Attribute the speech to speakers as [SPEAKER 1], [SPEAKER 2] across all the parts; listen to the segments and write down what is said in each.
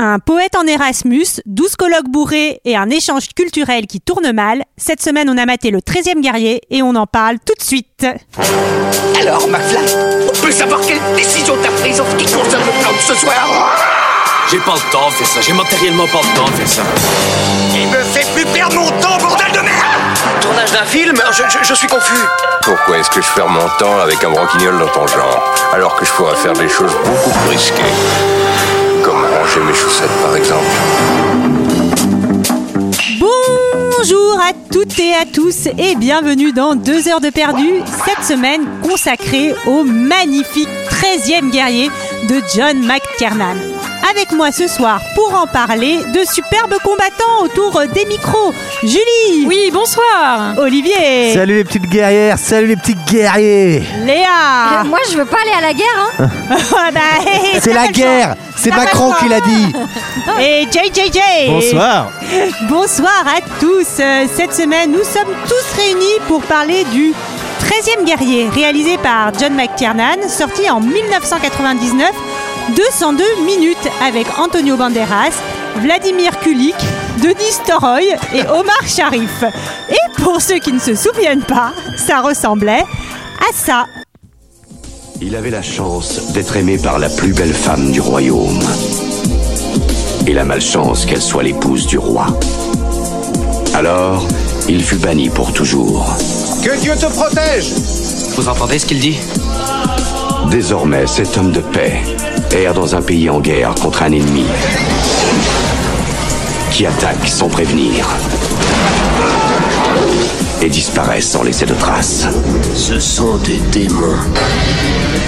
[SPEAKER 1] Un poète en Erasmus, 12 colloques bourrés et un échange culturel qui tourne mal. Cette semaine, on a maté le 13e guerrier et on en parle tout de suite.
[SPEAKER 2] Alors, McFly, on peut savoir quelle décision t'as prise en ce qui concerne le plan de ce soir
[SPEAKER 3] J'ai pas le temps de faire ça, j'ai matériellement pas le temps de faire ça.
[SPEAKER 2] Il me fait plus perdre mon temps, bordel de merde
[SPEAKER 4] Tournage d'un film je, je- je suis confus.
[SPEAKER 5] Pourquoi est-ce que je perds mon temps avec un branquignol dans ton genre Alors que je pourrais faire des choses beaucoup plus risquées. Comme ranger mes chaussettes par exemple.
[SPEAKER 1] Bonjour à toutes et à tous et bienvenue dans 2 heures de perdu, cette semaine consacrée au magnifique 13e guerrier de John McTiernan. Avec moi ce soir pour en parler, de superbes combattants autour des micros. Julie
[SPEAKER 6] Oui, bonsoir
[SPEAKER 1] Olivier
[SPEAKER 7] Salut les petites guerrières, salut les petits guerriers
[SPEAKER 1] Léa
[SPEAKER 8] Moi, je veux pas aller à la guerre, hein.
[SPEAKER 1] Ah bah, hé, hé,
[SPEAKER 7] C'est
[SPEAKER 1] t'as pas
[SPEAKER 7] la
[SPEAKER 1] le choix.
[SPEAKER 7] guerre C'est
[SPEAKER 1] T'as pas
[SPEAKER 7] Macron
[SPEAKER 1] le choix.
[SPEAKER 7] qui l'a dit
[SPEAKER 1] Et JJJ
[SPEAKER 7] Bonsoir
[SPEAKER 1] Bonsoir à tous. Euh, Cette semaine, nous sommes tous réunis pour parler du 13e guerrier, réalisé par John McTiernan, sorti en 1999, 202 minutes avec Antonio Banderas, Vladimir Kulik, Denis Toroy et Omar Sharif. Et pour ceux qui ne se souviennent pas, ça ressemblait à ça.
[SPEAKER 9] Il avait la chance d'être aimé par la plus belle femme du royaume. Et la malchance qu'elle soit l'épouse du roi. Alors, il fut banni pour toujours.
[SPEAKER 2] Que Dieu te protège
[SPEAKER 4] Vous entendez ce qu'il dit
[SPEAKER 9] Désormais, cet homme de paix erre dans un pays en guerre contre un ennemi qui attaque sans prévenir et disparaît sans laisser de traces.
[SPEAKER 10] Ce sont des démons.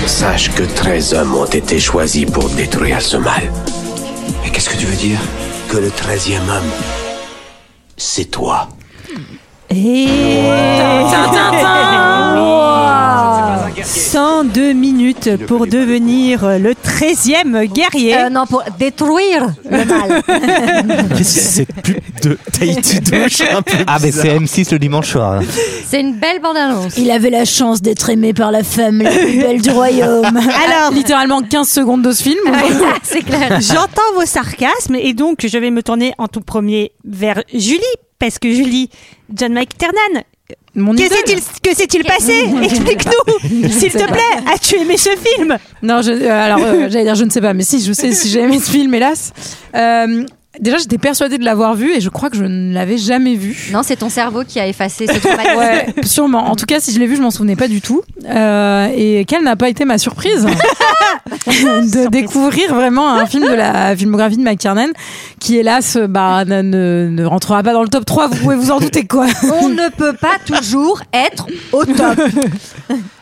[SPEAKER 10] Sache que 13 hommes ont été choisis pour détruire ce mal.
[SPEAKER 4] Mais qu'est-ce que tu veux dire
[SPEAKER 10] Que le 13e homme, c'est toi.
[SPEAKER 1] Et... 102 minutes pour devenir le 13e guerrier.
[SPEAKER 8] Euh, non, pour détruire le mal.
[SPEAKER 7] Ah mais c'est M6 le dimanche soir
[SPEAKER 8] C'est une belle bande-annonce.
[SPEAKER 11] Il avait la chance d'être aimé par la femme la plus belle du royaume.
[SPEAKER 1] Alors,
[SPEAKER 6] Littéralement 15 secondes de ce film.
[SPEAKER 8] Ah, C'est clair.
[SPEAKER 1] j'entends vos sarcasmes et donc je vais me tourner en tout premier vers Julie, parce que Julie, John McTernan,
[SPEAKER 6] Mon
[SPEAKER 1] que
[SPEAKER 6] idole.
[SPEAKER 1] s'est-il que s'est-il passé Explique-nous, s'il te plaît, as-tu aimé ce film
[SPEAKER 6] Non, je- euh, alors euh, j'allais dire je ne sais pas, mais si je sais si j'ai aimé ce film, hélas. Euh, déjà, j'étais persuadée de l'avoir vu et je crois que je ne l'avais jamais vu.
[SPEAKER 8] Non, c'est ton cerveau qui a effacé ce traumatisme.
[SPEAKER 6] Ouais, sûrement. En tout cas, si je l'ai vu, je m'en souvenais pas du tout. Euh, et quelle n'a pas été ma surprise de découvrir vraiment un film de la filmographie de McTiernan qui, hélas, bah, ne, ne- ne rentrera pas dans le top 3. Vous pouvez vous en douter, quoi.
[SPEAKER 8] On ne peut pas toujours être au top.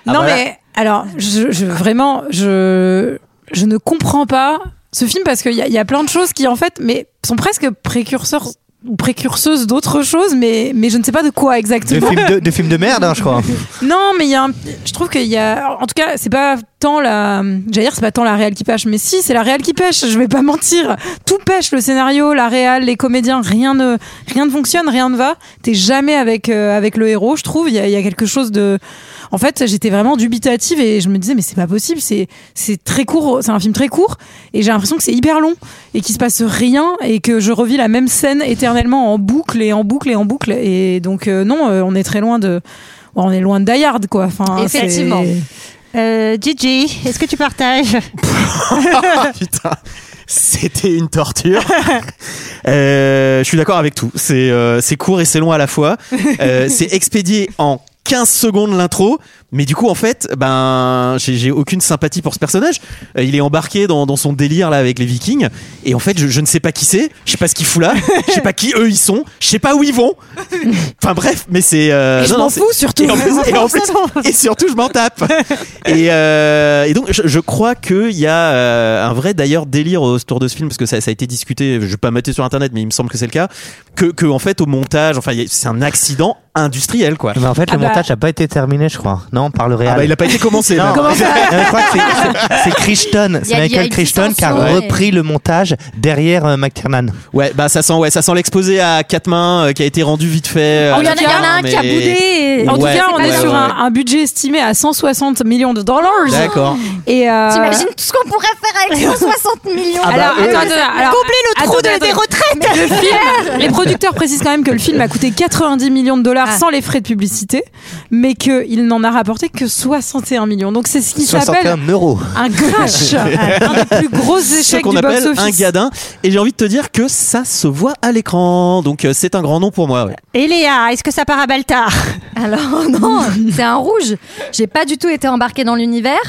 [SPEAKER 6] non mais alors je, je- vraiment je je ne comprends pas ce film parce qu'il y, a- il y a plein de choses qui en fait mais sont presque précurseurs ou précurseuses d'autres choses mais mais je ne sais pas de quoi
[SPEAKER 7] de
[SPEAKER 6] exactement.
[SPEAKER 7] films de, de films de merde hein, je crois
[SPEAKER 6] Non mais il y a un- je trouve qu'il y a en tout cas c'est pas tant la j'allais dire c'est pas tant la réelle qui pêche mais si c'est la réelle qui pêche je vais pas mentir tout pêche le scénario la réelle les comédiens rien ne rien ne fonctionne rien ne va t'es jamais avec euh, avec le héros je trouve il y a- il y a quelque chose de en fait, j'étais vraiment dubitative et je me disais mais c'est pas possible, c'est c'est très court, c'est un film très court et j'ai l'impression que c'est hyper long et qu'il se passe rien et que je revis la même scène éternellement en boucle et en boucle et en boucle et donc euh, non, euh, on est très loin de on est loin de Die Hard quoi. Enfin,
[SPEAKER 8] Effectivement.
[SPEAKER 6] c'est-
[SPEAKER 1] euh, Gigi, est-ce que tu partages
[SPEAKER 12] Putain, c'était une torture. Euh, je suis d'accord avec tout. C'est euh, c'est court et c'est long à la fois. Euh, c'est expédié en 15 secondes l'intro, mais du coup en fait, ben j'ai j'ai aucune sympathie pour ce personnage. Euh, il est embarqué dans, dans son délire là avec les Vikings, et en fait je, je ne sais pas qui c'est, je sais pas ce qu'il fout là, je sais pas qui eux ils sont, je sais pas où ils vont. Enfin bref, mais c'est euh,
[SPEAKER 6] Et je
[SPEAKER 12] non, non,
[SPEAKER 6] m'en
[SPEAKER 12] c'est-
[SPEAKER 6] fous surtout.
[SPEAKER 12] et en plus, et en plus- et surtout, je m'en tape. Et, euh, et donc, je, je crois qu'il y a euh, un vrai d'ailleurs délire autour de ce film, parce que ça, ça a été discuté, je vais pas mater sur internet, mais il me semble que c'est le cas, que, que en fait, au montage, enfin, il y a- c'est un accident industriel, quoi.
[SPEAKER 7] Mais en fait
[SPEAKER 6] Ah
[SPEAKER 7] le
[SPEAKER 6] bah.
[SPEAKER 7] montage a pas été terminé je crois Non
[SPEAKER 12] non, par le Real.
[SPEAKER 3] Ah bah, il a pas été commencé, là.
[SPEAKER 12] Non.
[SPEAKER 3] Comment ça
[SPEAKER 12] Euh, je crois que c'est- c'est- c'est Crichton,
[SPEAKER 3] Il y
[SPEAKER 12] c'est
[SPEAKER 3] a- il y a
[SPEAKER 12] Michael
[SPEAKER 3] une
[SPEAKER 12] Crichton qui a
[SPEAKER 3] dissension, ouais.
[SPEAKER 12] repris le montage derrière euh, McTiernan.
[SPEAKER 3] Ouais, bah ça sent, ouais, ça sent l'exposé à quatre mains euh, qui a été rendu vite fait.
[SPEAKER 6] Oh, En
[SPEAKER 3] euh,
[SPEAKER 6] tout cas,
[SPEAKER 3] mais-
[SPEAKER 6] En tout
[SPEAKER 3] Ouais,
[SPEAKER 6] cas, on
[SPEAKER 3] ouais,
[SPEAKER 6] est
[SPEAKER 3] ouais,
[SPEAKER 6] sur un,
[SPEAKER 3] ouais.
[SPEAKER 6] un budget estimé à 160 millions de dollars.
[SPEAKER 3] D'accord.
[SPEAKER 6] Et euh,
[SPEAKER 8] T'imagines tout ce qu'on pourrait faire avec 160 millions
[SPEAKER 6] Ah bah, Alors, eux- attends, attends, alors-
[SPEAKER 1] Combler euh, le trou
[SPEAKER 6] Attendez,
[SPEAKER 1] de- des
[SPEAKER 6] attendez.
[SPEAKER 1] retraites
[SPEAKER 6] Le film, les producteurs précisent quand même que le film a coûté 90 millions de dollars sans les frais de publicité, mais qu'il n'en a rapporté que 61 millions. Donc c'est ce qui s'appelle
[SPEAKER 12] 61 euros.
[SPEAKER 6] un crash, un des plus gros
[SPEAKER 3] Ce
[SPEAKER 6] échecs
[SPEAKER 3] qu'on
[SPEAKER 6] du
[SPEAKER 3] appelle
[SPEAKER 6] box-office.
[SPEAKER 3] un gadin. Et j'ai envie de te dire que ça se voit à l'écran. Donc euh, c'est un grand nom pour moi. ouais.
[SPEAKER 1] Et Léa, est-ce que ça part à Baltar
[SPEAKER 8] Alors non, c'est un rouge. J'ai pas du tout été embarquée dans l'univers.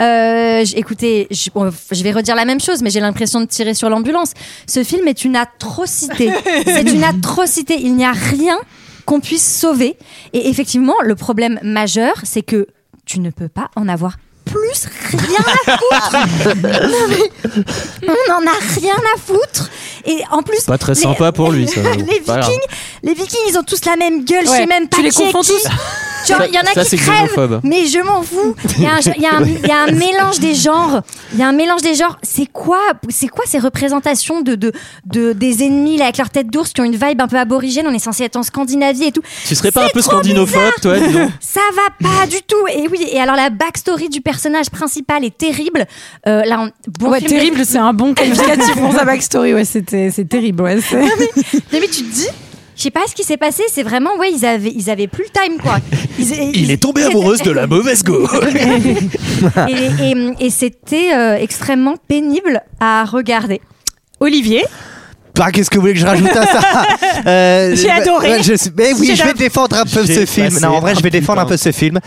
[SPEAKER 8] Euh, j- écoutez, je, bon, je vais redire la même chose, mais j'ai l'impression de tirer sur l'ambulance. Ce film est une atrocité. c'est une atrocité. Il n'y a rien qu'on puisse sauver. Et effectivement, le problème majeur, c'est que tu ne peux pas en avoir plus rien à foutre. Non, mais on en a rien à foutre. Et en plus,
[SPEAKER 3] Pas très sympa pour lui, ça.
[SPEAKER 8] les
[SPEAKER 3] Pas grave.
[SPEAKER 8] Vikings, les Vikings, ils ont tous la même gueule.
[SPEAKER 6] Ouais,
[SPEAKER 8] Je sais même pas
[SPEAKER 6] tu les
[SPEAKER 8] qui est
[SPEAKER 6] confonds
[SPEAKER 8] qui.
[SPEAKER 6] tous
[SPEAKER 8] Tu vois, Il y en a
[SPEAKER 3] Ça,
[SPEAKER 8] qui
[SPEAKER 3] c'est
[SPEAKER 8] crèvent,
[SPEAKER 3] xénophobe.
[SPEAKER 8] mais je m'en fous. Il y, a un- il y a un- il y a un mélange des genres. Il y a un mélange des genres. C'est quoi, c'est quoi ces représentations de, de, de- des ennemis là, avec leur tête d'ours qui ont une vibe un peu aborigène On est censé être en Scandinavie et tout.
[SPEAKER 3] Tu serais pas un
[SPEAKER 8] C'est
[SPEAKER 3] peu
[SPEAKER 8] trop
[SPEAKER 3] scandinophobe,
[SPEAKER 8] bizarre.
[SPEAKER 3] toi, dis donc
[SPEAKER 8] Ça va pas du tout. Et oui. Et alors la backstory du personnage principal est terrible. Euh, là, on- bon
[SPEAKER 6] ouais,
[SPEAKER 8] film
[SPEAKER 6] terrible,
[SPEAKER 8] de-
[SPEAKER 6] c'est un bon qualificatif pour sa backstory. Ouais, c'était, c'est terrible. Ouais, c'est-
[SPEAKER 8] Mais tu te dis. Je sais pas ce qui s'est passé, c'est vraiment, ouais, ils avaient, ils avaient plus le time, quoi. Ils-
[SPEAKER 3] Il est tombé amoureuse de la mauvaise go.
[SPEAKER 8] et, et- et c'était euh, extrêmement pénible à regarder.
[SPEAKER 1] Olivier
[SPEAKER 12] Bah, qu'est-ce que vous voulez que je rajoute à ça Euh,
[SPEAKER 1] J'ai
[SPEAKER 12] bah,
[SPEAKER 1] adoré.
[SPEAKER 12] ouais, je sais- mais oui,
[SPEAKER 1] J'ai
[SPEAKER 12] je vais
[SPEAKER 1] adoré.
[SPEAKER 12] défendre un peu
[SPEAKER 3] J'ai
[SPEAKER 12] ce film.
[SPEAKER 3] passé
[SPEAKER 12] Non, en vrai, je vais défendre un peu ce film.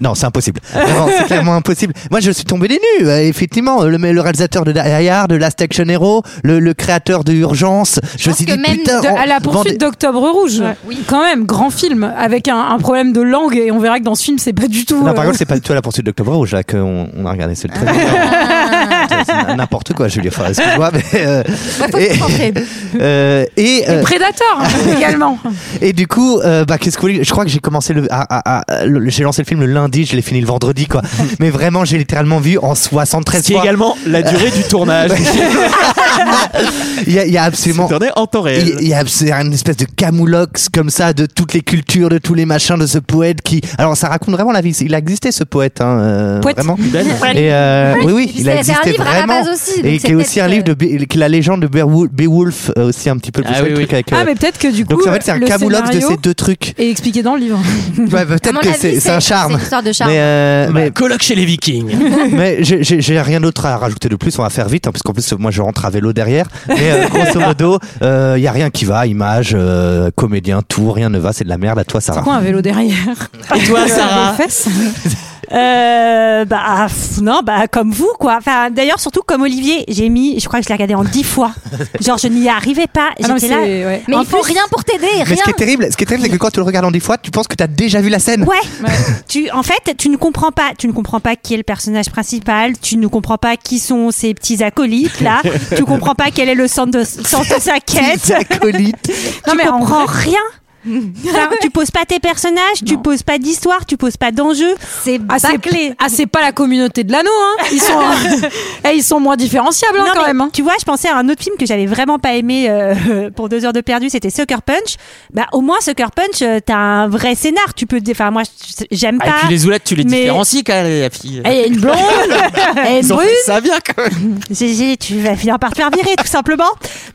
[SPEAKER 12] Non, c'est impossible. Non, c'est clairement impossible. Moi, je suis tombé des nues. euh, Effectivement, le, le réalisateur de Die Hard, de Last Action Hero, le, le créateur de Urgence. Je, me suis
[SPEAKER 6] que
[SPEAKER 12] dit,
[SPEAKER 6] même
[SPEAKER 12] putain,
[SPEAKER 6] de-
[SPEAKER 12] on-
[SPEAKER 6] à la poursuite
[SPEAKER 12] Vendée-
[SPEAKER 6] d'Octobre Rouge, quand même, grand film avec un, un problème de langue et on verra que dans ce film c'est pas du tout.
[SPEAKER 12] Non, par
[SPEAKER 6] euh,
[SPEAKER 12] contre, c'est pas du tout à la poursuite d'Octobre Rouge là qu'on on a regardé. C'est le trailer. C'est- c'est N'importe quoi, Julien. Enfin, excuse-moi, mais. euh,
[SPEAKER 6] Bah,
[SPEAKER 12] et, euh, et, euh,
[SPEAKER 6] et Predator hein, également.
[SPEAKER 12] Et du coup, euh, bah, qu'est-ce que vous voulez Je crois que j'ai commencé le, à- à- à- le- j'ai lancé le film le lundi, je l'ai fini le vendredi, quoi. Mais vraiment, j'ai littéralement vu en 73
[SPEAKER 3] Ce qui est
[SPEAKER 12] fois.
[SPEAKER 3] également la durée du tournage.
[SPEAKER 12] Il y, a- il y a absolument.
[SPEAKER 3] Tourné en temps réel.
[SPEAKER 12] Il y a c'est une espèce de camoulox comme ça de toutes les cultures, de tous les machins de ce poète qui. Alors ça raconte vraiment la vie. Il a existé ce poète, hein, euh,
[SPEAKER 6] Poète.
[SPEAKER 12] vraiment.
[SPEAKER 3] Ben.
[SPEAKER 12] Et, euh,
[SPEAKER 8] Ouais.
[SPEAKER 12] oui, oui,
[SPEAKER 8] Puis
[SPEAKER 12] il a
[SPEAKER 8] c'est- c'est un
[SPEAKER 12] existé
[SPEAKER 8] livre à la
[SPEAKER 12] vraiment.
[SPEAKER 8] base aussi, donc
[SPEAKER 12] et
[SPEAKER 8] c'est
[SPEAKER 12] qui est aussi un
[SPEAKER 8] peut-être, euh,
[SPEAKER 12] livre de Be- qui est la légende de Beowulf, Beowulf, euh, aussi un petit peu.
[SPEAKER 3] Ah
[SPEAKER 12] c'est le
[SPEAKER 3] oui,
[SPEAKER 12] truc
[SPEAKER 3] oui.
[SPEAKER 12] avec,
[SPEAKER 6] Ah
[SPEAKER 12] euh,
[SPEAKER 6] mais peut-être que du coup.
[SPEAKER 12] donc en fait c'est un
[SPEAKER 6] le
[SPEAKER 12] camoulox de
[SPEAKER 6] scénario
[SPEAKER 12] ces deux trucs.
[SPEAKER 6] est expliqué dans le livre.
[SPEAKER 12] Ouais, bah,
[SPEAKER 8] À mon
[SPEAKER 12] peut-être que
[SPEAKER 8] avis,
[SPEAKER 12] c'est c'est un charme.
[SPEAKER 8] C'est une histoire de charme.
[SPEAKER 12] Mais, euh, mais-
[SPEAKER 13] Colloque chez les Vikings.
[SPEAKER 12] mais j'ai- j'ai j'ai rien d'autre à rajouter de plus. On va faire vite, hein, parce qu'en plus, moi, je rentre à vélo derrière. Mais euh, grosso modo, il y a rien qui va. Image, euh, comédien, tout, rien ne va. C'est de la merde. À toi, Sarah.
[SPEAKER 6] Quoi un vélo derrière
[SPEAKER 3] Et toi, Sarah
[SPEAKER 6] Des fesses
[SPEAKER 1] Euh, bah pff, non, bah comme vous quoi. Enfin d'ailleurs surtout comme Olivier, j'ai mis, je crois que je l'ai regardé en dix fois. Genre je n'y arrivais pas.
[SPEAKER 6] Ah non,
[SPEAKER 1] J'étais là.
[SPEAKER 6] c'est- ouais.
[SPEAKER 8] Mais
[SPEAKER 1] En
[SPEAKER 8] il faut
[SPEAKER 1] plus-
[SPEAKER 8] rien pour t'aider, rien.
[SPEAKER 12] euh, Mais ce qui est terrible, ce qui est terrible, c'est que quand tu le regardes en dix fois, tu penses que t'as déjà vu la scène.
[SPEAKER 1] Ouais. tu, en fait, tu ne comprends pas. Tu ne comprends pas qui est le personnage principal. Tu ne comprends pas qui sont ses petits acolytes là. tu comprends pas quel est le centre de, centre de sa quête.
[SPEAKER 12] Acolyte.
[SPEAKER 1] tu
[SPEAKER 6] mais en
[SPEAKER 1] comprends rien. Enfin, tu poses pas tes personnages, tu poses pas d'histoire, tu poses pas d'enjeu.
[SPEAKER 8] C'est
[SPEAKER 6] Ah c'est,
[SPEAKER 8] bâclé.
[SPEAKER 6] ah, c'est pas la communauté de l'anneau hein. Ils sont eh, ils sont moins différenciables hein,
[SPEAKER 1] Non,
[SPEAKER 6] quand
[SPEAKER 1] mais
[SPEAKER 6] même. hein.
[SPEAKER 1] Tu vois, je pensais à un autre film que j'avais vraiment pas aimé euh, pour deux heures de perdu, c'était Sucker Punch. Bah au moins Sucker Punch, euh, t'as un vrai scénar. Tu peux, dé- enfin moi je- j'aime
[SPEAKER 13] Ah, et
[SPEAKER 1] pas.
[SPEAKER 13] puis les oulettes, tu les
[SPEAKER 1] mais-
[SPEAKER 13] différencies quand même, la fille.
[SPEAKER 6] Eh, il y a une blonde, eh, une
[SPEAKER 13] Ils ont
[SPEAKER 6] brune.
[SPEAKER 13] fait ça vient quand même.
[SPEAKER 1] Gégé, tu vas finir par te faire virer tout simplement.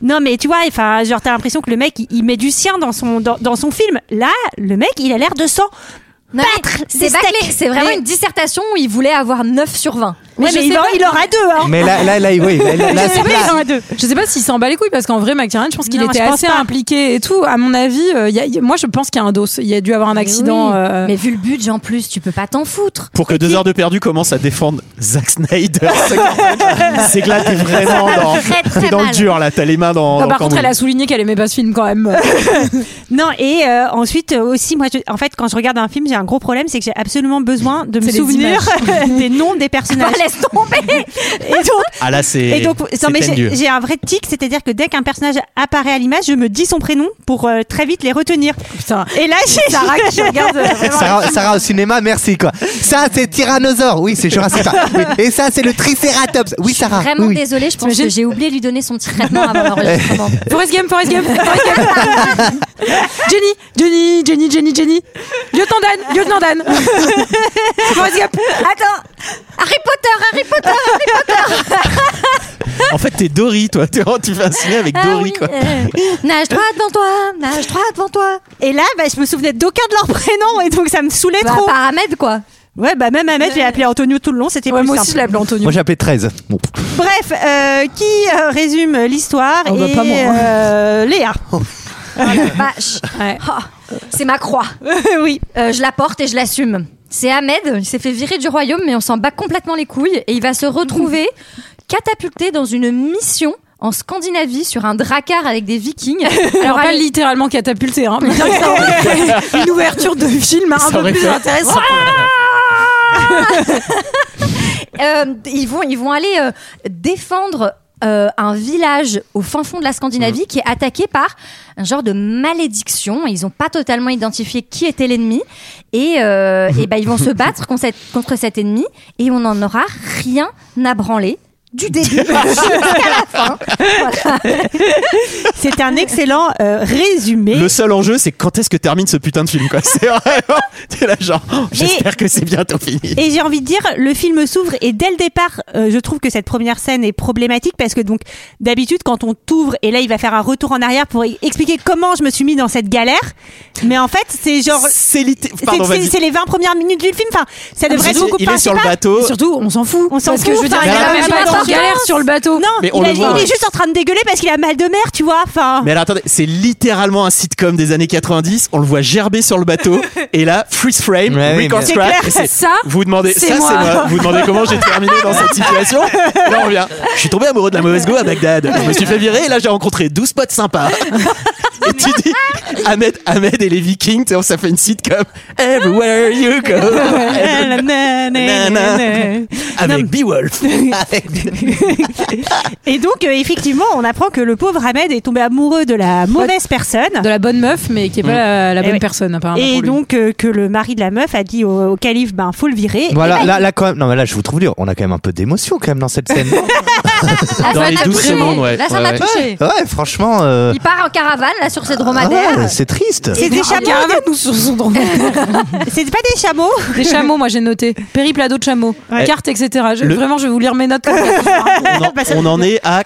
[SPEAKER 1] Non mais tu vois, enfin genre t'as l'impression que le mec il, il met du sien dans son dans, dans son film. Là, le mec il a l'air de sang.
[SPEAKER 8] Non, mais
[SPEAKER 1] Battre,
[SPEAKER 8] c'est
[SPEAKER 1] c'est
[SPEAKER 8] bâclé.
[SPEAKER 1] steak.
[SPEAKER 8] C'est vraiment
[SPEAKER 1] Mais-
[SPEAKER 8] une dissertation où il voulait avoir 9 sur 20.
[SPEAKER 1] Ouais,
[SPEAKER 8] je
[SPEAKER 1] mais
[SPEAKER 8] sais
[SPEAKER 1] il, va-
[SPEAKER 8] pas-
[SPEAKER 1] il aura deux. Hein.
[SPEAKER 12] Mais là, là, là, oui. Là, là, là,
[SPEAKER 1] Je sais pas, il aura deux.
[SPEAKER 6] Je sais pas s'il s'en bat les couilles parce qu'en vrai, McTiernan, je pense qu'il
[SPEAKER 1] Non,
[SPEAKER 6] était
[SPEAKER 1] je pense
[SPEAKER 6] assez
[SPEAKER 1] pas.
[SPEAKER 6] impliqué et tout. À mon avis, euh, il y a- il- moi je pense qu'il y a un dos. Il y a dû avoir un
[SPEAKER 8] Mais
[SPEAKER 6] accident.
[SPEAKER 8] oui.
[SPEAKER 6] euh,
[SPEAKER 8] Mais vu le budget en plus, tu peux pas t'en foutre.
[SPEAKER 3] Pour que deux heures de perdu commence à défendre Zack Snyder. c'est que là, t'es vraiment dans,
[SPEAKER 8] Très, très
[SPEAKER 3] t'es dans le
[SPEAKER 8] mal.
[SPEAKER 3] dur, là. T'as les mains
[SPEAKER 12] Oh,
[SPEAKER 3] dans.
[SPEAKER 6] non,
[SPEAKER 3] dans
[SPEAKER 6] Bah, par contre,
[SPEAKER 3] cambouis.
[SPEAKER 6] elle a souligné qu'elle aimait pas ce film quand même. Oh,
[SPEAKER 1] Non et euh, ensuite euh, aussi moi je- en fait quand je regarde un film j'ai un gros problème c'est que j'ai absolument besoin de me
[SPEAKER 6] C'est les
[SPEAKER 1] souvenir des noms des personnages.
[SPEAKER 8] Voilà, laisse tomber
[SPEAKER 1] Et donc,
[SPEAKER 12] Ah, là, c'est-
[SPEAKER 1] Et donc,
[SPEAKER 12] c'est
[SPEAKER 1] non, mais
[SPEAKER 12] peine
[SPEAKER 1] j'ai-
[SPEAKER 12] dure.
[SPEAKER 1] j'ai un vrai tic, c'est-à-dire que dès qu'un personnage apparaît à l'image, je me dis son prénom pour euh, très vite les retenir. Et là, j'ai
[SPEAKER 6] Sarah qui regarde, euh, vraiment
[SPEAKER 7] Sarah, Sarah au cinéma, merci quoi. Ça c'est Tyrannosaure, oui c'est Jurassic Park. Oui. Et ça c'est le Triceratops, oui
[SPEAKER 12] Ah,
[SPEAKER 7] Sarah.
[SPEAKER 8] Vraiment
[SPEAKER 7] oui.
[SPEAKER 8] désolée, je pense que j'ai oublié de lui donner son petit traitement avant l'enregistrement.
[SPEAKER 6] Forest Game, Forest Game, Forest Game. Jenny, Jenny, Jenny, Jenny, Jenny. Lieutenant Dan, Lieutenant Dan. Forest Gump.
[SPEAKER 8] Attends, Harry Potter, Harry Potter, Harry Potter.
[SPEAKER 12] En fait, t'es Dory, toi. T'es- Tu fais un ciné avec
[SPEAKER 8] Ah
[SPEAKER 12] Dory,
[SPEAKER 8] oui,
[SPEAKER 12] quoi.
[SPEAKER 8] euh, nage droit devant toi, nage droit devant toi.
[SPEAKER 1] Et là, bah, je me souvenais d'aucun de leurs prénoms et donc ça me saoulait
[SPEAKER 8] Bah,
[SPEAKER 1] trop.
[SPEAKER 8] par Ahmed, quoi.
[SPEAKER 1] Ouais, bah même Ahmed, j'ai appelé Antonio tout le long, c'était
[SPEAKER 6] Ouais,
[SPEAKER 1] plus
[SPEAKER 6] moi aussi, je
[SPEAKER 1] simple.
[SPEAKER 6] l'ai appelé Antonio.
[SPEAKER 7] Moi j'appelais 13. Bon.
[SPEAKER 1] Bref, euh, qui euh, résume l'histoire
[SPEAKER 6] Oh, bah,
[SPEAKER 1] et
[SPEAKER 6] pas moi.
[SPEAKER 1] euh, Léa.
[SPEAKER 8] Vache. Bah, Oh, c'est ma croix. oui. je la porte et je l'assume. C'est Ahmed, il s'est fait virer du royaume, mais on s'en bat complètement les couilles et il va se retrouver catapulté dans une mission en Scandinavie sur un dracard avec des vikings.
[SPEAKER 6] Alors, pas
[SPEAKER 8] allez-
[SPEAKER 6] littéralement catapulté, hein, mais bien que ça aurait été une ouverture de film hein. un
[SPEAKER 8] Ça
[SPEAKER 6] peu
[SPEAKER 8] aurait
[SPEAKER 6] plus
[SPEAKER 8] fait-
[SPEAKER 6] intéressante.
[SPEAKER 8] Euh, ils, vont, ils vont aller euh, défendre euh, un village au fin fond de la Scandinavie
[SPEAKER 12] Mmh.
[SPEAKER 8] qui est attaqué par un genre de malédiction. Ils n'ont pas totalement identifié qui était l'ennemi. Et, euh, et ben, ils vont se battre contre, cette- contre cet ennemi et on n'en aura rien à branler du début jusqu'à la fin.
[SPEAKER 1] C'est un excellent euh, résumé.
[SPEAKER 12] Le seul enjeu, c'est quand est-ce que termine ce putain de film, quoi. C'est vraiment. T'es là, genre, oh, j'espère que c'est bientôt fini.
[SPEAKER 1] Et j'ai envie de dire, le film s'ouvre et dès le départ, euh, je trouve que cette première scène est problématique parce que donc d'habitude quand on t'ouvre et là il va faire un retour en arrière pour e- expliquer comment je me suis mis dans cette galère, mais en fait c'est genre
[SPEAKER 12] c'est litté-
[SPEAKER 1] c'est-
[SPEAKER 12] Pardon,
[SPEAKER 1] c'est
[SPEAKER 12] vas-y. Ah,
[SPEAKER 1] c'est les 20 premières minutes du film. Enfin, ça devrait être
[SPEAKER 12] Surtout,
[SPEAKER 1] beaucoup
[SPEAKER 12] il est sur le
[SPEAKER 1] principal.
[SPEAKER 12] bateau.
[SPEAKER 6] Surtout, on s'en fout.
[SPEAKER 1] On s'en
[SPEAKER 6] Parce
[SPEAKER 1] fout.
[SPEAKER 6] que je veux dire,
[SPEAKER 1] enfin,
[SPEAKER 6] il
[SPEAKER 12] Mais
[SPEAKER 6] a
[SPEAKER 12] alors,
[SPEAKER 6] même
[SPEAKER 12] mais
[SPEAKER 6] pas
[SPEAKER 1] alors,
[SPEAKER 6] d'ambiance. galère sur le bateau.
[SPEAKER 1] Non,
[SPEAKER 12] Mais on
[SPEAKER 1] il, a-
[SPEAKER 12] le voit,
[SPEAKER 1] il est
[SPEAKER 12] ouais.
[SPEAKER 1] juste en train de dégueuler parce qu'il a mal de mer, tu vois. Enfin,
[SPEAKER 12] Mais alors attendez, c'est littéralement un sitcom des années 90. On le voit gerber sur le bateau et là, freeze frame,
[SPEAKER 7] Ouais, oui,
[SPEAKER 12] record
[SPEAKER 7] mais-
[SPEAKER 12] scratch,
[SPEAKER 1] C'est clair.
[SPEAKER 12] et c'est-
[SPEAKER 6] Ça,
[SPEAKER 12] Vous demandez, ça
[SPEAKER 6] c'est
[SPEAKER 12] c'est
[SPEAKER 6] moi.
[SPEAKER 12] moi. Vous demandez comment j'ai terminé dans cette situation. Et Là on revient. Je suis tombé amoureux de la mauvaise go à Bagdad. Je me suis fait virer et là j'ai rencontré 12 potes sympas. Et tu dis, Ahmed, Ahmed et les Vikings, tu sais, ça fait une sitcom. Everywhere you go.
[SPEAKER 1] Na, na, na, na,
[SPEAKER 12] euh,
[SPEAKER 1] na.
[SPEAKER 12] Avec Beowulf.
[SPEAKER 1] et donc euh, effectivement, on apprend que le pauvre Ahmed est tombé amoureux de la mauvaise personne.
[SPEAKER 6] De la bonne meuf, mais qui est pas la, la
[SPEAKER 1] Et
[SPEAKER 6] bonne
[SPEAKER 1] Mm. Eh oui.
[SPEAKER 6] personne, apparemment.
[SPEAKER 1] Et
[SPEAKER 6] pour lui.
[SPEAKER 1] donc euh, que le mari de la meuf a dit au, au calife, ben faut le virer.
[SPEAKER 7] Voilà, là, là, quand même, non mais là je vous trouve dur, on a quand même un peu d'émotion quand même dans cette scène.
[SPEAKER 8] Là,
[SPEAKER 12] Dans
[SPEAKER 8] ça
[SPEAKER 12] les
[SPEAKER 8] m'a
[SPEAKER 12] douze
[SPEAKER 8] touché.
[SPEAKER 12] secondes, ouais.
[SPEAKER 8] Là, ça
[SPEAKER 12] Ouais,
[SPEAKER 8] m'a
[SPEAKER 12] ouais.
[SPEAKER 8] touché.
[SPEAKER 7] ouais, franchement, euh,
[SPEAKER 8] Il part en caravane, là, sur ses
[SPEAKER 12] Ah
[SPEAKER 8] dromadaires.
[SPEAKER 7] ouais, c'est triste.
[SPEAKER 1] C'est des
[SPEAKER 6] Ah,
[SPEAKER 1] chameaux,
[SPEAKER 6] caravane ou sur son dromadaire
[SPEAKER 1] c'est pas des chameaux.
[SPEAKER 6] Des chameaux, moi j'ai noté. Périple à dos de chameaux. Carte, etc. Je-
[SPEAKER 12] Le-
[SPEAKER 6] Vraiment, je vais vous lire mes notes. comme Bah, ça.
[SPEAKER 12] On en, on en est à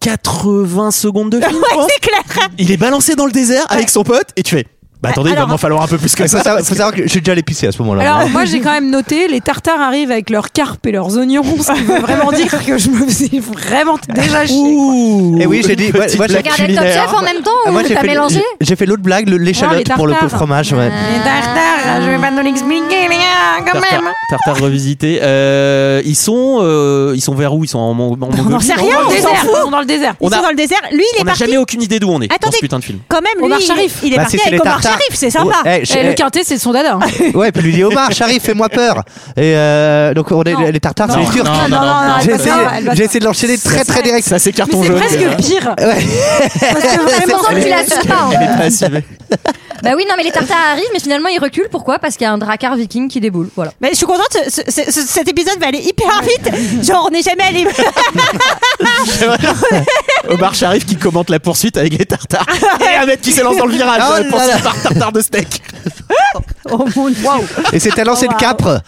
[SPEAKER 12] 80 secondes de film. je pense.
[SPEAKER 1] C'est clair.
[SPEAKER 12] Il est balancé dans le désert avec son pote et tu fais. Bah attendez, il va
[SPEAKER 1] Alors-
[SPEAKER 12] m'en falloir un peu plus que
[SPEAKER 7] Il faut
[SPEAKER 12] ça.
[SPEAKER 7] savoir, faut savoir que j'ai déjà les pisser à ce moment-là.
[SPEAKER 6] Alors, moi j'ai quand même noté les tartares arrivent avec leurs carpes et leurs oignons, ce qui veut vraiment dire que je me faisais vraiment déjà chier.
[SPEAKER 12] Ouh,
[SPEAKER 7] Eh oui, j'ai
[SPEAKER 12] une
[SPEAKER 7] dit- ouais,
[SPEAKER 12] petite
[SPEAKER 7] ouais, j'ai-
[SPEAKER 12] blague
[SPEAKER 8] Regardez Top
[SPEAKER 12] culinaire.
[SPEAKER 8] Chef hein, en même temps
[SPEAKER 7] Ah, moi,
[SPEAKER 8] ou
[SPEAKER 7] j'ai
[SPEAKER 8] t'as
[SPEAKER 7] fait-
[SPEAKER 8] mélangé
[SPEAKER 7] j'ai- J'ai fait l'autre blague, le- l'échalote
[SPEAKER 6] les
[SPEAKER 7] pour le pauvre
[SPEAKER 6] tartares.
[SPEAKER 7] fromage. Ouais.
[SPEAKER 1] Eh ben,
[SPEAKER 6] Les
[SPEAKER 1] Ah.
[SPEAKER 6] tartares, je vais pas nous l'expliquer, les gars, quand
[SPEAKER 12] Tartare,
[SPEAKER 6] même.
[SPEAKER 12] Tartare revisité. Euh, ils sont, euh, ils sont vers où Ils sont en, Mon- en Mongolie.
[SPEAKER 1] On sait
[SPEAKER 12] non
[SPEAKER 1] rien,
[SPEAKER 6] Dans le
[SPEAKER 1] on s'en
[SPEAKER 6] désert,
[SPEAKER 1] fout.
[SPEAKER 6] ils sont dans le désert.
[SPEAKER 1] Ils
[SPEAKER 12] On a-
[SPEAKER 1] sont dans le désert. Lui, il est
[SPEAKER 12] On n'a
[SPEAKER 1] parti.
[SPEAKER 12] jamais aucune idée d'où on est dans
[SPEAKER 1] Attendez.
[SPEAKER 12] ce putain de film.
[SPEAKER 1] Quand même, lui,
[SPEAKER 6] Omar
[SPEAKER 1] il-
[SPEAKER 6] Sharif.
[SPEAKER 1] il est
[SPEAKER 7] Bah,
[SPEAKER 1] parti
[SPEAKER 7] si, c'est
[SPEAKER 1] avec
[SPEAKER 7] les
[SPEAKER 1] Omar
[SPEAKER 7] tartares.
[SPEAKER 1] Sharif, c'est sympa.
[SPEAKER 7] Ouais, eh, je-
[SPEAKER 6] Eh, le
[SPEAKER 7] eh,
[SPEAKER 6] quintet, c'est son dada. hein.
[SPEAKER 7] ouais, puis lui dit Omar, Sharif, fais-moi peur. Et euh, donc on est-
[SPEAKER 6] Non.
[SPEAKER 7] les tartares,
[SPEAKER 12] Non,
[SPEAKER 7] c'est les
[SPEAKER 12] non,
[SPEAKER 7] turcs.
[SPEAKER 12] non, non, non,
[SPEAKER 7] J'ai
[SPEAKER 12] elle
[SPEAKER 7] essayé,
[SPEAKER 6] passe pas, elle passe
[SPEAKER 7] j'ai essayé de l'enchaîner très très direct.
[SPEAKER 12] Ça c'est carton
[SPEAKER 6] Mais c'est
[SPEAKER 12] jaune. euh,
[SPEAKER 6] presque pire.
[SPEAKER 8] Je sens que tu l'assumes pas. hein.
[SPEAKER 12] Elle est pas assumée.
[SPEAKER 8] Bah oui, non, mais les tartares arrivent, mais finalement, ils reculent. Pourquoi Parce qu'il y a un dracard viking qui déboule. Voilà.
[SPEAKER 1] Mais je suis contente, ce- ce- ce- cet épisode va aller hyper vite. Genre, on n'est jamais allé.
[SPEAKER 12] Omar Sharif qui commente la poursuite avec les tartares. Et un mec qui se lance dans le virage.
[SPEAKER 7] Oh
[SPEAKER 12] euh,
[SPEAKER 7] là
[SPEAKER 12] poursuite
[SPEAKER 7] là.
[SPEAKER 12] par tartare de steak.
[SPEAKER 1] oh mon dieu.
[SPEAKER 7] Et c'était lancé de capre.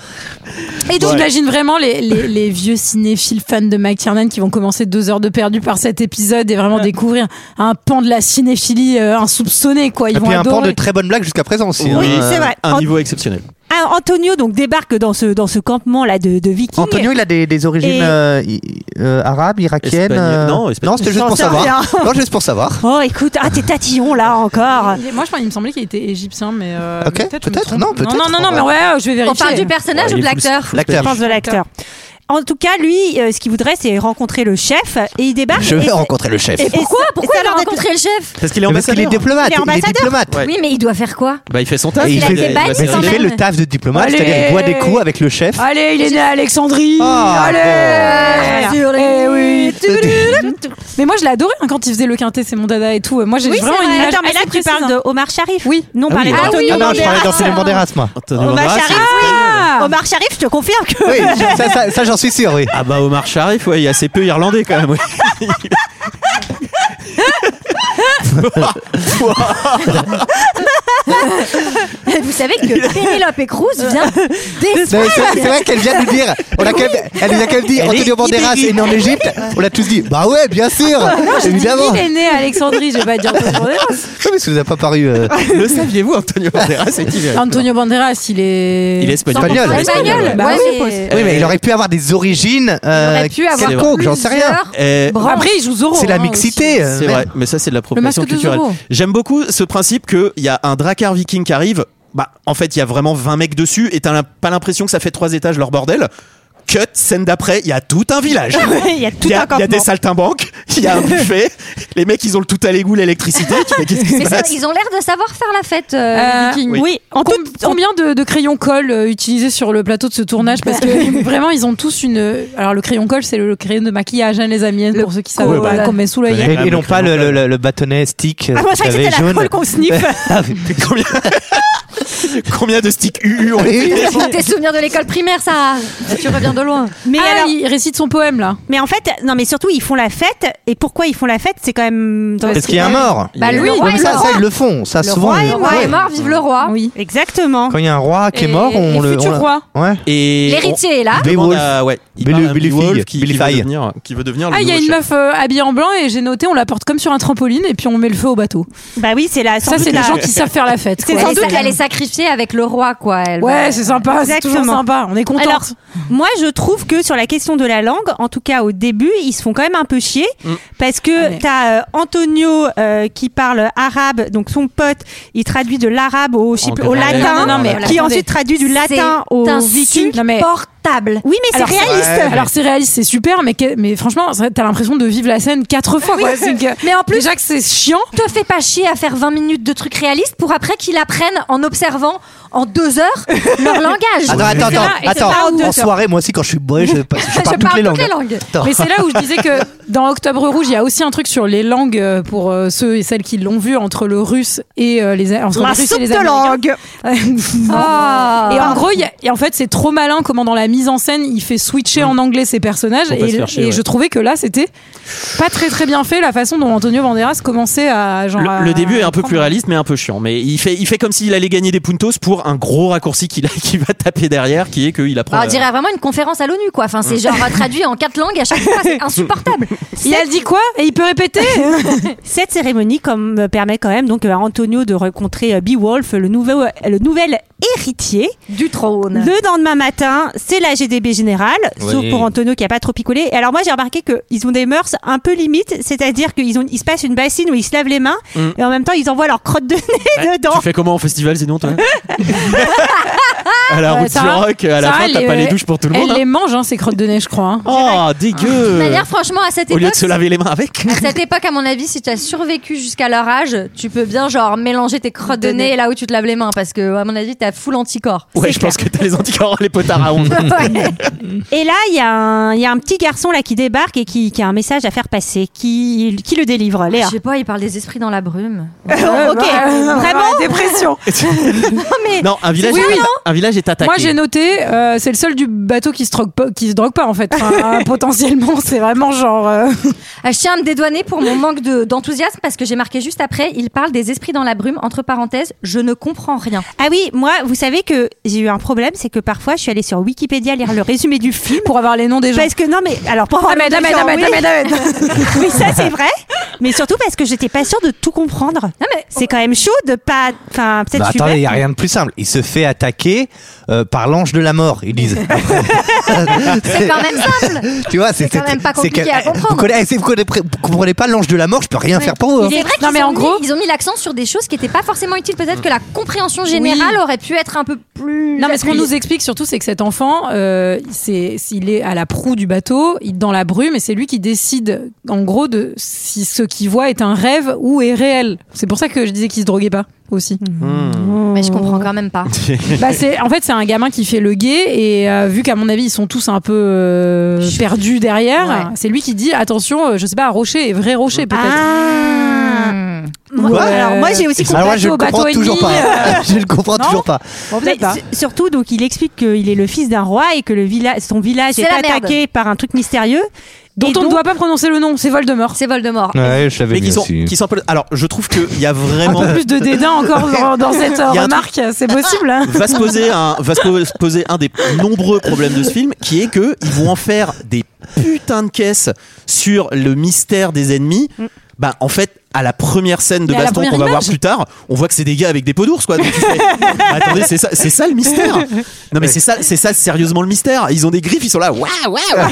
[SPEAKER 6] Et donc, j'imagine vraiment les, les, les vieux cinéphiles fans de McTiernan qui vont commencer deux heures de perdu par cet épisode et vraiment découvrir un pan de la cinéphilie euh, insoupçonné, quoi. Ils
[SPEAKER 7] Et
[SPEAKER 6] vont
[SPEAKER 7] puis un pan
[SPEAKER 6] adorer.
[SPEAKER 7] de très bonnes blagues jusqu'à présent aussi.
[SPEAKER 1] Oui,
[SPEAKER 7] hein.
[SPEAKER 1] c'est vrai.
[SPEAKER 12] Un
[SPEAKER 1] Ant-
[SPEAKER 12] niveau exceptionnel.
[SPEAKER 1] Ah, Antonio donc débarque dans ce dans ce campement là de, de vikings.
[SPEAKER 7] Antonio, il a des, des origines
[SPEAKER 1] Et-
[SPEAKER 7] euh, i- euh, arabes, irakiennes.
[SPEAKER 12] Espagnol.
[SPEAKER 7] euh,
[SPEAKER 12] Non, espagnol.
[SPEAKER 7] non c'était juste
[SPEAKER 1] J'en
[SPEAKER 7] pour
[SPEAKER 1] sais
[SPEAKER 7] savoir.
[SPEAKER 1] rien.
[SPEAKER 7] Non, juste pour savoir.
[SPEAKER 1] Oh écoute, ah t'es tatillon là encore.
[SPEAKER 6] Il- Moi, je pense, il me semblait qu'il était égyptien, mais. euh,
[SPEAKER 7] Ok,
[SPEAKER 6] mais je
[SPEAKER 7] peut-être,
[SPEAKER 6] me
[SPEAKER 7] non,
[SPEAKER 6] trompe. Non,
[SPEAKER 7] peut-être.
[SPEAKER 6] non, non, non, mais ouais, je vais
[SPEAKER 8] On
[SPEAKER 6] vérifier.
[SPEAKER 8] parle du personnage
[SPEAKER 12] Ouais,
[SPEAKER 8] ou
[SPEAKER 12] il
[SPEAKER 8] de
[SPEAKER 12] est full-
[SPEAKER 8] l'acteur
[SPEAKER 12] full
[SPEAKER 7] L'acteur.
[SPEAKER 1] Je pense de l'acteur. En tout cas, lui, euh, ce qu'il voudrait, c'est rencontrer le chef. Et il débarque.
[SPEAKER 7] Je veux
[SPEAKER 1] et-
[SPEAKER 7] rencontrer le chef.
[SPEAKER 1] Et
[SPEAKER 8] Pourquoi
[SPEAKER 1] ça-
[SPEAKER 8] Pourquoi
[SPEAKER 1] ça
[SPEAKER 8] il
[SPEAKER 1] leur
[SPEAKER 8] a
[SPEAKER 1] d'être-
[SPEAKER 8] rencontré le chef
[SPEAKER 12] Parce qu'il est
[SPEAKER 7] Parce qu'il est
[SPEAKER 12] ambassadeur.
[SPEAKER 7] diplomate.
[SPEAKER 1] Il est ambassadeur.
[SPEAKER 7] diplomate.
[SPEAKER 12] Ouais.
[SPEAKER 8] Oui, mais il doit faire quoi
[SPEAKER 1] Eh,
[SPEAKER 12] Bah, il fait son taf.
[SPEAKER 7] Et il
[SPEAKER 12] fait,
[SPEAKER 7] fait,
[SPEAKER 12] il va
[SPEAKER 7] mais
[SPEAKER 12] servir.
[SPEAKER 7] il fait le taf de diplomate,
[SPEAKER 6] Allez.
[SPEAKER 7] c'est-à-dire il boit des coups avec le chef.
[SPEAKER 6] Allez, il est né à Alexandrie.
[SPEAKER 7] Ah,
[SPEAKER 12] Euh,
[SPEAKER 6] Allez.
[SPEAKER 8] Euh,
[SPEAKER 1] bon.
[SPEAKER 6] Sur les- Eh oui. Mais moi, je l'ai adoré hein, quand il faisait le quintet, c'est mon dada et tout. Moi, j'ai
[SPEAKER 1] Oui, c'est
[SPEAKER 6] vraiment une
[SPEAKER 1] vrai.
[SPEAKER 6] image
[SPEAKER 1] Attends, mais là,
[SPEAKER 6] assez
[SPEAKER 1] tu
[SPEAKER 6] précise,
[SPEAKER 1] parles
[SPEAKER 6] hein.
[SPEAKER 1] de Omar Sharif.
[SPEAKER 6] Oui.
[SPEAKER 1] Non, on
[SPEAKER 7] Ah
[SPEAKER 1] parlais
[SPEAKER 7] oui,
[SPEAKER 1] d'Antonio
[SPEAKER 7] ah non, je parlais
[SPEAKER 1] Banderas.
[SPEAKER 7] d'Antonio Banderas, moi.
[SPEAKER 12] Antonio
[SPEAKER 1] Omar
[SPEAKER 12] Banderas,
[SPEAKER 1] Oh, bah, Sharif,
[SPEAKER 12] c'est-
[SPEAKER 1] oui. Ah. Omar Sharif, je te confirme que.
[SPEAKER 7] Oui, ça, ça- ça, j'en suis sûr, oui.
[SPEAKER 12] Ah bah Omar Sharif, ouais, il est assez peu irlandais quand même. ouais.
[SPEAKER 8] Et Vous savez que Pénélope Cruz vient
[SPEAKER 7] Non, mais
[SPEAKER 8] d'Espagne.
[SPEAKER 7] C'est c'est vrai qu'elle vient de nous dire. On a quand même, elle nous a quand même dit
[SPEAKER 12] Elle est
[SPEAKER 7] Antonio Banderas
[SPEAKER 12] ibérique.
[SPEAKER 7] est né en Égypte. On a tous dit Bah ouais, bien sûr Évidemment
[SPEAKER 6] Il est né à Alexandrie, je vais pas dire Antonio Banderas.
[SPEAKER 7] Oui, mais ça nous a pas paru. euh,
[SPEAKER 12] Le saviez-vous, Antonio Banderas euh est ibérique.
[SPEAKER 6] Antonio Banderas, il est.
[SPEAKER 12] Il est espagnol.
[SPEAKER 7] Espagnol.
[SPEAKER 12] Il est
[SPEAKER 8] Espagnol.
[SPEAKER 6] Bah,
[SPEAKER 8] Ouais,
[SPEAKER 6] oui,
[SPEAKER 8] mais-
[SPEAKER 6] possible.
[SPEAKER 12] Euh,
[SPEAKER 7] Oui, mais il aurait pu avoir des origines euh,
[SPEAKER 8] Il aurait pu avoir
[SPEAKER 7] quelconques, j'en sais rien.
[SPEAKER 8] plusieurs
[SPEAKER 12] Euh,
[SPEAKER 8] branches.
[SPEAKER 6] Après, il joue Zorro.
[SPEAKER 7] C'est la
[SPEAKER 6] hein, aussi.
[SPEAKER 7] mixité. euh,
[SPEAKER 12] C'est
[SPEAKER 7] même.
[SPEAKER 12] vrai, mais ça c'est de l'appropriation
[SPEAKER 6] Le masque de
[SPEAKER 12] culturelle.
[SPEAKER 6] Zorro.
[SPEAKER 12] J'aime beaucoup ce principe qu'il y a un drakkar viking qui arrive, bah en fait il y a vraiment 20 mecs dessus et t'as l'im- pas l'impression que ça fait trois étages leur bordel. Cut, scène d'après, il y a tout un village.
[SPEAKER 1] Il y a tout
[SPEAKER 12] Il
[SPEAKER 1] un
[SPEAKER 12] y, a- il y a
[SPEAKER 1] campement.
[SPEAKER 12] des saltimbanques, il y a un buffet, les mecs ils ont le tout à l'égout, l'électricité, tu fais qu'est-ce qui se
[SPEAKER 8] Mais ça,
[SPEAKER 12] passe
[SPEAKER 8] ils ont l'air de savoir faire la fête. euh,
[SPEAKER 6] Euh,
[SPEAKER 8] les Vikings.
[SPEAKER 1] Oui. en
[SPEAKER 6] Com-
[SPEAKER 1] tout.
[SPEAKER 6] combien de, de crayons colle euh, utilisés sur le plateau de ce tournage Parce que vraiment, ils ont tous une. Alors, le crayon colle, c'est le, le crayon de maquillage, hein, les amis, pour ceux qui savent
[SPEAKER 7] Ouais,
[SPEAKER 6] pas
[SPEAKER 7] bah.
[SPEAKER 6] qu'on met sous l'œil.
[SPEAKER 12] Ouais.
[SPEAKER 7] Et, et non pas le, le- le- le bâtonnet stick. euh,
[SPEAKER 1] Ah, moi, je croyais
[SPEAKER 7] vous
[SPEAKER 1] que
[SPEAKER 7] savez,
[SPEAKER 1] c'était la
[SPEAKER 7] jaune.
[SPEAKER 1] colle qu'on sniffe.
[SPEAKER 7] Ah, oui.
[SPEAKER 12] combien... combien de sticks UU ont été
[SPEAKER 8] Tes souvenirs de l'école primaire, Sarah. Tu reviens de loin.
[SPEAKER 1] Mais
[SPEAKER 6] ah,
[SPEAKER 1] alors-
[SPEAKER 6] il récite son poème, là.
[SPEAKER 1] Mais en fait, non, mais surtout, ils font la fête. Et pourquoi ils font la fête C'est quand même. dans-
[SPEAKER 7] Parce qu'il y a un mort.
[SPEAKER 8] Bah, lui,
[SPEAKER 7] Ouais,
[SPEAKER 8] le roi est
[SPEAKER 7] mais ça,
[SPEAKER 8] mort.
[SPEAKER 7] ça, ils le font. Ça,
[SPEAKER 1] Le
[SPEAKER 7] souvent.
[SPEAKER 1] roi
[SPEAKER 7] ils-
[SPEAKER 1] est
[SPEAKER 8] Le roi
[SPEAKER 7] ouais.
[SPEAKER 8] est mort, vive le roi.
[SPEAKER 6] Oui.
[SPEAKER 1] Exactement.
[SPEAKER 7] Quand il y a un roi qui est
[SPEAKER 6] Et-
[SPEAKER 7] mort, on
[SPEAKER 6] et
[SPEAKER 7] le.
[SPEAKER 6] futur
[SPEAKER 7] on le-
[SPEAKER 6] roi.
[SPEAKER 7] Ouais.
[SPEAKER 12] Et
[SPEAKER 8] L'héritier est là.
[SPEAKER 12] on demande
[SPEAKER 7] Beowulf.
[SPEAKER 12] à- ouais, il
[SPEAKER 7] Billy-
[SPEAKER 12] parle à
[SPEAKER 7] Billy
[SPEAKER 12] Beowulf
[SPEAKER 7] Fig,
[SPEAKER 12] qui,
[SPEAKER 7] Billy
[SPEAKER 12] qui veut
[SPEAKER 7] Fig.
[SPEAKER 12] devenir, qui veut devenir le
[SPEAKER 6] Ah, il y a
[SPEAKER 12] nouveau
[SPEAKER 6] une
[SPEAKER 12] chef.
[SPEAKER 6] meuf euh, habillée en blanc et j'ai noté, on la porte comme sur un trampoline et puis on met le feu au bateau.
[SPEAKER 1] Bah oui, c'est la. sans
[SPEAKER 6] Ça,
[SPEAKER 1] doute
[SPEAKER 6] c'est
[SPEAKER 1] la-
[SPEAKER 6] les gens qui savent faire la fête.
[SPEAKER 1] C'est
[SPEAKER 6] quoi.
[SPEAKER 1] sans
[SPEAKER 8] Elle est,
[SPEAKER 1] doute,
[SPEAKER 8] sa- elle est sacrifiée avec le roi, quoi. Elle va-
[SPEAKER 6] Ouais, c'est sympa, c'est toujours
[SPEAKER 1] Exactement.
[SPEAKER 6] sympa. On est contente.
[SPEAKER 1] Alors, moi, je trouve que sur la question de la langue, en tout cas au début, ils se font quand même un peu chier parce que
[SPEAKER 6] Ouais.
[SPEAKER 1] t'as euh, Antonio euh, qui parle arabe, donc son pote, il traduit de l'arabe au, je sais plus, au
[SPEAKER 12] grec.
[SPEAKER 1] latin,
[SPEAKER 6] Non, non, mais
[SPEAKER 1] qui
[SPEAKER 6] attendez.
[SPEAKER 1] ensuite traduit du
[SPEAKER 8] Bah, C'est
[SPEAKER 1] latin au viking.
[SPEAKER 6] Non, mais-
[SPEAKER 8] insupportable.
[SPEAKER 1] Oui, mais c'est
[SPEAKER 6] Alors,
[SPEAKER 1] réaliste.
[SPEAKER 6] Alors c'est réaliste, c'est super, mais, que- mais franchement, ça- t'as l'impression de vivre la scène quatre fois. Quoi. C'est que-
[SPEAKER 8] Mais en plus-
[SPEAKER 6] déjà que c'est chiant.
[SPEAKER 8] te fais pas chier à faire 20 minutes de trucs réalistes pour après qu'ils apprennent en observant en deux heures leur langage.
[SPEAKER 12] Ah
[SPEAKER 7] Attends, attends,
[SPEAKER 6] là, et c'est
[SPEAKER 7] attends.
[SPEAKER 6] pas
[SPEAKER 7] attends.
[SPEAKER 6] où-
[SPEAKER 7] En soirée, moi aussi, quand je suis bourré, je, je parle
[SPEAKER 8] Je parle
[SPEAKER 7] toutes les langues. Attends.
[SPEAKER 6] Mais c'est là où je disais que dans Octobre Rouge, il y a aussi un truc sur les langues euh, pour euh, ceux et celles qui l'ont vu entre le russe et euh, les A- entre
[SPEAKER 1] la
[SPEAKER 6] le russe et
[SPEAKER 1] soupe
[SPEAKER 6] les
[SPEAKER 1] de
[SPEAKER 6] Américains.
[SPEAKER 1] langue.
[SPEAKER 8] Ah.
[SPEAKER 6] Et en gros, il y a- et en fait, c'est trop malin comment dans la mise en scène, il fait switcher en anglais ses personnages.
[SPEAKER 12] Mm. Pour pas se
[SPEAKER 6] Et,
[SPEAKER 12] faire chier,
[SPEAKER 6] et
[SPEAKER 12] ouais.
[SPEAKER 6] je trouvais que là, c'était pas très très bien fait la façon dont Antonio Banderas commençait à genre. à-
[SPEAKER 12] Le, le début est un peu plus
[SPEAKER 6] prendre-
[SPEAKER 12] réaliste, mais un peu chiant. Mais il fait, il fait comme s'il allait gagner des puntos pour un gros raccourci qu'il a- qu'il va taper derrière, qui est qu'il apprend.
[SPEAKER 8] Bah, on
[SPEAKER 12] la-
[SPEAKER 8] dirait vraiment une conférence à l'ONU, quoi. Enfin, c'est genre euh, traduit en quatre langues à chaque fois, c'est insupportable.
[SPEAKER 6] Il a dit quoi Et il peut répéter
[SPEAKER 1] Cette cérémonie comme, euh, permet quand même donc à Antonio de rencontrer euh, Beowulf, le, nouveau, euh, le nouvel héritier.
[SPEAKER 8] Du trône.
[SPEAKER 1] Le lendemain matin, c'est la GDB générale, sauf pour Antonio qui a pas trop picolé. Et alors moi j'ai remarqué qu'ils ont des mœurs un peu limites, c'est-à-dire qu'ils ont, ils se passent une bassine où ils se lavent les mains
[SPEAKER 12] Mm.
[SPEAKER 1] et en même temps ils envoient leur crotte de nez dedans.
[SPEAKER 12] Tu fais comment au festival sinon toi À la
[SPEAKER 6] Ouais,
[SPEAKER 12] route du
[SPEAKER 6] Sarah-
[SPEAKER 12] rock, à la
[SPEAKER 6] Sarah,
[SPEAKER 12] fin
[SPEAKER 6] elle
[SPEAKER 12] t'as
[SPEAKER 6] est-
[SPEAKER 12] pas les douches pour tout le
[SPEAKER 6] Elle
[SPEAKER 12] monde. hein
[SPEAKER 6] les mange, hein, ces crottes de nez, je crois. hein.
[SPEAKER 12] Oh dégueu
[SPEAKER 8] De manière, franchement, à cette
[SPEAKER 12] Au lieu
[SPEAKER 8] époque.
[SPEAKER 12] de se laver les mains avec.
[SPEAKER 6] Ah,
[SPEAKER 8] À cette époque, à mon avis, si tu as survécu jusqu'à leur âge, tu peux bien genre mélanger tes crottes de nez là où tu te laves les mains parce que à mon avis, t'as full anticorps.
[SPEAKER 12] Ouais, je pense que t'as les anticorps, les potards à ondes.
[SPEAKER 1] Et là il y, a un- il y a un petit garçon là qui débarque et qui, qui a un message à faire passer, qui, qui le délivre.
[SPEAKER 8] Je
[SPEAKER 1] Léa.
[SPEAKER 8] sais pas, il parle des esprits dans la brume.
[SPEAKER 1] ok, vraiment
[SPEAKER 6] Dépression.
[SPEAKER 12] Non, un village,
[SPEAKER 6] Oui,
[SPEAKER 12] est
[SPEAKER 6] oui,
[SPEAKER 12] atta- un village est attaqué.
[SPEAKER 6] hein Moi, j'ai noté, euh, c'est le seul du bateau qui se drogue pas, qui se drogue pas en fait. Enfin, euh, potentiellement, c'est vraiment genre. euh,
[SPEAKER 8] Ah, Je tiens à me dédouaner pour mon manque de- d'enthousiasme parce que j'ai marqué juste après, il parle des esprits dans la brume, entre parenthèses, je ne comprends rien.
[SPEAKER 1] Ah oui, moi vous savez que j'ai eu un problème, c'est que parfois je suis allée sur Wikipédia lire le résumé du film.
[SPEAKER 6] pour avoir les noms des gens.
[SPEAKER 1] Parce que non mais alors pour avoir
[SPEAKER 6] Ah, mais,
[SPEAKER 1] le
[SPEAKER 6] ah, mais,
[SPEAKER 1] genre,
[SPEAKER 6] ah, mais,
[SPEAKER 1] oui.
[SPEAKER 6] ah, mais, ah, mais.
[SPEAKER 1] Oui, ça c'est vrai, mais surtout parce que j'étais pas sûre de tout comprendre.
[SPEAKER 8] Non mais
[SPEAKER 1] C'est quand même chaud de pas. Enfin, peut-être
[SPEAKER 7] Bah,
[SPEAKER 1] je suis
[SPEAKER 7] attendez, il
[SPEAKER 1] bête.
[SPEAKER 7] n'y a rien de plus simple. Il se fait attaquer. euh, par l'ange de la mort, ils disent.
[SPEAKER 8] C'est quand même simple.
[SPEAKER 7] tu vois, c'est
[SPEAKER 8] C'est quand même pas
[SPEAKER 7] c'est que-
[SPEAKER 8] compliqué à
[SPEAKER 7] eh, vous
[SPEAKER 8] comprendre.
[SPEAKER 7] connaissez- Vous comprenez, comprenez pas l'ange de la mort, je peux rien faire pour
[SPEAKER 1] Oh.
[SPEAKER 7] vous. hein.
[SPEAKER 8] Il est vrai qu'ils ont, mis- ils ont mis l'accent sur des choses qui n'étaient pas forcément utiles. Peut-être que la compréhension générale
[SPEAKER 6] Oui.
[SPEAKER 8] aurait pu être un peu plus.
[SPEAKER 6] Non, mais ce qu'on
[SPEAKER 8] appuyée.
[SPEAKER 6] nous explique surtout, c'est que cet enfant, euh, c'est- s'il est à la proue du bateau, il, dans la brume, et c'est lui qui décide, en gros, de si ce qu'il voit est un rêve ou est réel. C'est pour ça que je disais qu'il se droguait pas aussi.
[SPEAKER 8] Mais je comprends quand même pas.
[SPEAKER 6] Bah, c'est en fait c'est un gamin qui fait le guet et euh, vu qu'à mon avis ils sont tous un peu euh, perdus derrière,
[SPEAKER 8] Ouais.
[SPEAKER 6] c'est lui qui dit attention, euh, je sais pas, rocher, et vrai rocher peut-être.
[SPEAKER 1] Ah, Moi-
[SPEAKER 6] Ouais.
[SPEAKER 1] Alors moi j'ai aussi
[SPEAKER 7] Bah,
[SPEAKER 6] Alors, moi, je le
[SPEAKER 1] bateau
[SPEAKER 6] comprends
[SPEAKER 1] et
[SPEAKER 6] toujours
[SPEAKER 1] demi,
[SPEAKER 6] pas.
[SPEAKER 1] euh,
[SPEAKER 7] Je le comprends toujours pas.
[SPEAKER 6] Bon,
[SPEAKER 1] Mais
[SPEAKER 6] peut-être pas.
[SPEAKER 8] hein.
[SPEAKER 1] s- Surtout, donc, il explique qu'il est le fils d'un roi et que le villa- son village
[SPEAKER 8] C'est
[SPEAKER 1] est,
[SPEAKER 8] la merde.
[SPEAKER 1] attaqué par un truc mystérieux.
[SPEAKER 6] Dont
[SPEAKER 1] Et
[SPEAKER 6] on ne
[SPEAKER 1] donc-
[SPEAKER 6] doit pas prononcer le nom, c'est Voldemort.
[SPEAKER 8] C'est Voldemort.
[SPEAKER 7] Ouais, je l'avais
[SPEAKER 12] Mais
[SPEAKER 7] mis
[SPEAKER 12] qui sont,
[SPEAKER 7] aussi.
[SPEAKER 12] qui sont un peu- Alors, je trouve qu'il y a
[SPEAKER 6] Un
[SPEAKER 12] vraiment.
[SPEAKER 6] peu plus de dédain encore dans, dans cette euh,
[SPEAKER 12] Il y a un
[SPEAKER 6] remarque, c'est possible. hein.
[SPEAKER 12] va se poser un va se po- se poser un des nombreux problèmes de ce film qui est que ils vont en faire des putains de caisses sur le mystère des ennemis bah en fait à la première scène de
[SPEAKER 6] Mm. Mais à la
[SPEAKER 12] baston
[SPEAKER 6] première
[SPEAKER 12] qu'on va voir
[SPEAKER 6] image.
[SPEAKER 12] plus tard on voit que c'est des gars avec des peaux d'ours quoi Donc tu fais, bah, attendez c'est ça c'est ça le mystère non mais c'est ça c'est ça sérieusement le mystère ils ont des griffes ils sont là waouh
[SPEAKER 6] Ah,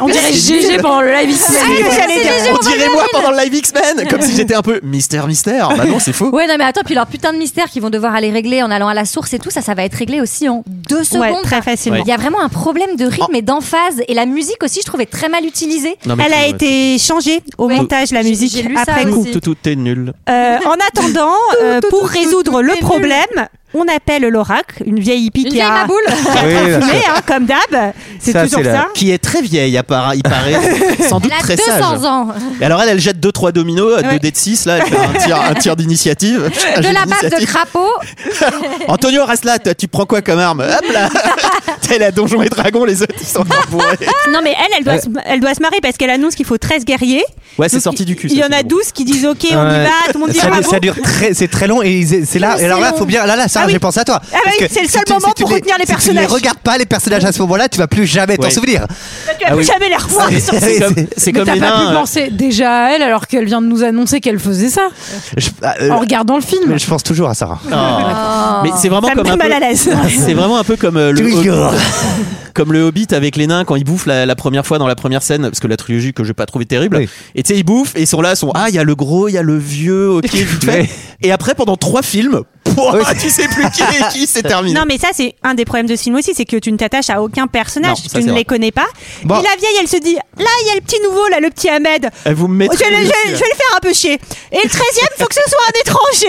[SPEAKER 6] On dirait GG pendant le
[SPEAKER 8] Ah,
[SPEAKER 6] live ici.
[SPEAKER 12] on dirait moi pendant le live X-Men comme si j'étais un peu mystère mystère bah non c'est faux
[SPEAKER 8] Ouais, non, mais attends, puis leur putain de mystère qu'ils vont devoir aller régler en allant à la source et tout, ça, ça va être réglé aussi en deux secondes.
[SPEAKER 1] Ouais, très facilement.
[SPEAKER 8] Il y a vraiment un problème de rythme et d'emphase. Et la musique aussi, je trouvais très mal utilisée.
[SPEAKER 12] Non, mais
[SPEAKER 1] Elle a
[SPEAKER 12] tu-
[SPEAKER 1] été changée au
[SPEAKER 8] Ouais.
[SPEAKER 1] montage, la
[SPEAKER 8] J'ai-
[SPEAKER 1] musique,
[SPEAKER 8] j'ai lu ça
[SPEAKER 1] après coup.
[SPEAKER 8] aussi.
[SPEAKER 12] tout tout est nul
[SPEAKER 1] Euh, en attendant, euh, pour résoudre le problème, on appelle l'oracle, une vieille hippie
[SPEAKER 8] Une
[SPEAKER 1] qui
[SPEAKER 8] vieille
[SPEAKER 1] a
[SPEAKER 8] maboule
[SPEAKER 7] Oui,
[SPEAKER 1] fumé,
[SPEAKER 7] bien sûr.
[SPEAKER 1] hein, comme d'hab. C'est
[SPEAKER 7] Ça,
[SPEAKER 1] toujours
[SPEAKER 7] c'est la-
[SPEAKER 1] ça.
[SPEAKER 12] qui est très vieille à part il paraît sans doute
[SPEAKER 8] Elle a
[SPEAKER 12] très
[SPEAKER 8] 200
[SPEAKER 12] sage Ah,
[SPEAKER 8] ans.
[SPEAKER 12] Et alors elle, elle jette 2-3 dominos, 2
[SPEAKER 1] Ouais.
[SPEAKER 12] dés de 6, là, elle fait un tir, un tir d'initiative. Un
[SPEAKER 8] De
[SPEAKER 12] jeu
[SPEAKER 8] la bave de
[SPEAKER 12] d'initiative.
[SPEAKER 8] crapaud.
[SPEAKER 12] Antonio, reste là, toi, tu prends quoi comme arme Hop là T'es la donjon et dragon, les autres, ils sont encore bourrés.
[SPEAKER 1] Non, mais elle, elle doit, se, elle doit se marrer parce qu'elle annonce qu'il faut 13 guerriers.
[SPEAKER 12] Ouais, c'est
[SPEAKER 1] Donc,
[SPEAKER 12] sorti du cul.
[SPEAKER 1] Il y
[SPEAKER 12] ça,
[SPEAKER 1] en
[SPEAKER 12] c'est
[SPEAKER 1] a
[SPEAKER 12] bon.
[SPEAKER 1] 12 qui disent OK, on
[SPEAKER 7] Ouais.
[SPEAKER 1] y va, tout le monde dit
[SPEAKER 7] ça,
[SPEAKER 1] bravo.
[SPEAKER 7] ça dure très, c'est très long et ils- c'est là.
[SPEAKER 8] Oui,
[SPEAKER 7] et alors
[SPEAKER 8] c'est
[SPEAKER 7] là,
[SPEAKER 8] long.
[SPEAKER 7] faut bien. Là, là, ça,
[SPEAKER 1] Ah oui.
[SPEAKER 7] j'ai pensé à toi.
[SPEAKER 1] Ah bah
[SPEAKER 7] Parce
[SPEAKER 1] oui,
[SPEAKER 7] que
[SPEAKER 1] c'est le seul
[SPEAKER 7] tu-
[SPEAKER 1] moment
[SPEAKER 7] tu
[SPEAKER 1] pour retenir les
[SPEAKER 7] si Tu
[SPEAKER 1] personnages.
[SPEAKER 7] ne regardes pas les personnages à ce moment-là, tu vas plus jamais t'en
[SPEAKER 12] Ouais.
[SPEAKER 7] souvenir.
[SPEAKER 1] Tu vas plus jamais les revoir.
[SPEAKER 12] C'est- C'est comme, c'est
[SPEAKER 6] Mais
[SPEAKER 12] comme
[SPEAKER 6] t'as
[SPEAKER 12] les
[SPEAKER 6] pas
[SPEAKER 12] nains,
[SPEAKER 6] pu
[SPEAKER 12] euh,
[SPEAKER 6] penser déjà à elle alors qu'elle vient de nous annoncer qu'elle faisait ça
[SPEAKER 7] Je, ah, euh,
[SPEAKER 6] en regardant le film.
[SPEAKER 7] mais je pense toujours à Sarah.
[SPEAKER 12] euh,
[SPEAKER 8] Oh.
[SPEAKER 12] Mais c'est vraiment
[SPEAKER 1] Oh. Ça me
[SPEAKER 12] comme un
[SPEAKER 1] met mal à
[SPEAKER 12] peu,
[SPEAKER 1] l'aise.
[SPEAKER 12] c'est vraiment un peu comme euh, le Hobbit,
[SPEAKER 7] Toujours.
[SPEAKER 12] comme le Hobbit avec les nains quand ils bouffent la, la première fois dans la première scène parce que la trilogie que j'ai pas trouvé terrible.
[SPEAKER 7] Oui.
[SPEAKER 12] Et tu sais ils bouffent et ils sont là, ils sont ah il y a le gros, il y a le vieux, ok vite fait.
[SPEAKER 7] Oui.
[SPEAKER 12] Et après pendant trois films, pouah, tu sais plus qui est qui, c'est terminé.
[SPEAKER 1] Non, mais ça, c'est un des problèmes de ce film aussi, c'est que tu ne t'attaches à aucun personnage,
[SPEAKER 12] Non, ça,
[SPEAKER 1] tu
[SPEAKER 12] c'est
[SPEAKER 1] ne
[SPEAKER 12] vrai.
[SPEAKER 1] les connais pas.
[SPEAKER 7] Bon.
[SPEAKER 1] Et la vieille, elle se dit là, il y a le petit nouveau, là, le petit Ahmed.
[SPEAKER 12] Eh, Vous me
[SPEAKER 1] Je vais,
[SPEAKER 12] mettez.
[SPEAKER 1] le- je vais- je vais le faire un peu chier. Et le 13 e faut que ce soit un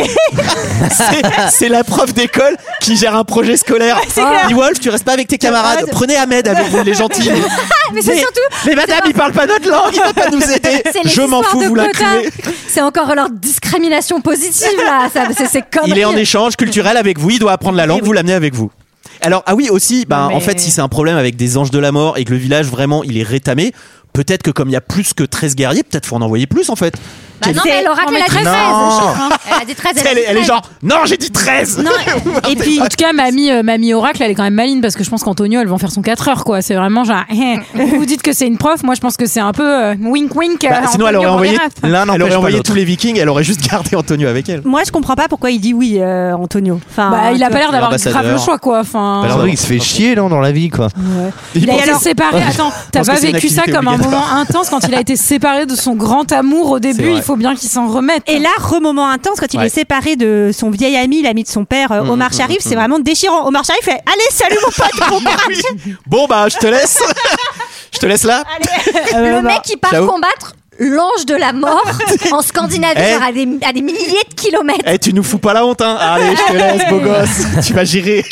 [SPEAKER 1] étranger.
[SPEAKER 12] C'est- C'est la prof d'école qui gère un projet scolaire.
[SPEAKER 1] c'est clair.
[SPEAKER 12] Dis Wolf, tu restes pas avec tes camarades. Prenez Ahmed avec vous, les gentils.
[SPEAKER 8] Mais c'est surtout.
[SPEAKER 12] Mais madame, il parle pas notre langue, il peut pas nous aider.
[SPEAKER 8] C'est
[SPEAKER 12] Je m'en
[SPEAKER 8] l'histoire
[SPEAKER 12] fous,
[SPEAKER 8] de
[SPEAKER 12] vous
[SPEAKER 8] quotas.
[SPEAKER 12] l'incluez.
[SPEAKER 8] C'est encore leur discrimination positive, là. Ça, c'est, c'est comme.
[SPEAKER 12] Il est en échange culturel avec vous, il doit apprendre la langue, vous l'amenez avec vous. Alors, ah oui, aussi, ben,
[SPEAKER 6] mais-
[SPEAKER 12] en fait, si c'est un problème avec des anges de la mort et que le village vraiment il est rétamé, peut-être que comme il y a plus que 13 guerriers, peut-être faut en envoyer plus en fait.
[SPEAKER 8] Bah non,
[SPEAKER 1] C'est-
[SPEAKER 8] mais l'oracle, elle a dit 13.
[SPEAKER 7] Non.
[SPEAKER 8] Elle a dit 13.
[SPEAKER 12] Elle est, elle est
[SPEAKER 8] genre
[SPEAKER 12] genre, non, j'ai dit 13!
[SPEAKER 1] Et puis,
[SPEAKER 6] En tout cas, mamie, euh, mamie Oracle, elle est quand même maline parce que je pense qu'Antonio, elle va en faire son 4 heures, quoi. C'est vraiment genre, eh, vous dites que c'est une prof, moi je pense que c'est un peu euh, wink wink.
[SPEAKER 12] Bah,
[SPEAKER 6] euh,
[SPEAKER 12] sinon, elle
[SPEAKER 6] Antonio
[SPEAKER 12] aurait envoyé,
[SPEAKER 6] Banderas.
[SPEAKER 7] L'un n'empêche
[SPEAKER 12] elle aurait
[SPEAKER 7] pas
[SPEAKER 12] envoyé
[SPEAKER 7] l'autre.
[SPEAKER 12] tous les vikings, elle aurait juste gardé Antonio avec elle.
[SPEAKER 1] moi, je comprends pas pourquoi il dit oui, euh, Antonio. Enfin,
[SPEAKER 6] Bah, il a pas l'air d'avoir
[SPEAKER 12] Ah, L'ambassadeur. Bah,
[SPEAKER 6] grave le choix, quoi. Enfin,
[SPEAKER 12] Pas l'air
[SPEAKER 7] Alors, oui, il se fait chier là dans la vie quoi.
[SPEAKER 6] Il a
[SPEAKER 1] Et
[SPEAKER 6] été
[SPEAKER 1] alors-
[SPEAKER 6] séparé. Attends, t'as
[SPEAKER 12] pense
[SPEAKER 6] pas
[SPEAKER 12] que c'est une
[SPEAKER 6] vécu ça
[SPEAKER 12] activité
[SPEAKER 6] comme un
[SPEAKER 12] obligatoire.
[SPEAKER 6] moment intense quand il a été séparé de son grand amour au début.
[SPEAKER 12] vrai.
[SPEAKER 6] Il faut bien qu'il s'en remette.
[SPEAKER 1] Et là, remoment intense, quand il
[SPEAKER 12] Ouais. Mmh,
[SPEAKER 1] est séparé de son vieil ami, l'ami de son père, euh, Omar Sharif, c'est vraiment déchirant. Omar Sharif fait Allez, salut mon pote, bon courage.
[SPEAKER 12] Bon bah je te laisse. Je te laisse là. euh,
[SPEAKER 8] Le mec qui part
[SPEAKER 12] Ciao.
[SPEAKER 8] combattre l'ange de la mort en Scandinavie,
[SPEAKER 12] Eh.
[SPEAKER 8] genre à, des, à des milliers de kilomètres.
[SPEAKER 12] Eh tu nous fous pas la honte hein. Allez, je te laisse beau gosse. Tu vas gérer.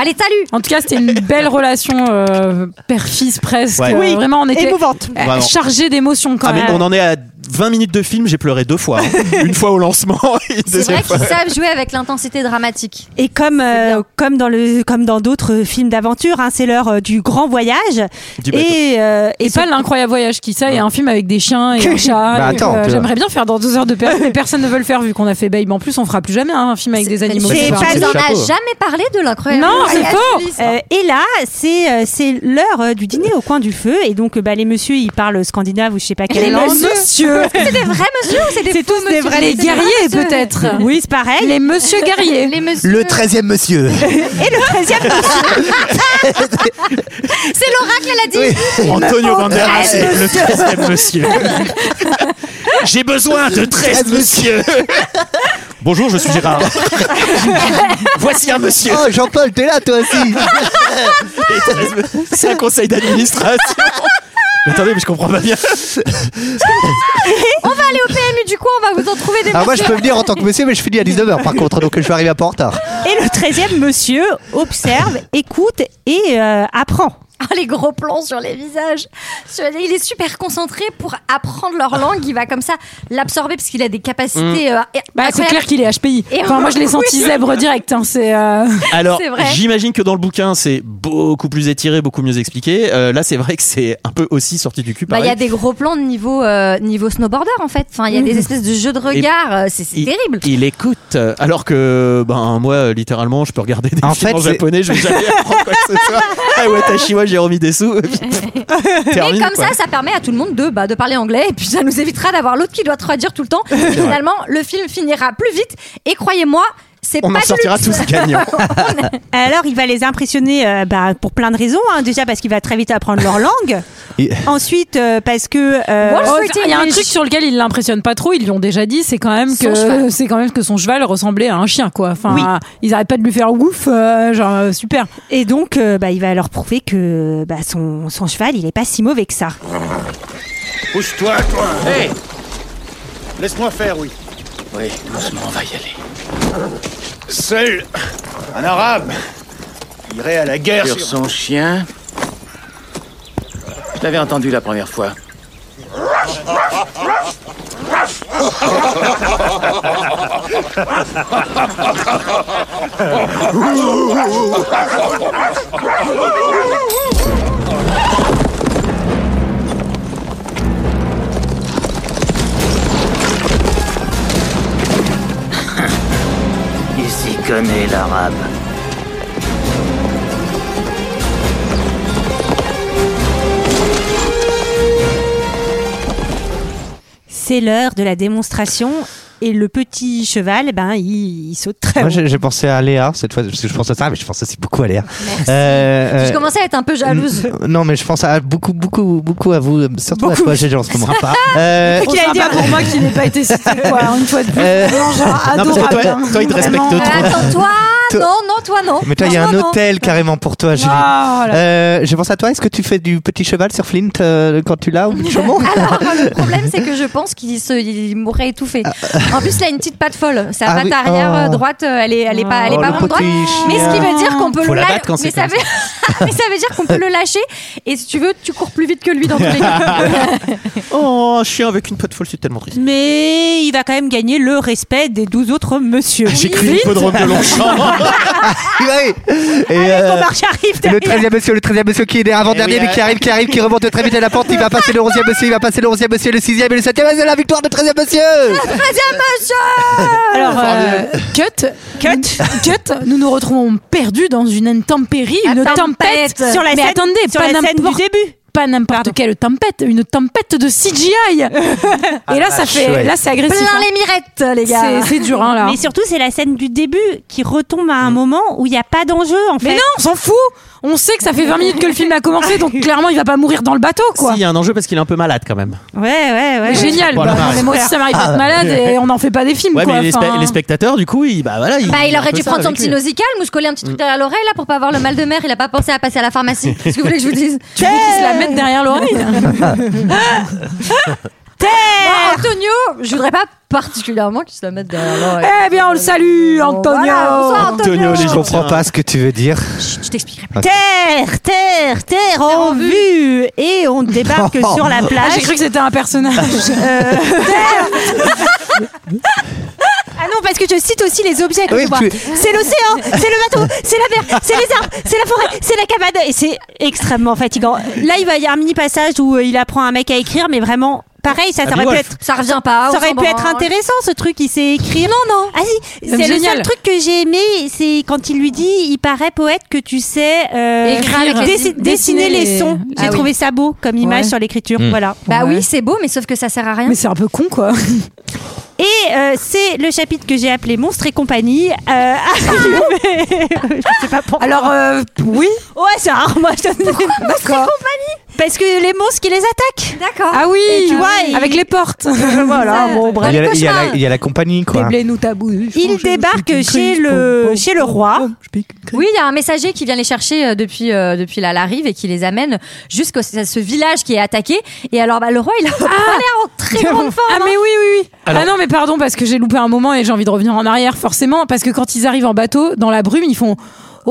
[SPEAKER 8] Allez, salut
[SPEAKER 6] En tout cas, c'était une belle relation euh, père-fils presque.
[SPEAKER 12] Ouais.
[SPEAKER 6] Euh,
[SPEAKER 1] Oui,
[SPEAKER 6] vraiment, on était
[SPEAKER 1] émouvante.
[SPEAKER 6] euh,
[SPEAKER 12] Vraiment.
[SPEAKER 6] chargé d'émotions quand
[SPEAKER 12] Ah mais
[SPEAKER 6] même.
[SPEAKER 12] on en est à 20 minutes de film, j'ai pleuré deux fois. hein. Une fois au lancement et une
[SPEAKER 8] C'est vrai
[SPEAKER 12] deuxième fois.
[SPEAKER 8] qu'ils savent jouer avec l'intensité dramatique.
[SPEAKER 1] Et comme, euh, comme dans le, comme dans d'autres films d'aventure, hein, c'est l'heure euh, du grand voyage.
[SPEAKER 12] Du bateau.
[SPEAKER 1] et euh,
[SPEAKER 6] Et
[SPEAKER 1] et
[SPEAKER 6] pas
[SPEAKER 1] ce-
[SPEAKER 6] l'incroyable voyage qui ça et un film avec des chiens et un chat.
[SPEAKER 7] Bah
[SPEAKER 6] Et,
[SPEAKER 7] attends,
[SPEAKER 6] euh,
[SPEAKER 7] tu vois.
[SPEAKER 6] J'aimerais bien faire dans deux heures de perdu, mais personne ne veut le faire vu qu'on a fait Babe. En plus, on fera plus jamais hein, un film avec des animaux.
[SPEAKER 8] C'est-
[SPEAKER 1] c'est
[SPEAKER 6] Bah,
[SPEAKER 1] pas-
[SPEAKER 8] Tu n'en as
[SPEAKER 12] Chapeau.
[SPEAKER 8] jamais parlé de l'incroyable. Ah,
[SPEAKER 6] Non, c'est
[SPEAKER 8] voyage
[SPEAKER 6] faux.
[SPEAKER 8] d'Ulysse.
[SPEAKER 1] euh, et là, c'est euh, c'est l'heure euh, du dîner au coin du feu et donc euh, bah, les messieurs ils parlent scandinave ou je sais pas quelle
[SPEAKER 6] Les
[SPEAKER 1] langue.
[SPEAKER 6] messieurs.
[SPEAKER 8] Est-ce que c'est des vrais monsieur ou c'est des
[SPEAKER 6] C'est
[SPEAKER 8] faux
[SPEAKER 6] tous des
[SPEAKER 8] monsieur
[SPEAKER 6] vrais Les guerriers, peut-être.
[SPEAKER 1] Oui, c'est pareil.
[SPEAKER 6] Les monsieur guerriers.
[SPEAKER 8] Les monsieur.
[SPEAKER 7] Le 13e monsieur.
[SPEAKER 1] Et le 13e
[SPEAKER 8] C'est l'oracle, elle a dit.
[SPEAKER 12] Antonio Banderas, c'est le 13e monsieur. J'ai besoin de 13 monsieur. Bonjour, je suis Gérard. Voici un monsieur.
[SPEAKER 7] Oh, Jean-Paul, t'es là, toi aussi.
[SPEAKER 12] Et 13 me- C'est un conseil d'administration. Mais attendez, mais je comprends pas bien.
[SPEAKER 8] On va aller au PMU du coin, on va vous en trouver des
[SPEAKER 12] Ah,
[SPEAKER 7] Alors, Ah, moi, je peux
[SPEAKER 8] messieurs.
[SPEAKER 7] venir en tant que monsieur, mais je finis à 19h par contre, donc je suis arrivé un peu en retard.
[SPEAKER 1] Et le 13e monsieur observe, écoute et euh, apprend.
[SPEAKER 8] Ah, les gros plans sur les visages. Je veux dire, Il est super concentré pour apprendre leur langue. Il va comme ça l'absorber parce qu'il a des capacités. euh,
[SPEAKER 6] Bah, c'est
[SPEAKER 8] incroyables.
[SPEAKER 6] clair qu'il est HPI.
[SPEAKER 8] Et
[SPEAKER 6] Enfin, moi, je l'ai
[SPEAKER 8] oui.
[SPEAKER 6] senti zèbre direct. hein, c'est. euh,
[SPEAKER 12] Alors,
[SPEAKER 8] C'est vrai.
[SPEAKER 12] j'imagine que dans le bouquin, c'est beaucoup plus étiré, beaucoup mieux expliqué. Euh, là, c'est vrai que c'est un peu aussi sorti du cul.
[SPEAKER 8] Bah, il y a
[SPEAKER 12] pareil.
[SPEAKER 8] des gros plans de niveau, euh, niveau snowboarder en fait. Enfin, il y a des espèces de jeux de regard. euh, C'est c'est
[SPEAKER 12] il,
[SPEAKER 8] terrible.
[SPEAKER 12] Il écoute, euh, alors que ben moi, euh, littéralement, je peux regarder des
[SPEAKER 7] En
[SPEAKER 12] films
[SPEAKER 7] fait,
[SPEAKER 12] en
[SPEAKER 7] c'est-
[SPEAKER 12] japonais, je vais jamais apprendre quoi que ce soit. Ah ouais, Tashiwa, j'ai remis des sous. et puis,
[SPEAKER 8] Mais
[SPEAKER 12] termine,
[SPEAKER 8] comme
[SPEAKER 12] quoi.
[SPEAKER 8] ça, ça permet à tout le monde de, bah, de parler anglais et puis ça nous évitera d'avoir l'autre qui doit traduire tout le temps. Finalement, le film finira plus vite et croyez-moi, c'est pas
[SPEAKER 12] on en
[SPEAKER 8] du
[SPEAKER 12] sortira
[SPEAKER 8] luxe.
[SPEAKER 12] tous gagnants.
[SPEAKER 1] Alors, il va les impressionner euh, bah, pour plein de raisons. hein. Déjà parce qu'il va très vite apprendre leur langue.
[SPEAKER 7] Et-
[SPEAKER 1] Ensuite, euh, parce que... euh,
[SPEAKER 8] Wall
[SPEAKER 6] oh,
[SPEAKER 8] Street
[SPEAKER 6] Il y a un
[SPEAKER 8] English.
[SPEAKER 6] truc sur lequel il l'impressionne pas trop. Ils lui ont déjà dit, c'est quand même
[SPEAKER 8] Son
[SPEAKER 6] que
[SPEAKER 8] cheval.
[SPEAKER 6] c'est quand même que son cheval ressemblait à un chien, quoi. Enfin,
[SPEAKER 1] Oui.
[SPEAKER 6] ils arrêtent pas de lui faire ouf, euh, genre euh, super.
[SPEAKER 1] et donc, euh, bah, il va leur prouver que bah, son, son cheval, il est pas si mauvais que ça.
[SPEAKER 10] Pousse-toi, toi Hé Laisse-moi faire, oui.
[SPEAKER 4] Oui, doucement, on va y aller.
[SPEAKER 10] Seul un arabe irait à la guerre
[SPEAKER 4] Sur son chien. Je l'avais entendu la première fois.
[SPEAKER 2] Il s'y connaît, l'arabe.
[SPEAKER 1] C'est l'heure de la démonstration et le petit cheval, ben, il, il saute très
[SPEAKER 7] Moi,
[SPEAKER 1] haut.
[SPEAKER 7] j'ai j'ai pensé à Léa cette fois, parce que je pense à ça, mais je pense aussi beaucoup à Léa.
[SPEAKER 8] Merci.
[SPEAKER 7] Euh,
[SPEAKER 8] Je
[SPEAKER 7] euh,
[SPEAKER 8] commençais à être un peu jalouse.
[SPEAKER 7] n- Non, mais je pense à beaucoup, beaucoup, beaucoup à vous, euh, surtout à toi, GG, en ce moment. Euh,
[SPEAKER 1] Oh,
[SPEAKER 6] Qui a dit pour moi qu'il n'ait pas été cité, quoi, une fois de plus.
[SPEAKER 7] Euh,
[SPEAKER 6] Non, genre,
[SPEAKER 12] Non, parce que
[SPEAKER 6] adorable,
[SPEAKER 12] toi-
[SPEAKER 6] hein.
[SPEAKER 12] toi, il te respecte
[SPEAKER 6] Vraiment.
[SPEAKER 12] trop.
[SPEAKER 8] Ah, Attends, toi,
[SPEAKER 7] Toi-
[SPEAKER 8] non, non, toi, non.
[SPEAKER 7] mais toi, il y a un
[SPEAKER 8] Ah, Franchement, non.
[SPEAKER 7] hôtel carrément pour toi, Julie.
[SPEAKER 6] Ah, là.
[SPEAKER 7] Euh, je pense à toi. Est-ce que tu fais du petit cheval sur Flint euh, quand tu l'as au bout du chaumont
[SPEAKER 8] Alors, le problème, c'est que je pense qu'il se, il mourrait étouffé. En plus, il a une petite patte folle. Sa
[SPEAKER 7] Ah
[SPEAKER 8] patte
[SPEAKER 7] oui,
[SPEAKER 8] arrière
[SPEAKER 7] oh.
[SPEAKER 8] euh, droite, euh, elle est, elle est pas, elle est
[SPEAKER 7] Oh,
[SPEAKER 8] pas
[SPEAKER 7] le
[SPEAKER 8] vraiment droite.
[SPEAKER 7] petit
[SPEAKER 8] Mais ce qui
[SPEAKER 7] chien.
[SPEAKER 8] veut dire qu'on peut
[SPEAKER 12] Faut
[SPEAKER 8] le
[SPEAKER 12] la
[SPEAKER 8] lâ-
[SPEAKER 12] battre quand c'est
[SPEAKER 8] mais ça
[SPEAKER 12] comme
[SPEAKER 8] veut, mais ça veut dire qu'on peut le lâcher. Et si tu veux, tu cours plus vite que lui dans tous les cas.
[SPEAKER 12] Oh, un chien avec une pote folle, c'est tellement triste.
[SPEAKER 1] Mais il va quand même gagner le respect des 12 autres monsieur.
[SPEAKER 12] Ah, J'ai cru l'hippodrome de Longchamp.
[SPEAKER 7] Ouais. Ah, Et,
[SPEAKER 1] Allez,
[SPEAKER 7] euh,
[SPEAKER 1] ton marche arrive
[SPEAKER 7] le
[SPEAKER 1] derrière.
[SPEAKER 7] 13e monsieur, le 13e monsieur qui est avant-dernier,
[SPEAKER 12] Eh oui,
[SPEAKER 7] mais qui
[SPEAKER 12] euh.
[SPEAKER 7] arrive, qui arrive, qui remonte très vite à la porte. Il va passer le 11e monsieur, il va passer le 11e monsieur, le 6e et le 7e. C'est la victoire de 13e monsieur
[SPEAKER 1] Ah,
[SPEAKER 6] Alors, euh, cut, cut, cut, nous nous retrouvons perdus dans une intempérie,
[SPEAKER 8] La
[SPEAKER 6] une tempête.
[SPEAKER 8] tempête.
[SPEAKER 1] Sur la
[SPEAKER 6] Mais
[SPEAKER 1] scène,
[SPEAKER 6] attendez,
[SPEAKER 1] sur
[SPEAKER 6] pas
[SPEAKER 1] la scène du
[SPEAKER 6] n'importe-
[SPEAKER 1] début.
[SPEAKER 6] pas n'importe quelle tempête, une tempête de CGI. Et là, ça fait,
[SPEAKER 7] chouette.
[SPEAKER 6] là, c'est agressif.
[SPEAKER 8] Plein
[SPEAKER 6] hein.
[SPEAKER 8] les mirettes, les gars.
[SPEAKER 6] C'est- C'est dur, hein, là.
[SPEAKER 1] Mais surtout, c'est la scène du début qui retombe à un moment où il n'y a pas d'enjeu, en fait.
[SPEAKER 6] Mais non, on s'en fout. On sait que ça fait 20 minutes que le film a commencé, donc clairement, il va pas mourir dans le bateau, quoi.
[SPEAKER 12] Si, il y a un enjeu parce qu'il est un peu malade quand même.
[SPEAKER 1] Ouais, ouais, ouais.
[SPEAKER 6] Génial.
[SPEAKER 12] Bon,
[SPEAKER 6] bah,
[SPEAKER 12] alors,
[SPEAKER 6] non, mais moi aussi, ça m'arrive d'être malade et on n'en fait pas des films,
[SPEAKER 12] Ah. Ouais,
[SPEAKER 6] quoi.
[SPEAKER 12] mais les,
[SPEAKER 6] Enfin,
[SPEAKER 12] spe- les spectateurs, du coup, ils, bah voilà. ils-
[SPEAKER 8] Bah, il
[SPEAKER 12] ils ont un
[SPEAKER 8] aurait
[SPEAKER 12] peu
[SPEAKER 8] dû
[SPEAKER 12] ça
[SPEAKER 8] prône son
[SPEAKER 12] avec
[SPEAKER 8] petit
[SPEAKER 12] lui.
[SPEAKER 8] nosicalme ou se coller un petit truc derrière l'oreille là pour pas avoir le mal de mer. Il a pas pensé à passer à la pharmacie. Qu'est-ce que vous voulez que je vous dise
[SPEAKER 6] tu veux qu'ils se la mettent derrière l'oreille
[SPEAKER 8] Bon, Eh, Antonio, je voudrais pas particulièrement qu'il se la mette derrière l'oreille.
[SPEAKER 6] Eh bien, on le salue, Antonio.
[SPEAKER 8] Voilà, bonsoir,
[SPEAKER 12] Antonio, les
[SPEAKER 7] Je
[SPEAKER 12] gens.
[SPEAKER 7] comprends pas ce que tu veux dire.
[SPEAKER 8] Chut, Je t'expliquerai.
[SPEAKER 1] Terre, terre, terre en vue. Et on débarque
[SPEAKER 7] Oh.
[SPEAKER 1] sur la
[SPEAKER 6] Ah, j'ai
[SPEAKER 1] plage.
[SPEAKER 6] cru que c'était un personnage.
[SPEAKER 1] Ah non, parce que je cite aussi les objets que
[SPEAKER 7] Oui,
[SPEAKER 1] je vois.
[SPEAKER 7] tu-
[SPEAKER 1] C'est l'océan, c'est le bateau, c'est la mer, c'est les arbres, c'est la forêt, c'est la cabane. Et c'est extrêmement fatigant. Là, il va y avoir un mini passage où euh, il apprend un mec à écrire, mais vraiment Pareil, ça, ça
[SPEAKER 12] Abby
[SPEAKER 1] aurait pu
[SPEAKER 12] Wolf.
[SPEAKER 1] être.
[SPEAKER 8] Ça revient pas,
[SPEAKER 1] Ça
[SPEAKER 8] on
[SPEAKER 1] aurait
[SPEAKER 8] s'en
[SPEAKER 1] pu être
[SPEAKER 8] branle.
[SPEAKER 1] intéressant ce truc. Il sait écrire.
[SPEAKER 8] Non, non.
[SPEAKER 1] Ah si,
[SPEAKER 8] Même
[SPEAKER 1] c'est le
[SPEAKER 8] génial.
[SPEAKER 1] seul truc que j'ai aimé, c'est quand il lui dit il paraît poète que tu sais euh,
[SPEAKER 8] Écrire avec les-
[SPEAKER 1] dessi- dessiner,
[SPEAKER 8] dessiner
[SPEAKER 1] les,
[SPEAKER 8] les-
[SPEAKER 1] sons.
[SPEAKER 8] Ah
[SPEAKER 1] J'ai
[SPEAKER 8] oui.
[SPEAKER 1] trouvé ça beau comme image
[SPEAKER 8] Ouais.
[SPEAKER 1] sur l'écriture.
[SPEAKER 8] Mm.
[SPEAKER 1] Voilà.
[SPEAKER 8] Bah oui, c'est beau, mais sauf que ça sert à rien.
[SPEAKER 6] Mais c'est un peu con, quoi.
[SPEAKER 1] Et euh, c'est le chapitre que j'ai appelé Monstres et compagnie. Euh, arrivé- je sais pas pourquoi.
[SPEAKER 6] Alors, euh, oui.
[SPEAKER 1] Ouais, c'est rare, moi je te Monstres et compagnie Parce que les monstres qui les attaquent.
[SPEAKER 8] D'accord.
[SPEAKER 6] Ah oui,
[SPEAKER 1] Et tu vois, il-
[SPEAKER 6] avec les portes.
[SPEAKER 1] voilà, bon, bref.
[SPEAKER 7] Il y, a, la- il y a la- il y a la compagnie, quoi.
[SPEAKER 6] nous tabou.
[SPEAKER 1] Il débarque chez le, chez le roi.
[SPEAKER 8] Oui, il y a un messager qui vient les chercher euh, depuis, euh, depuis la, la rive et qui les amène jusqu'à ce ce village qui est attaqué. Et alors, bah, le roi, il a pas l'air en très grande forme.
[SPEAKER 6] Ah mais oui oui oui.
[SPEAKER 12] Alors-
[SPEAKER 6] ah non mais pardon parce que j'ai loupé un moment et j'ai envie de revenir en arrière forcément parce que quand ils arrivent en bateau dans la brume ils font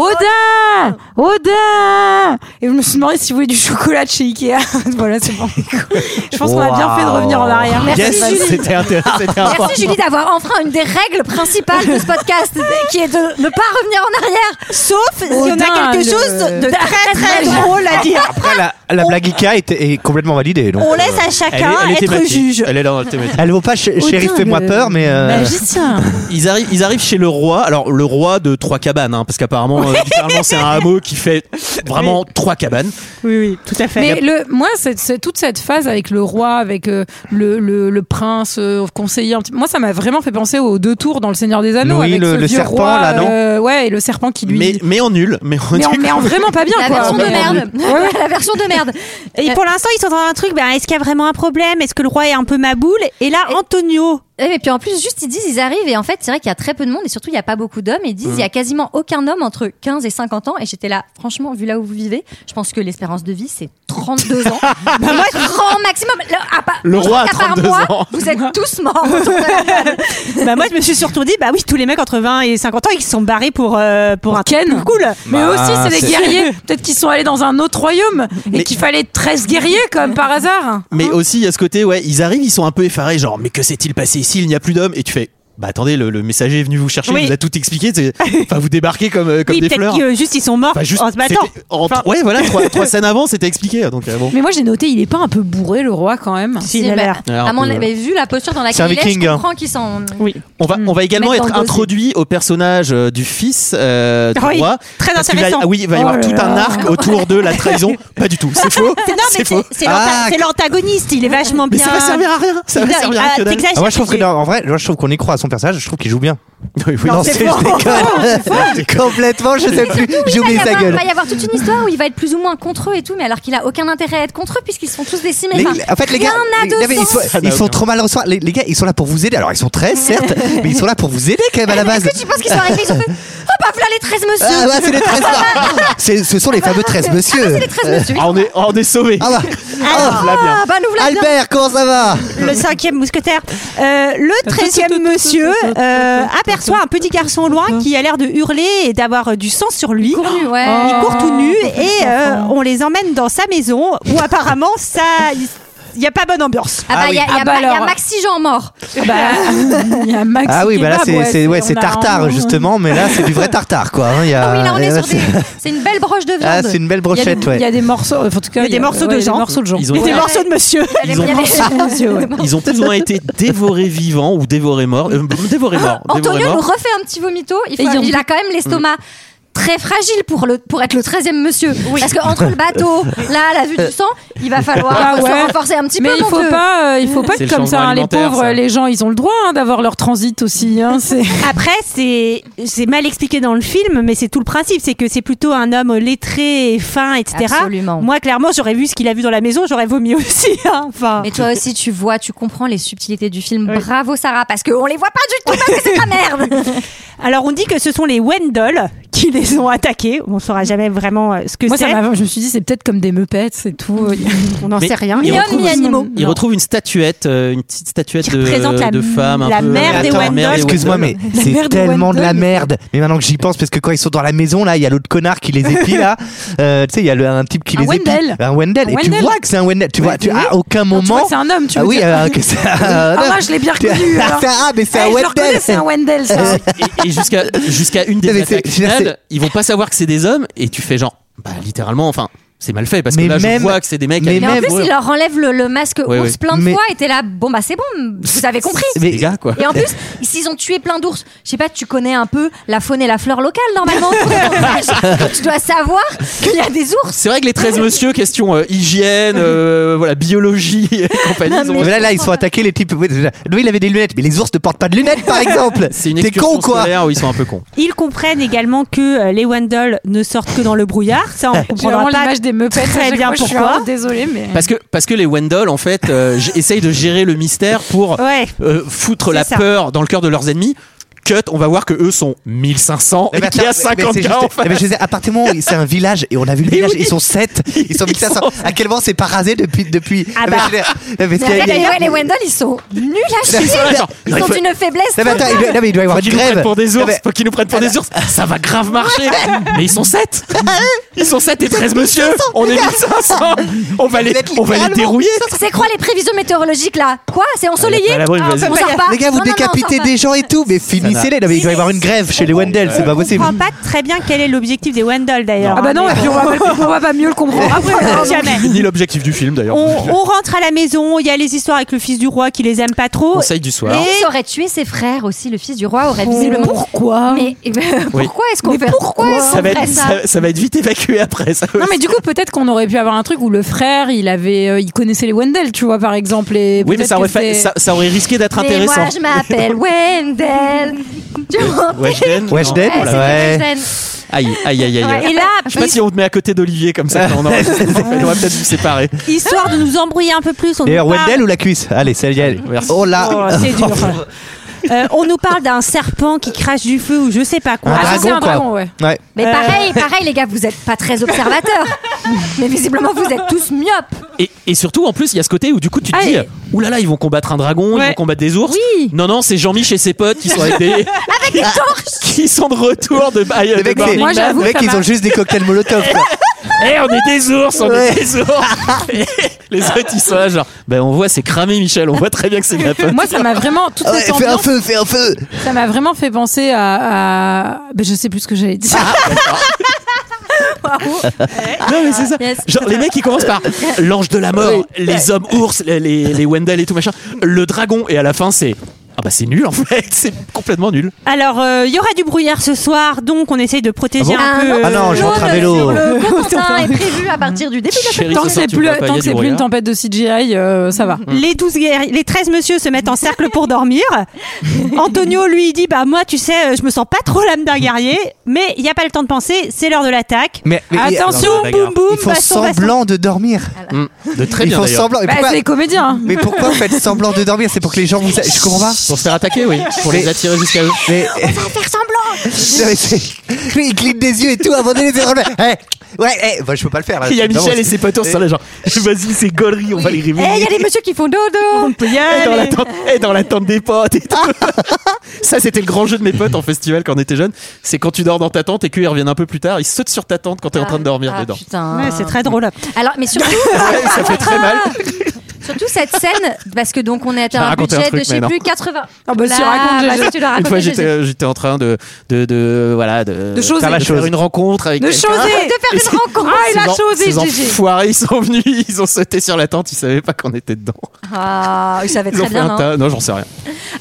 [SPEAKER 6] Oda Oda et je me suis demandé si vous voulez du chocolat de chez Ikea. voilà c'est bon. je pense qu'on a bien fait de revenir en arrière.
[SPEAKER 8] Merci,
[SPEAKER 12] Yes,
[SPEAKER 8] Julie.
[SPEAKER 12] c'était intéressant. c'était important.
[SPEAKER 8] Merci Julie d'avoir enfrein une des règles principales de ce podcast qui est de ne pas revenir en arrière.
[SPEAKER 1] Sauf si
[SPEAKER 6] Oh,
[SPEAKER 1] on a
[SPEAKER 6] dingue.
[SPEAKER 1] quelque chose de très très drôle à dire.
[SPEAKER 7] Après, la, la blague Ikea est, est complètement validée. Donc,
[SPEAKER 1] On
[SPEAKER 7] euh,
[SPEAKER 1] laisse à
[SPEAKER 12] Elle est-
[SPEAKER 1] chacun
[SPEAKER 12] elle est
[SPEAKER 1] être
[SPEAKER 12] thématique.
[SPEAKER 1] juge.
[SPEAKER 12] Elle est dans la thématique.
[SPEAKER 7] Elle vaut pas ch- Shérif,
[SPEAKER 6] Oda,
[SPEAKER 7] fais-moi
[SPEAKER 6] le-
[SPEAKER 7] peur, mais. euh,
[SPEAKER 6] Magicien.
[SPEAKER 12] Bah, Ils arrivent, ils arrivent chez le roi. Alors le roi de trois cabanes, hein, parce qu'apparemment, euh, littéralement, c'est un hameau qui fait vraiment trois cabanes.
[SPEAKER 1] Oui, oui, tout à fait.
[SPEAKER 6] Mais le, moi, cette- cette- toute cette phase avec le roi, avec euh, le, le, le prince euh, conseiller, un petit- moi, ça m'a vraiment fait penser aux deux tours dans Le Seigneur des Anneaux.
[SPEAKER 7] Oui,
[SPEAKER 6] avec
[SPEAKER 7] le-
[SPEAKER 6] ce
[SPEAKER 7] le
[SPEAKER 6] vieux
[SPEAKER 7] serpent,
[SPEAKER 6] roi,
[SPEAKER 7] là, non
[SPEAKER 6] euh, Ouais, et le serpent qui lui.
[SPEAKER 12] Mais mais en nul. Mais en
[SPEAKER 6] Mais en,
[SPEAKER 12] nul.
[SPEAKER 6] mais en vraiment pas bien,
[SPEAKER 8] La
[SPEAKER 6] quoi.
[SPEAKER 8] version de
[SPEAKER 6] Mais-
[SPEAKER 8] merde. La version de merde.
[SPEAKER 1] Et pour l'instant, ils sont dans un truc, ben, est-ce qu'il y a vraiment un problème Est-ce que le roi est un peu maboule Et là,
[SPEAKER 8] Et-
[SPEAKER 1] Antonio,
[SPEAKER 8] Et puis en plus, juste ils disent, ils arrivent et en fait, c'est vrai qu'il y a très peu de monde et surtout il n'y a pas beaucoup d'hommes. Et ils disent, il y a quasiment aucun homme entre 15 et 50 ans. Et j'étais là, franchement, vu là où vous vivez, je pense que l'espérance de vie c'est 32 ans. Mais grand maximum. Le, ah, à part-
[SPEAKER 12] Le
[SPEAKER 8] je
[SPEAKER 12] roi a
[SPEAKER 8] trouve qu'à part
[SPEAKER 12] 32
[SPEAKER 8] moi,
[SPEAKER 12] ans.
[SPEAKER 8] Vous êtes tous morts. autour de la table.
[SPEAKER 1] bah, moi, je me suis surtout dit, bah oui, tous les mecs entre 20 et 50 ans, ils se sont barrés pour, euh, pour un
[SPEAKER 6] Ken.
[SPEAKER 1] truc plus cool.
[SPEAKER 6] Mais eux aussi, c'est des
[SPEAKER 7] Bah, c'est-
[SPEAKER 6] guerriers. Peut-être qu'ils sont allés dans un autre royaume
[SPEAKER 12] Mais-
[SPEAKER 6] et qu'il fallait 13 guerriers, comme par hasard.
[SPEAKER 12] Mais aussi, il y a ce côté, ouais, ils arrivent, ils sont un peu effarés, genre, mais que s'est-il passé ici Il n'y a plus d'hommes. Et tu fais, bah attendez, le, le messager est venu vous chercher,
[SPEAKER 1] Oui.
[SPEAKER 12] il vous a tout expliqué. c'est- Enfin, vous débarquez comme, euh, comme
[SPEAKER 1] oui,
[SPEAKER 12] des
[SPEAKER 1] peut-être
[SPEAKER 12] fleurs.
[SPEAKER 1] que juste ils sont morts Oh, bah,
[SPEAKER 12] Enfin, juste,
[SPEAKER 1] en se battant.
[SPEAKER 12] c'était- en tro- ouais, voilà, trois, trois scènes avant, c'était expliqué. Donc, euh, bon.
[SPEAKER 6] Mais moi, j'ai noté, il est pas un peu bourré, le roi, quand même.
[SPEAKER 1] Si, il a
[SPEAKER 8] Bah,
[SPEAKER 1] l'air.
[SPEAKER 12] Alors,
[SPEAKER 8] à mon-
[SPEAKER 12] euh,
[SPEAKER 8] mais vu la posture dans
[SPEAKER 7] C'est un
[SPEAKER 8] laquelle il est,
[SPEAKER 7] viking,
[SPEAKER 8] je
[SPEAKER 7] hein.
[SPEAKER 8] comprends qu'ils sont.
[SPEAKER 1] Oui.
[SPEAKER 12] On va, on va également
[SPEAKER 8] Mettre
[SPEAKER 12] être
[SPEAKER 8] dans le dossier.
[SPEAKER 12] introduit au personnage euh, du fils euh, du
[SPEAKER 1] Ah Oui,
[SPEAKER 12] roi.
[SPEAKER 1] très
[SPEAKER 12] Parce qu'il va-
[SPEAKER 1] intéressant.
[SPEAKER 12] ah oui, il va y
[SPEAKER 6] Oh
[SPEAKER 12] avoir
[SPEAKER 6] là
[SPEAKER 12] tout
[SPEAKER 6] là.
[SPEAKER 12] un arc autour de la trahison. Pas du tout, c'est faux.
[SPEAKER 1] C'est- Non, mais
[SPEAKER 12] C'est faux. ah.
[SPEAKER 1] c'est- c'est l'anta-
[SPEAKER 7] Ah,
[SPEAKER 1] c'est l'antagoniste, il est vachement
[SPEAKER 12] Mais
[SPEAKER 1] bien.
[SPEAKER 12] ça va servir à rien. Ça va
[SPEAKER 1] Non,
[SPEAKER 12] servir
[SPEAKER 1] ah,
[SPEAKER 12] à hein. que dalle.
[SPEAKER 1] t'exagères,
[SPEAKER 7] ah, moi, je trouve que,
[SPEAKER 1] tu-
[SPEAKER 7] non, en vrai, moi, je trouve qu'on y croit à son personnage, je trouve qu'il joue bien.
[SPEAKER 12] Oui, oui,
[SPEAKER 7] non, c'est- je déconne. Complètement, je sais plus. J'ai
[SPEAKER 8] Il va, y
[SPEAKER 7] oublié sa
[SPEAKER 8] avoir, il
[SPEAKER 7] gueule.
[SPEAKER 8] va y avoir toute une histoire où il va être plus ou moins contre eux et tout, mais alors qu'il a aucun intérêt à être contre eux puisqu'ils sont tous décimés.
[SPEAKER 7] Les-
[SPEAKER 8] Enfin,
[SPEAKER 7] en fait, les
[SPEAKER 8] rien
[SPEAKER 7] gars,
[SPEAKER 8] n'a
[SPEAKER 7] les-
[SPEAKER 8] de
[SPEAKER 7] non, mais ils
[SPEAKER 8] sens.
[SPEAKER 7] sont,
[SPEAKER 12] Ah,
[SPEAKER 7] ils
[SPEAKER 12] non,
[SPEAKER 7] sont
[SPEAKER 12] non.
[SPEAKER 7] trop mal reçus. Les, les gars, ils sont là pour vous aider. Alors, ils sont 13, certes, mais ils sont là pour vous aider quand même à la base.
[SPEAKER 8] Est-ce que tu penses qu'ils sont arrivés Ils sont fait Oh, bah voilà les 13 monsieur
[SPEAKER 7] Ah, ouais, c'est les 13 C'est- Ce sont les fameux 13
[SPEAKER 8] Ah,
[SPEAKER 7] monsieur.
[SPEAKER 8] c'est les 13 monsieur
[SPEAKER 12] Ah, on est, ah, on est sauvés.
[SPEAKER 7] Ah, bah.
[SPEAKER 1] Alors,
[SPEAKER 12] Là, bien.
[SPEAKER 8] Ah, bah nous voilà bien.
[SPEAKER 7] Albert, comment ça va
[SPEAKER 1] le cinquième mousquetaire. Euh, le treizième monsieur euh, aperçoit un petit garçon au loin qui a l'air de hurler et d'avoir euh, du sang sur lui. Euh,
[SPEAKER 8] Couru, ouais.
[SPEAKER 12] Oh.
[SPEAKER 1] Il court tout nu et euh,
[SPEAKER 6] enfant.
[SPEAKER 1] on les emmène dans sa maison où apparemment ça, il n'y a pas bonne ambiance.
[SPEAKER 8] Ah bah, il y a- il y, a
[SPEAKER 6] Ah bah
[SPEAKER 8] ma- il y a
[SPEAKER 6] alors.
[SPEAKER 8] Maxi Jean mort.
[SPEAKER 6] Bah, il y a Max
[SPEAKER 7] Ah oui, bah là,
[SPEAKER 6] Kebab,
[SPEAKER 7] c'est c'est- ouais,
[SPEAKER 6] on
[SPEAKER 7] c'est
[SPEAKER 6] a
[SPEAKER 7] tartare,
[SPEAKER 6] un-
[SPEAKER 7] justement, mais là, c'est du vrai tartare, quoi. hein. Il y a-
[SPEAKER 8] Ah oui, là, on est
[SPEAKER 7] et ouais,
[SPEAKER 8] sur des...
[SPEAKER 7] c'est-
[SPEAKER 8] C'est une belle broche de viande.
[SPEAKER 7] Ah, c'est une belle
[SPEAKER 6] Il y a
[SPEAKER 7] brochette,
[SPEAKER 6] des- Il y
[SPEAKER 7] ouais.
[SPEAKER 6] a des morceaux, enfin, en tout cas,
[SPEAKER 1] Il y a des
[SPEAKER 6] il
[SPEAKER 1] morceaux de
[SPEAKER 6] ouais, il y a
[SPEAKER 1] gens.
[SPEAKER 6] Des morceaux de gens.
[SPEAKER 12] Ils ont-
[SPEAKER 1] Et des
[SPEAKER 8] Ouais.
[SPEAKER 1] morceaux de monsieur.
[SPEAKER 8] Il y a
[SPEAKER 12] Ils ont-
[SPEAKER 8] des- il y a des-
[SPEAKER 12] Ils ont plus ou moins été dévorés vivants ou dévorés morts. Euh, dévorés morts. dévorés
[SPEAKER 8] Antonio nous
[SPEAKER 12] morts.
[SPEAKER 8] refait un petit vomito. Il, faut-
[SPEAKER 6] Et ils ont-
[SPEAKER 8] il a quand
[SPEAKER 12] Mm.
[SPEAKER 8] même l'estomac. Très fragile pour, le, pour être le 13e monsieur. Parce que entre le bateau, là, la vue du sang, il va falloir
[SPEAKER 6] Ah ouais.
[SPEAKER 8] se renforcer un petit
[SPEAKER 6] Mais
[SPEAKER 8] peu.
[SPEAKER 6] il
[SPEAKER 8] mon
[SPEAKER 6] faut
[SPEAKER 8] vieux.
[SPEAKER 6] pas, euh, il faut pas
[SPEAKER 12] C'est
[SPEAKER 6] être
[SPEAKER 12] le
[SPEAKER 6] comme ça.
[SPEAKER 12] changement
[SPEAKER 6] hein, les
[SPEAKER 12] alimentaire,
[SPEAKER 6] pauvres,
[SPEAKER 12] ça.
[SPEAKER 6] les gens, ils ont le droit hein, d'avoir leur transit aussi. Hein, c'est-
[SPEAKER 1] Après, c'est c'est mal expliqué dans le film, mais c'est tout le principe, c'est que c'est plutôt un homme lettré, et fin, etc.
[SPEAKER 8] Absolument.
[SPEAKER 1] Moi, clairement, j'aurais vu ce qu'il a vu dans la maison, j'aurais vomi aussi. hein. Enfin,
[SPEAKER 8] Mais toi aussi, tu vois, tu comprends les subtilités du film. Bravo, Sarah, parce qu'on les voit pas du tout, parce que c'est de la merde.
[SPEAKER 1] alors on dit que ce sont les Wendell qui les ont attaqués. On saura jamais vraiment euh, ce que
[SPEAKER 6] Moi, ça
[SPEAKER 1] c'est.
[SPEAKER 6] m'a- je me suis dit, c'est peut-être comme des meupettes, c'est tout. euh.
[SPEAKER 1] On n'en
[SPEAKER 12] Mais-
[SPEAKER 1] sait rien.
[SPEAKER 12] et on
[SPEAKER 1] Ni homme,
[SPEAKER 12] retrouve-
[SPEAKER 1] ni animaux.
[SPEAKER 12] Il retrouve une statuette, euh, une petite statuette
[SPEAKER 1] Qui
[SPEAKER 12] de,
[SPEAKER 1] représente la-
[SPEAKER 12] de femme. un
[SPEAKER 1] la
[SPEAKER 12] peu- euh,
[SPEAKER 1] mère des
[SPEAKER 12] Attends,
[SPEAKER 1] Wendell.
[SPEAKER 12] mère des
[SPEAKER 7] Excuse-moi, mais
[SPEAKER 12] Wendell.
[SPEAKER 6] mère
[SPEAKER 7] c'est
[SPEAKER 6] de
[SPEAKER 7] tellement de la
[SPEAKER 6] Wendell.
[SPEAKER 7] merde. Mais maintenant que j'y pense, parce que quand ils sont dans la maison, là, il y a l'autre connard qui les épie, là. Euh, tu sais, il y a le- un type qui
[SPEAKER 6] Un
[SPEAKER 7] les
[SPEAKER 6] Wendell.
[SPEAKER 7] épie. Un Wendell.
[SPEAKER 6] Un
[SPEAKER 7] Et tu
[SPEAKER 6] Wendell.
[SPEAKER 7] vois que c'est un Wendell. Tu vois, tu, à aucun
[SPEAKER 6] Non, tu vois
[SPEAKER 7] moment.
[SPEAKER 6] que c'est un homme, tu
[SPEAKER 7] Ah
[SPEAKER 6] veux
[SPEAKER 7] oui,
[SPEAKER 6] dire.
[SPEAKER 7] euh, que c'est un
[SPEAKER 6] Ah,
[SPEAKER 7] homme.
[SPEAKER 6] moi, je l'ai bien reconnu.
[SPEAKER 7] Ah,
[SPEAKER 6] alors.
[SPEAKER 7] c'est- ah, mais c'est
[SPEAKER 6] Eh,
[SPEAKER 7] un
[SPEAKER 6] je le reconnais,
[SPEAKER 7] Wendell.
[SPEAKER 6] c'est un Wendell, ça.
[SPEAKER 12] Et, et jusqu'à jusqu'à une des
[SPEAKER 7] Mais c'est-
[SPEAKER 12] attaques
[SPEAKER 7] c'est-
[SPEAKER 12] finales, ils vont pas savoir que c'est des hommes et tu fais genre, bah littéralement, enfin, c'est mal fait parce que
[SPEAKER 7] Mais
[SPEAKER 12] là
[SPEAKER 7] même-
[SPEAKER 12] je vois que c'est des mecs
[SPEAKER 8] Mais,
[SPEAKER 12] avec-
[SPEAKER 8] en plus, il leur enlève le, le masque
[SPEAKER 12] Ouais,
[SPEAKER 8] ours
[SPEAKER 12] ouais.
[SPEAKER 8] plein de
[SPEAKER 12] Mais-
[SPEAKER 8] fois et t'es là, bon bah c'est bon, vous avez compris.
[SPEAKER 12] C'est des gars, quoi.
[SPEAKER 8] Et en plus, s'ils ont tué plein d'ours, je sais pas, tu connais un peu la faune et la flore locale normalement. autour de ton village. tu dois savoir qu'il y a des ours.
[SPEAKER 12] c'est vrai que les 13 monsieur question euh, hygiène euh, voilà biologie et compagnie ils ont-
[SPEAKER 7] Mais là, là, ils sont attaqués, les types. Oui, déjà. Nous, il avait des lunettes, mais les ours ne portent pas de lunettes, par exemple.
[SPEAKER 12] c'est une
[SPEAKER 7] T'es
[SPEAKER 12] excursion
[SPEAKER 7] con, quoi.
[SPEAKER 12] scolaire où ils sont un peu cons
[SPEAKER 1] Ils comprennent également que euh, les Wendell ne sortent que dans le brouillard. Ça, on
[SPEAKER 6] J'ai
[SPEAKER 1] comprendra
[SPEAKER 6] vraiment
[SPEAKER 1] pas
[SPEAKER 6] l'image des meupettes. à
[SPEAKER 1] très
[SPEAKER 6] chaque
[SPEAKER 1] bien
[SPEAKER 6] fois, je suis
[SPEAKER 1] pourquoi.
[SPEAKER 6] vraiment Désolée, mais.
[SPEAKER 12] parce que parce que les Wendell en fait euh, j- essayent de gérer le mystère pour
[SPEAKER 1] Ouais.
[SPEAKER 12] euh, foutre
[SPEAKER 1] C'est
[SPEAKER 12] la
[SPEAKER 1] ça.
[SPEAKER 12] peur dans le cœur de leurs ennemis cut on va voir que eux sont 1500 et
[SPEAKER 7] Mais
[SPEAKER 12] qu'il y a
[SPEAKER 7] ben, attends, Eh mais-
[SPEAKER 12] 50
[SPEAKER 7] mais c'est
[SPEAKER 12] gars en
[SPEAKER 7] juste- eh
[SPEAKER 12] face.
[SPEAKER 7] mais je disais, appartement, c'est un village et on a vu le village,
[SPEAKER 12] oui.
[SPEAKER 7] ils sont 7, ils sont 1500. À quel moment c'est pas rasé depuis. depuis...
[SPEAKER 8] Ah
[SPEAKER 7] Mais
[SPEAKER 8] bah.
[SPEAKER 7] je disais- mais parce
[SPEAKER 8] Mais
[SPEAKER 7] qu'il y a-
[SPEAKER 8] après, d'ailleurs, les Wendell, ils sont nuls à chier. Ils
[SPEAKER 12] Non,
[SPEAKER 8] sont
[SPEAKER 12] il faut-
[SPEAKER 8] d'une faiblesse.
[SPEAKER 7] Non, mais attends, il
[SPEAKER 8] totale.
[SPEAKER 7] doit, non, mais il doit y avoir
[SPEAKER 12] Faut
[SPEAKER 7] une
[SPEAKER 12] qu'ils nous prennent
[SPEAKER 7] grève.
[SPEAKER 12] pour des
[SPEAKER 7] Non,
[SPEAKER 12] ours,
[SPEAKER 7] mais-
[SPEAKER 12] faut qu'ils nous prennent
[SPEAKER 7] eh ben,
[SPEAKER 12] pour des ours. Ça va grave marcher. Mais ils sont 7. Ils sont 7 et 13 monsieur. On est 1500. On va les, on va les dérouiller.
[SPEAKER 8] C'est quoi les prévisions météorologiques là Quoi C'est ensoleillé
[SPEAKER 12] Ah, y a pas la brume,
[SPEAKER 8] Ah,
[SPEAKER 12] vas-y.
[SPEAKER 8] on sort pas.
[SPEAKER 7] Les gars, vous
[SPEAKER 8] Non, non, non, on sort
[SPEAKER 7] décapitez
[SPEAKER 8] pas.
[SPEAKER 7] des gens et tout, mais finissez-les. Non, mais il doit y avoir une grève chez les Wendell, c'est pas possible.
[SPEAKER 1] comprend pas très bien quel est l'objectif des Wendell d'ailleurs.
[SPEAKER 6] Ah bah non,
[SPEAKER 1] hein,
[SPEAKER 6] et puis on va, on va pas mieux le comprendre après.
[SPEAKER 1] mais- jamais.
[SPEAKER 12] Ni l'objectif du film d'ailleurs.
[SPEAKER 1] On, on rentre à la maison, il y a les histoires avec le fils du roi qui les aime pas trop.
[SPEAKER 12] Conseil du soir.
[SPEAKER 8] Et il aurait tué ses frères aussi, le fils du roi aurait visiblement.
[SPEAKER 6] Pourquoi
[SPEAKER 8] Mais pourquoi est-ce qu'on fait pourquoi est-ce
[SPEAKER 12] Ça
[SPEAKER 8] qu'on
[SPEAKER 12] va, être,
[SPEAKER 8] ferait ça
[SPEAKER 12] ça, ça va être vite évacué après. Ça.
[SPEAKER 6] Non mais du coup peut-être qu'on aurait pu avoir un truc où le frère il avait euh, il connaissait les Wendell tu vois par exemple et
[SPEAKER 12] oui, mais
[SPEAKER 6] peut-être
[SPEAKER 12] ça aurait,
[SPEAKER 6] que
[SPEAKER 12] fait-
[SPEAKER 6] c'est-
[SPEAKER 12] ça, ça aurait risqué d'être
[SPEAKER 8] Mais
[SPEAKER 12] intéressant. Oh
[SPEAKER 8] moi je m'appelle Wendell. Tu m'entends
[SPEAKER 12] Weshden. non.
[SPEAKER 7] Weshden,
[SPEAKER 12] Oh là là.
[SPEAKER 7] ouais.
[SPEAKER 8] Weshden.
[SPEAKER 12] Aïe, aïe, aïe, aïe. aïe.
[SPEAKER 1] Et là,
[SPEAKER 8] Ah,
[SPEAKER 12] Je sais pas si on te met à côté d'Olivier comme ça. quand on enregistre. on va peut-être nous séparer.
[SPEAKER 1] histoire de nous embrouiller un peu plus, on nous
[SPEAKER 7] D'ailleurs,
[SPEAKER 1] parle-
[SPEAKER 7] Wendell ou la cuisse Allez, ça y est.
[SPEAKER 12] Merci.
[SPEAKER 7] Oh
[SPEAKER 1] Oh,
[SPEAKER 7] là
[SPEAKER 1] c'est dur. Euh, on nous parle d'un serpent qui crache du feu ou je sais pas quoi.
[SPEAKER 7] Un
[SPEAKER 6] Ah, ça, c'est
[SPEAKER 7] dragon,
[SPEAKER 6] un dragon,
[SPEAKER 7] quoi.
[SPEAKER 6] ouais.
[SPEAKER 7] Ouais.
[SPEAKER 8] Mais pareil, pareil les gars, vous êtes pas très observateurs. Mais visiblement vous êtes tous myopes.
[SPEAKER 12] Et, et surtout, en plus, il y a ce côté où du coup, tu te dis,
[SPEAKER 6] Allez.
[SPEAKER 12] oulala, là là, ils vont combattre un dragon, ils
[SPEAKER 1] Ouais.
[SPEAKER 12] vont combattre des ours.
[SPEAKER 6] Oui.
[SPEAKER 12] Non, non, c'est Jean-Mich et ses potes qui sont avec des, Ah, qui sont de retour de Bayonne.
[SPEAKER 7] Les mecs, c'est-
[SPEAKER 6] Moi,
[SPEAKER 7] les
[SPEAKER 6] j'avoue,
[SPEAKER 7] mecs,
[SPEAKER 6] ça
[SPEAKER 7] ils ont
[SPEAKER 6] marche.
[SPEAKER 7] juste des cocktails molotov. quoi.
[SPEAKER 12] Eh, on est des ours, on
[SPEAKER 7] Ouais.
[SPEAKER 12] est des ours. Et les autres, ils sont là, genre, ben on voit, c'est cramé, Michel, on voit très bien que c'est de la pote.
[SPEAKER 6] Moi ça m'a vraiment toute
[SPEAKER 7] Ouais,
[SPEAKER 6] cette
[SPEAKER 7] Fais un
[SPEAKER 6] ambiance
[SPEAKER 7] feu, fais un feu
[SPEAKER 6] ça m'a vraiment fait penser à, à... Ben, je sais plus ce que j'allais dire.
[SPEAKER 12] Ah, Non, mais c'est ça.
[SPEAKER 8] Yes.
[SPEAKER 12] Genre, les mecs, ils commencent par l'ange de la mort, les hommes ours, les, les, les Wendell et tout machin, le dragon, et à la fin, c'est. Ah bah c'est nul en fait, c'est complètement nul.
[SPEAKER 1] Alors, euh, il y aura du brouillard ce soir, donc on essaye de protéger
[SPEAKER 7] Ah
[SPEAKER 1] un
[SPEAKER 8] bon
[SPEAKER 1] peu. euh,
[SPEAKER 7] Ah
[SPEAKER 12] Oh,
[SPEAKER 7] non, je rentre à vélo.
[SPEAKER 8] Le Cotentin est prévu à partir du début de la
[SPEAKER 12] Chérie,
[SPEAKER 6] tant que
[SPEAKER 12] sorti
[SPEAKER 6] c'est
[SPEAKER 12] au
[SPEAKER 6] plus
[SPEAKER 12] papa, il y a
[SPEAKER 6] tant que
[SPEAKER 12] du
[SPEAKER 6] c'est plus
[SPEAKER 12] brouillard.
[SPEAKER 6] une tempête de CGI euh, ça va.
[SPEAKER 7] Mm.
[SPEAKER 1] Les 12 guerriers, les 13 messieurs se mettent en cercle pour dormir. Antonio, lui, il dit Bah, moi, tu sais, euh, je me sens pas trop l'âme d'un guerrier, mais il n'y a pas le temps de penser, c'est l'heure de l'attaque.
[SPEAKER 7] Mais, mais-
[SPEAKER 1] Attention,
[SPEAKER 12] alors,
[SPEAKER 1] boum, boum,
[SPEAKER 7] Ils font
[SPEAKER 1] baston, baston.
[SPEAKER 7] semblant de dormir.
[SPEAKER 12] Mm. De très
[SPEAKER 7] Ils
[SPEAKER 12] bien
[SPEAKER 7] font
[SPEAKER 12] d'ailleurs.
[SPEAKER 7] semblant. Et
[SPEAKER 6] Bah,
[SPEAKER 7] pourquoi-
[SPEAKER 6] c'est les comédiens.
[SPEAKER 7] Mais pourquoi vous faites semblant de dormir C'est pour que les gens vous. a- Je comprends pas.
[SPEAKER 12] Pour se faire attaquer, oui. Pour les
[SPEAKER 7] Mais-
[SPEAKER 12] attirer jusqu'à eux.
[SPEAKER 7] Mais.
[SPEAKER 8] Faire semblant.
[SPEAKER 7] Non, mais c'est- Lui, il cligne des yeux et tout avant de les enlever. Eh, Ouais, eh, bah, je peux pas le faire. là.
[SPEAKER 12] Il y a
[SPEAKER 7] Non,
[SPEAKER 12] Michel
[SPEAKER 7] c'est-
[SPEAKER 12] et ses potos sont là genre Ah, vas-y c'est gaulerie on va les
[SPEAKER 8] Eh, il y
[SPEAKER 12] réveiller
[SPEAKER 8] a des messieurs qui font dodo.
[SPEAKER 1] peut y
[SPEAKER 12] Et dans,
[SPEAKER 1] aller.
[SPEAKER 12] la tente, et dans la tente des potes et tout. ça c'était le grand jeu de mes potes en festival quand on était jeunes c'est quand tu dors dans ta tente et qu'ils reviennent un peu plus tard ils sautent sur ta tente quand t'es en train de dormir
[SPEAKER 8] Ah,
[SPEAKER 12] dedans
[SPEAKER 8] putain.
[SPEAKER 1] Ouais, c'est très drôle.
[SPEAKER 8] Alors, mais surtout, euh,
[SPEAKER 12] ça fait
[SPEAKER 6] Ah,
[SPEAKER 12] très mal
[SPEAKER 8] surtout cette scène, parce que donc on est
[SPEAKER 12] T'as
[SPEAKER 8] à un
[SPEAKER 12] raconté
[SPEAKER 8] budget
[SPEAKER 12] un truc,
[SPEAKER 8] de je sais
[SPEAKER 12] mais non.
[SPEAKER 8] plus 80.
[SPEAKER 6] Ah bah, si, raconte,
[SPEAKER 8] bah,
[SPEAKER 6] Gégé.
[SPEAKER 8] si tu l'as
[SPEAKER 12] une
[SPEAKER 8] raconté,
[SPEAKER 12] fois
[SPEAKER 8] Gégé.
[SPEAKER 12] j'étais j'étais en train de de, de- voilà de,
[SPEAKER 6] De choser.
[SPEAKER 12] faire,
[SPEAKER 6] La
[SPEAKER 12] de faire
[SPEAKER 7] chose.
[SPEAKER 12] une rencontre avec
[SPEAKER 6] De
[SPEAKER 12] quelqu'un.
[SPEAKER 6] choser.
[SPEAKER 8] De
[SPEAKER 12] Et
[SPEAKER 8] faire
[SPEAKER 12] ces-
[SPEAKER 8] une rencontre.
[SPEAKER 6] Ah, il a
[SPEAKER 12] ces en-
[SPEAKER 6] chosé,
[SPEAKER 12] ces
[SPEAKER 6] Gégé.
[SPEAKER 12] enfoirés ils sont venus ils ont sauté sur la tente ils savaient pas qu'on était dedans
[SPEAKER 8] Ah, il savait
[SPEAKER 12] ils ont
[SPEAKER 8] très
[SPEAKER 12] fait un
[SPEAKER 8] bien. hein.
[SPEAKER 12] tas non j'en sais rien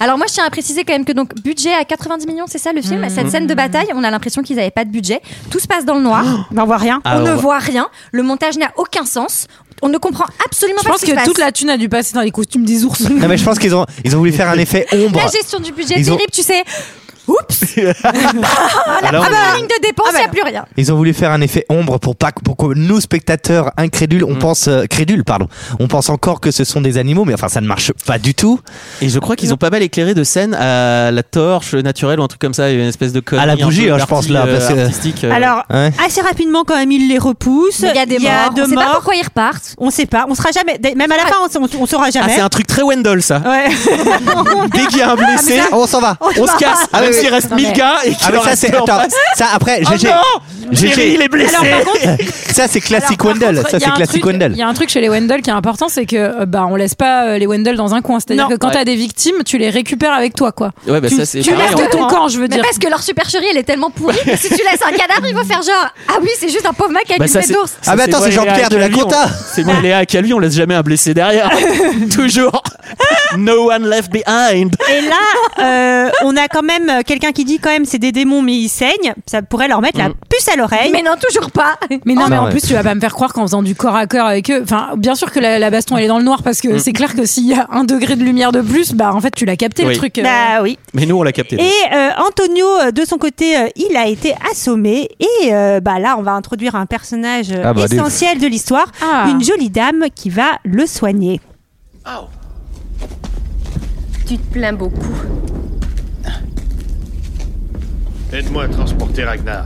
[SPEAKER 8] Alors moi, je tiens à préciser quand même que donc budget à 90 millions, c'est ça le film. Cette scène de bataille, on a l'impression qu'ils n'avaient pas de budget. Tout se passe dans le noir.
[SPEAKER 1] On n'en voit rien.
[SPEAKER 12] Ah,
[SPEAKER 8] on ne
[SPEAKER 12] ouais.
[SPEAKER 8] voit rien. Le montage n'a aucun sens. On ne comprend absolument
[SPEAKER 6] Je
[SPEAKER 8] pas
[SPEAKER 6] pense
[SPEAKER 8] ce qui se
[SPEAKER 6] que
[SPEAKER 8] passe.
[SPEAKER 6] toute la thune a dû passer dans les costumes des ours.
[SPEAKER 7] Non, mais je pense qu'ils ont, ils ont voulu faire un effet ombre.
[SPEAKER 8] La gestion du budget
[SPEAKER 7] Ils ont-
[SPEAKER 8] terrible, tu sais. Oups, Ah, bah,
[SPEAKER 12] Alors,
[SPEAKER 8] première ligne Ah, de dépense, il n'y a plus rien.
[SPEAKER 7] Ils ont voulu faire un effet ombre pour pas que- pour que nous spectateurs incrédules,
[SPEAKER 12] Mm.
[SPEAKER 7] on pense euh, crédules, pardon, on pense encore que ce sont des animaux, mais enfin ça ne marche pas du tout.
[SPEAKER 12] Et je crois qu'ils ont pas mal éclairé de scènes à la torche naturelle ou un truc comme ça, une espèce de connerie
[SPEAKER 7] À la
[SPEAKER 12] un peu
[SPEAKER 7] bougie, hein, je pense, là,
[SPEAKER 12] arti- euh,
[SPEAKER 7] parce que-
[SPEAKER 12] artistique. euh.
[SPEAKER 1] Alors,
[SPEAKER 7] Ouais.
[SPEAKER 1] assez rapidement, quand même, ils les repoussent.
[SPEAKER 8] Mais Il y a des morts. on ne sait pas pourquoi ils repartent.
[SPEAKER 1] On sait pas, on sera jamais. Même à la fin, on, on- on saura
[SPEAKER 12] ah,
[SPEAKER 1] jamais.
[SPEAKER 12] c'est un truc très Wendell ça.
[SPEAKER 1] Ouais.
[SPEAKER 12] Dès qu'il y a un blessé,
[SPEAKER 7] On s'en va.
[SPEAKER 12] on se casse.
[SPEAKER 7] Ah,
[SPEAKER 12] Même
[SPEAKER 7] oui,
[SPEAKER 12] s'il reste 1000 gars et qu'il
[SPEAKER 7] Ah, mais
[SPEAKER 12] en
[SPEAKER 7] ça,
[SPEAKER 12] reste
[SPEAKER 7] c'est-
[SPEAKER 12] en
[SPEAKER 7] attends,
[SPEAKER 12] face.
[SPEAKER 7] ça, après,
[SPEAKER 12] Oh
[SPEAKER 7] GG.
[SPEAKER 12] non
[SPEAKER 7] GG.
[SPEAKER 12] Jerry, il est blessé.
[SPEAKER 6] Alors, par contre-
[SPEAKER 7] Ça, c'est classique Wendell. Ça,
[SPEAKER 6] Il y a
[SPEAKER 7] c'est
[SPEAKER 6] un
[SPEAKER 7] classique
[SPEAKER 6] truc-
[SPEAKER 7] Wendell.
[SPEAKER 6] Il y a un truc chez les Wendell qui est important, c'est que euh, bah on laisse pas euh, les Wendell dans un coin. C'est-à-dire
[SPEAKER 3] Non.
[SPEAKER 6] que quand
[SPEAKER 3] Ouais.
[SPEAKER 6] t'as des victimes, tu les récupères avec toi, quoi.
[SPEAKER 3] Ouais, bah
[SPEAKER 6] tu
[SPEAKER 3] ça, c'est
[SPEAKER 6] tu
[SPEAKER 3] pareil,
[SPEAKER 12] hein.
[SPEAKER 6] lèves de
[SPEAKER 3] en
[SPEAKER 6] ton
[SPEAKER 3] fait.
[SPEAKER 6] camp, je veux
[SPEAKER 8] Mais
[SPEAKER 6] dire.
[SPEAKER 8] parce que leur supercherie, elle est tellement pourrie que si tu laisses un cadavre, ils vont faire genre Ah oui, c'est juste un pauvre mec avec une tête d'ours.
[SPEAKER 7] Ah, bah attends, c'est Jean-Pierre de la Conta.
[SPEAKER 12] hein. C'est moi, Léa qui a lui, on laisse jamais un blessé derrière. Toujours. No one left behind.
[SPEAKER 1] Et là, euh, on a quand même euh, quelqu'un qui dit quand même c'est des démons mais ils saignent. Ça pourrait leur mettre la puce à l'oreille.
[SPEAKER 8] Mais non, toujours pas.
[SPEAKER 6] Mais non,
[SPEAKER 1] Ah
[SPEAKER 6] mais
[SPEAKER 1] non,
[SPEAKER 6] en
[SPEAKER 1] ouais.
[SPEAKER 6] plus, tu vas pas me faire croire qu'en faisant du corps à corps avec eux, enfin, bien sûr que la, la baston elle est dans le noir parce que
[SPEAKER 7] Mm.
[SPEAKER 6] c'est clair que s'il y a un degré de lumière de plus, bah en fait, tu l'as capté
[SPEAKER 12] Oui.
[SPEAKER 6] le truc. euh.
[SPEAKER 1] Bah oui.
[SPEAKER 12] Mais nous, on l'a capté.
[SPEAKER 1] Et euh, Antonio, euh, de son côté, euh, il a été assommé. Et euh, bah là, on va introduire un personnage euh,
[SPEAKER 7] Ah bah, dis-
[SPEAKER 1] essentiel de l'histoire,
[SPEAKER 6] Ah.
[SPEAKER 1] une jolie dame qui va le soigner.
[SPEAKER 14] Tu te plains beaucoup.
[SPEAKER 15] Aide-moi à transporter Ragnar.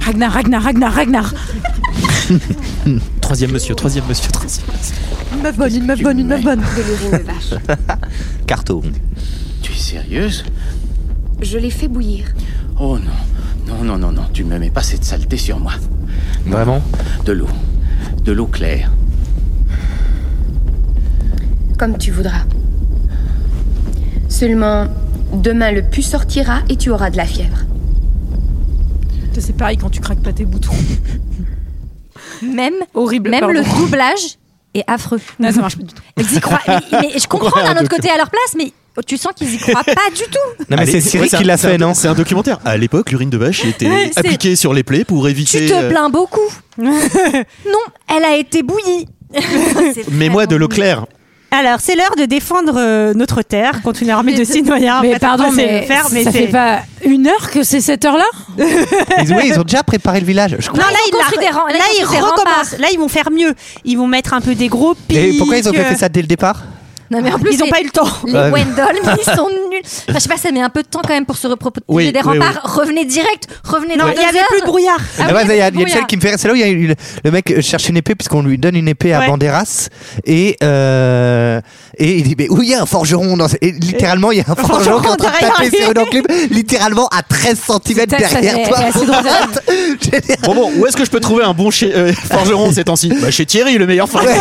[SPEAKER 6] Ragnar, Ragnar, Ragnar, Ragnar.
[SPEAKER 12] troisième monsieur, troisième monsieur, troisième monsieur.
[SPEAKER 6] Une meuf bonne, une meuf bonne, une meuf bonne.
[SPEAKER 7] Carto.
[SPEAKER 4] Tu es sérieuse
[SPEAKER 14] Je l'ai fait bouillir.
[SPEAKER 4] Oh non. Non, non, non, non. Tu ne me mets pas cette saleté sur moi.
[SPEAKER 7] Vraiment
[SPEAKER 4] De l'eau. De l'eau claire.
[SPEAKER 14] Comme tu voudras. Seulement, demain le pu sortira et tu auras de la fièvre.
[SPEAKER 6] C'est pareil quand tu craques pas tes boutons.
[SPEAKER 8] Même,
[SPEAKER 6] Horrible,
[SPEAKER 8] même
[SPEAKER 6] pardon.
[SPEAKER 8] le doublage est affreux.
[SPEAKER 6] Non, ça marche pas du tout.
[SPEAKER 8] Ils y croient. Mais, mais je comprends d'un autre côté à leur place, mais tu sens qu'ils y croient pas du tout.
[SPEAKER 7] Non, mais
[SPEAKER 12] Allez,
[SPEAKER 7] c'est Cyril
[SPEAKER 12] c'est un-
[SPEAKER 7] qui l'a
[SPEAKER 12] c'est un-
[SPEAKER 7] fait, non
[SPEAKER 12] C'est un documentaire. À l'époque, l'urine de vache était
[SPEAKER 8] C'est-
[SPEAKER 12] appliquée sur les plaies pour éviter.
[SPEAKER 8] Tu
[SPEAKER 12] euh,
[SPEAKER 8] te plains beaucoup. non, elle a été bouillie.
[SPEAKER 12] Mais moi, de l'eau claire.
[SPEAKER 1] Alors, c'est l'heure de défendre euh, notre terre contre une armée de citoyens.
[SPEAKER 6] Mais
[SPEAKER 1] En fait,
[SPEAKER 6] pardon,
[SPEAKER 1] on sait
[SPEAKER 6] mais,
[SPEAKER 1] le faire, mais
[SPEAKER 6] ça
[SPEAKER 1] c'est-
[SPEAKER 6] fait pas une heure que c'est cette heure-là
[SPEAKER 7] Ils, oui, ils ont déjà préparé le village. Je
[SPEAKER 1] Non, là,
[SPEAKER 7] crois.
[SPEAKER 8] ils ont
[SPEAKER 1] ils, la-
[SPEAKER 8] construit des ran- là,
[SPEAKER 1] là,
[SPEAKER 8] ils ont
[SPEAKER 1] ils
[SPEAKER 8] construit des
[SPEAKER 1] recommencent.
[SPEAKER 8] remparts.
[SPEAKER 1] Là, ils vont faire mieux. Ils vont mettre un peu des gros pics. euh.
[SPEAKER 7] Et pourquoi ils ont pas fait ça dès le départ
[SPEAKER 8] Non, mais en plus,
[SPEAKER 1] Ils ont
[SPEAKER 8] les-
[SPEAKER 1] pas eu le temps.
[SPEAKER 8] Les
[SPEAKER 7] Bah, oui.
[SPEAKER 8] Wendell, mais ils sont nuls. Enfin, je sais pas, ça met un peu de temps quand même pour se reproposer
[SPEAKER 7] Oui,
[SPEAKER 8] des
[SPEAKER 7] oui,
[SPEAKER 8] remparts. Revenez direct, revenez
[SPEAKER 1] Non,
[SPEAKER 8] dans
[SPEAKER 1] il
[SPEAKER 8] deux
[SPEAKER 1] y avait
[SPEAKER 8] heures.
[SPEAKER 1] plus de brouillard.
[SPEAKER 8] Ah
[SPEAKER 7] Ah
[SPEAKER 8] oui,
[SPEAKER 7] ouais, il y a,
[SPEAKER 8] c'est
[SPEAKER 7] il y a
[SPEAKER 8] bon,
[SPEAKER 7] celle qui me fait. C'est là où il y a eu le, le mec euh, cherche une épée puisqu'on lui donne une épée à
[SPEAKER 1] Ouais.
[SPEAKER 7] Banderas et euh, et il dit mais où il y a un forgeron dans ce- et littéralement il y a un forgeron qui est en train de
[SPEAKER 1] derrière
[SPEAKER 7] taper
[SPEAKER 1] lui.
[SPEAKER 7] sur une enclume littéralement à 13 cm
[SPEAKER 6] C'est- ça, c'est-
[SPEAKER 7] derrière toi.
[SPEAKER 6] c'est drôle.
[SPEAKER 12] Bon, bon, où est-ce que je peux trouver un bon chez, euh, forgeron ces temps-ci bah, Chez Thierry, le meilleur forgeron.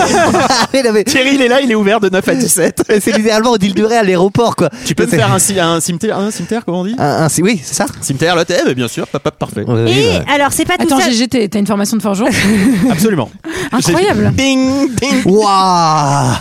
[SPEAKER 7] Ouais, non, mais-
[SPEAKER 12] Thierry, il est là, il est ouvert de 9 à 17.
[SPEAKER 7] mais c'est littéralement au deal du Ré à l'aéroport quoi.
[SPEAKER 12] Tu peux me
[SPEAKER 7] C'est-
[SPEAKER 12] faire un, ci- un cimetière, un cimetière, comment on dit
[SPEAKER 7] un, un- Ah, c'est- oui c'est ça.
[SPEAKER 12] Cimetière, là, t'es, eh ben, bien sûr, papa, parfait.
[SPEAKER 7] Ouais,
[SPEAKER 1] Et
[SPEAKER 7] ouais.
[SPEAKER 1] alors, c'est pas
[SPEAKER 6] Attends,
[SPEAKER 1] tout ça.
[SPEAKER 6] GG, t'es- t'as une formation de forgeron
[SPEAKER 12] Absolument.
[SPEAKER 6] Incroyable.
[SPEAKER 12] Ding, ding.
[SPEAKER 7] Waouh.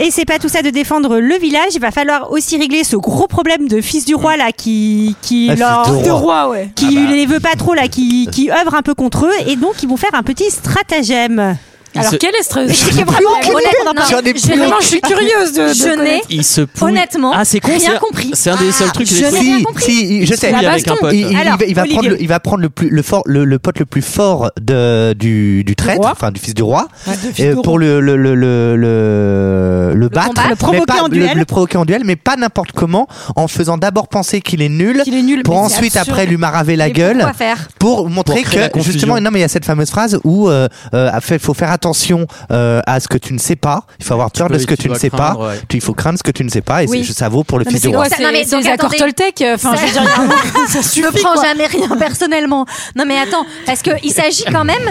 [SPEAKER 1] Et c'est pas tout ça de défendre le village. Il va falloir aussi régler ce gros problème de fils du roi là qui qui
[SPEAKER 7] Mm. Ah, fils
[SPEAKER 1] leur-
[SPEAKER 7] de roi. Ah bah.
[SPEAKER 6] ouais.
[SPEAKER 1] qui les veut pas trop là, qui qui œuvre un peu contre eux. Et donc ils vont faire un petit stratagème.
[SPEAKER 6] Alors,
[SPEAKER 12] se-
[SPEAKER 6] quel est ce.
[SPEAKER 8] Vraiment, honnêtement, non,
[SPEAKER 7] J'en ai
[SPEAKER 8] je-
[SPEAKER 7] plus
[SPEAKER 8] vraiment,
[SPEAKER 6] Vraiment, je suis curieuse de. de
[SPEAKER 8] Je n'ai-
[SPEAKER 6] connaître.
[SPEAKER 12] Il se pouille.
[SPEAKER 8] Honnêtement,
[SPEAKER 12] ah, c'est con,
[SPEAKER 8] rien
[SPEAKER 12] c'est un-
[SPEAKER 8] compris.
[SPEAKER 12] C'est un des seuls trucs que
[SPEAKER 8] je
[SPEAKER 12] j'ai
[SPEAKER 8] n'ai
[SPEAKER 12] trouvé.
[SPEAKER 8] rien
[SPEAKER 7] Si,
[SPEAKER 8] compris.
[SPEAKER 7] si, je sais.
[SPEAKER 12] Oui, avec un pote.
[SPEAKER 7] Il, il
[SPEAKER 1] Alors,
[SPEAKER 7] va, il va
[SPEAKER 1] Olivier.
[SPEAKER 7] prendre le, il va prendre le plus le fort le, le pote le plus fort de du, du traître
[SPEAKER 6] roi.
[SPEAKER 7] enfin du fils du roi
[SPEAKER 6] de fils
[SPEAKER 7] euh,
[SPEAKER 6] du
[SPEAKER 7] pour le le le le le, le battre
[SPEAKER 8] combattre.
[SPEAKER 1] Le
[SPEAKER 7] mais
[SPEAKER 1] provoquer
[SPEAKER 7] pas-
[SPEAKER 1] en
[SPEAKER 7] le-
[SPEAKER 1] duel.
[SPEAKER 7] le provoquer en duel mais pas n'importe comment en faisant d'abord penser qu'il est nul
[SPEAKER 6] Qu'il est nul,
[SPEAKER 7] pour
[SPEAKER 6] mais c'est
[SPEAKER 7] ensuite
[SPEAKER 6] absurde.
[SPEAKER 7] après lui maraver la
[SPEAKER 8] Mais
[SPEAKER 7] gueule
[SPEAKER 8] pourquoi faire
[SPEAKER 7] pour montrer
[SPEAKER 12] Pour créer la
[SPEAKER 7] que
[SPEAKER 12] confusion.
[SPEAKER 7] justement non mais il y a cette fameuse phrase où euh, euh, à fait- faut faire attention euh, à ce que tu ne sais pas il faut avoir peur
[SPEAKER 12] peux-
[SPEAKER 7] de ce que
[SPEAKER 12] tu
[SPEAKER 7] tu ne
[SPEAKER 12] dois
[SPEAKER 7] sais pas
[SPEAKER 12] craindre, ouais.
[SPEAKER 7] tu- il faut craindre ce que tu ne sais pas et
[SPEAKER 8] Oui.
[SPEAKER 7] c'est- ça vaut pour le
[SPEAKER 6] Non, mais
[SPEAKER 7] fils du
[SPEAKER 6] c'est
[SPEAKER 7] roi
[SPEAKER 6] quoi
[SPEAKER 8] Non, mais
[SPEAKER 6] C'est c'est
[SPEAKER 8] donc,
[SPEAKER 6] les accords
[SPEAKER 8] attendez.
[SPEAKER 6] Toltec euh, Enfin, je veux dire, il y a un moment, ça
[SPEAKER 8] ne
[SPEAKER 6] suffit.
[SPEAKER 8] prends jamais rien personnellement. Non, mais attends, parce qu'il s'agit quand même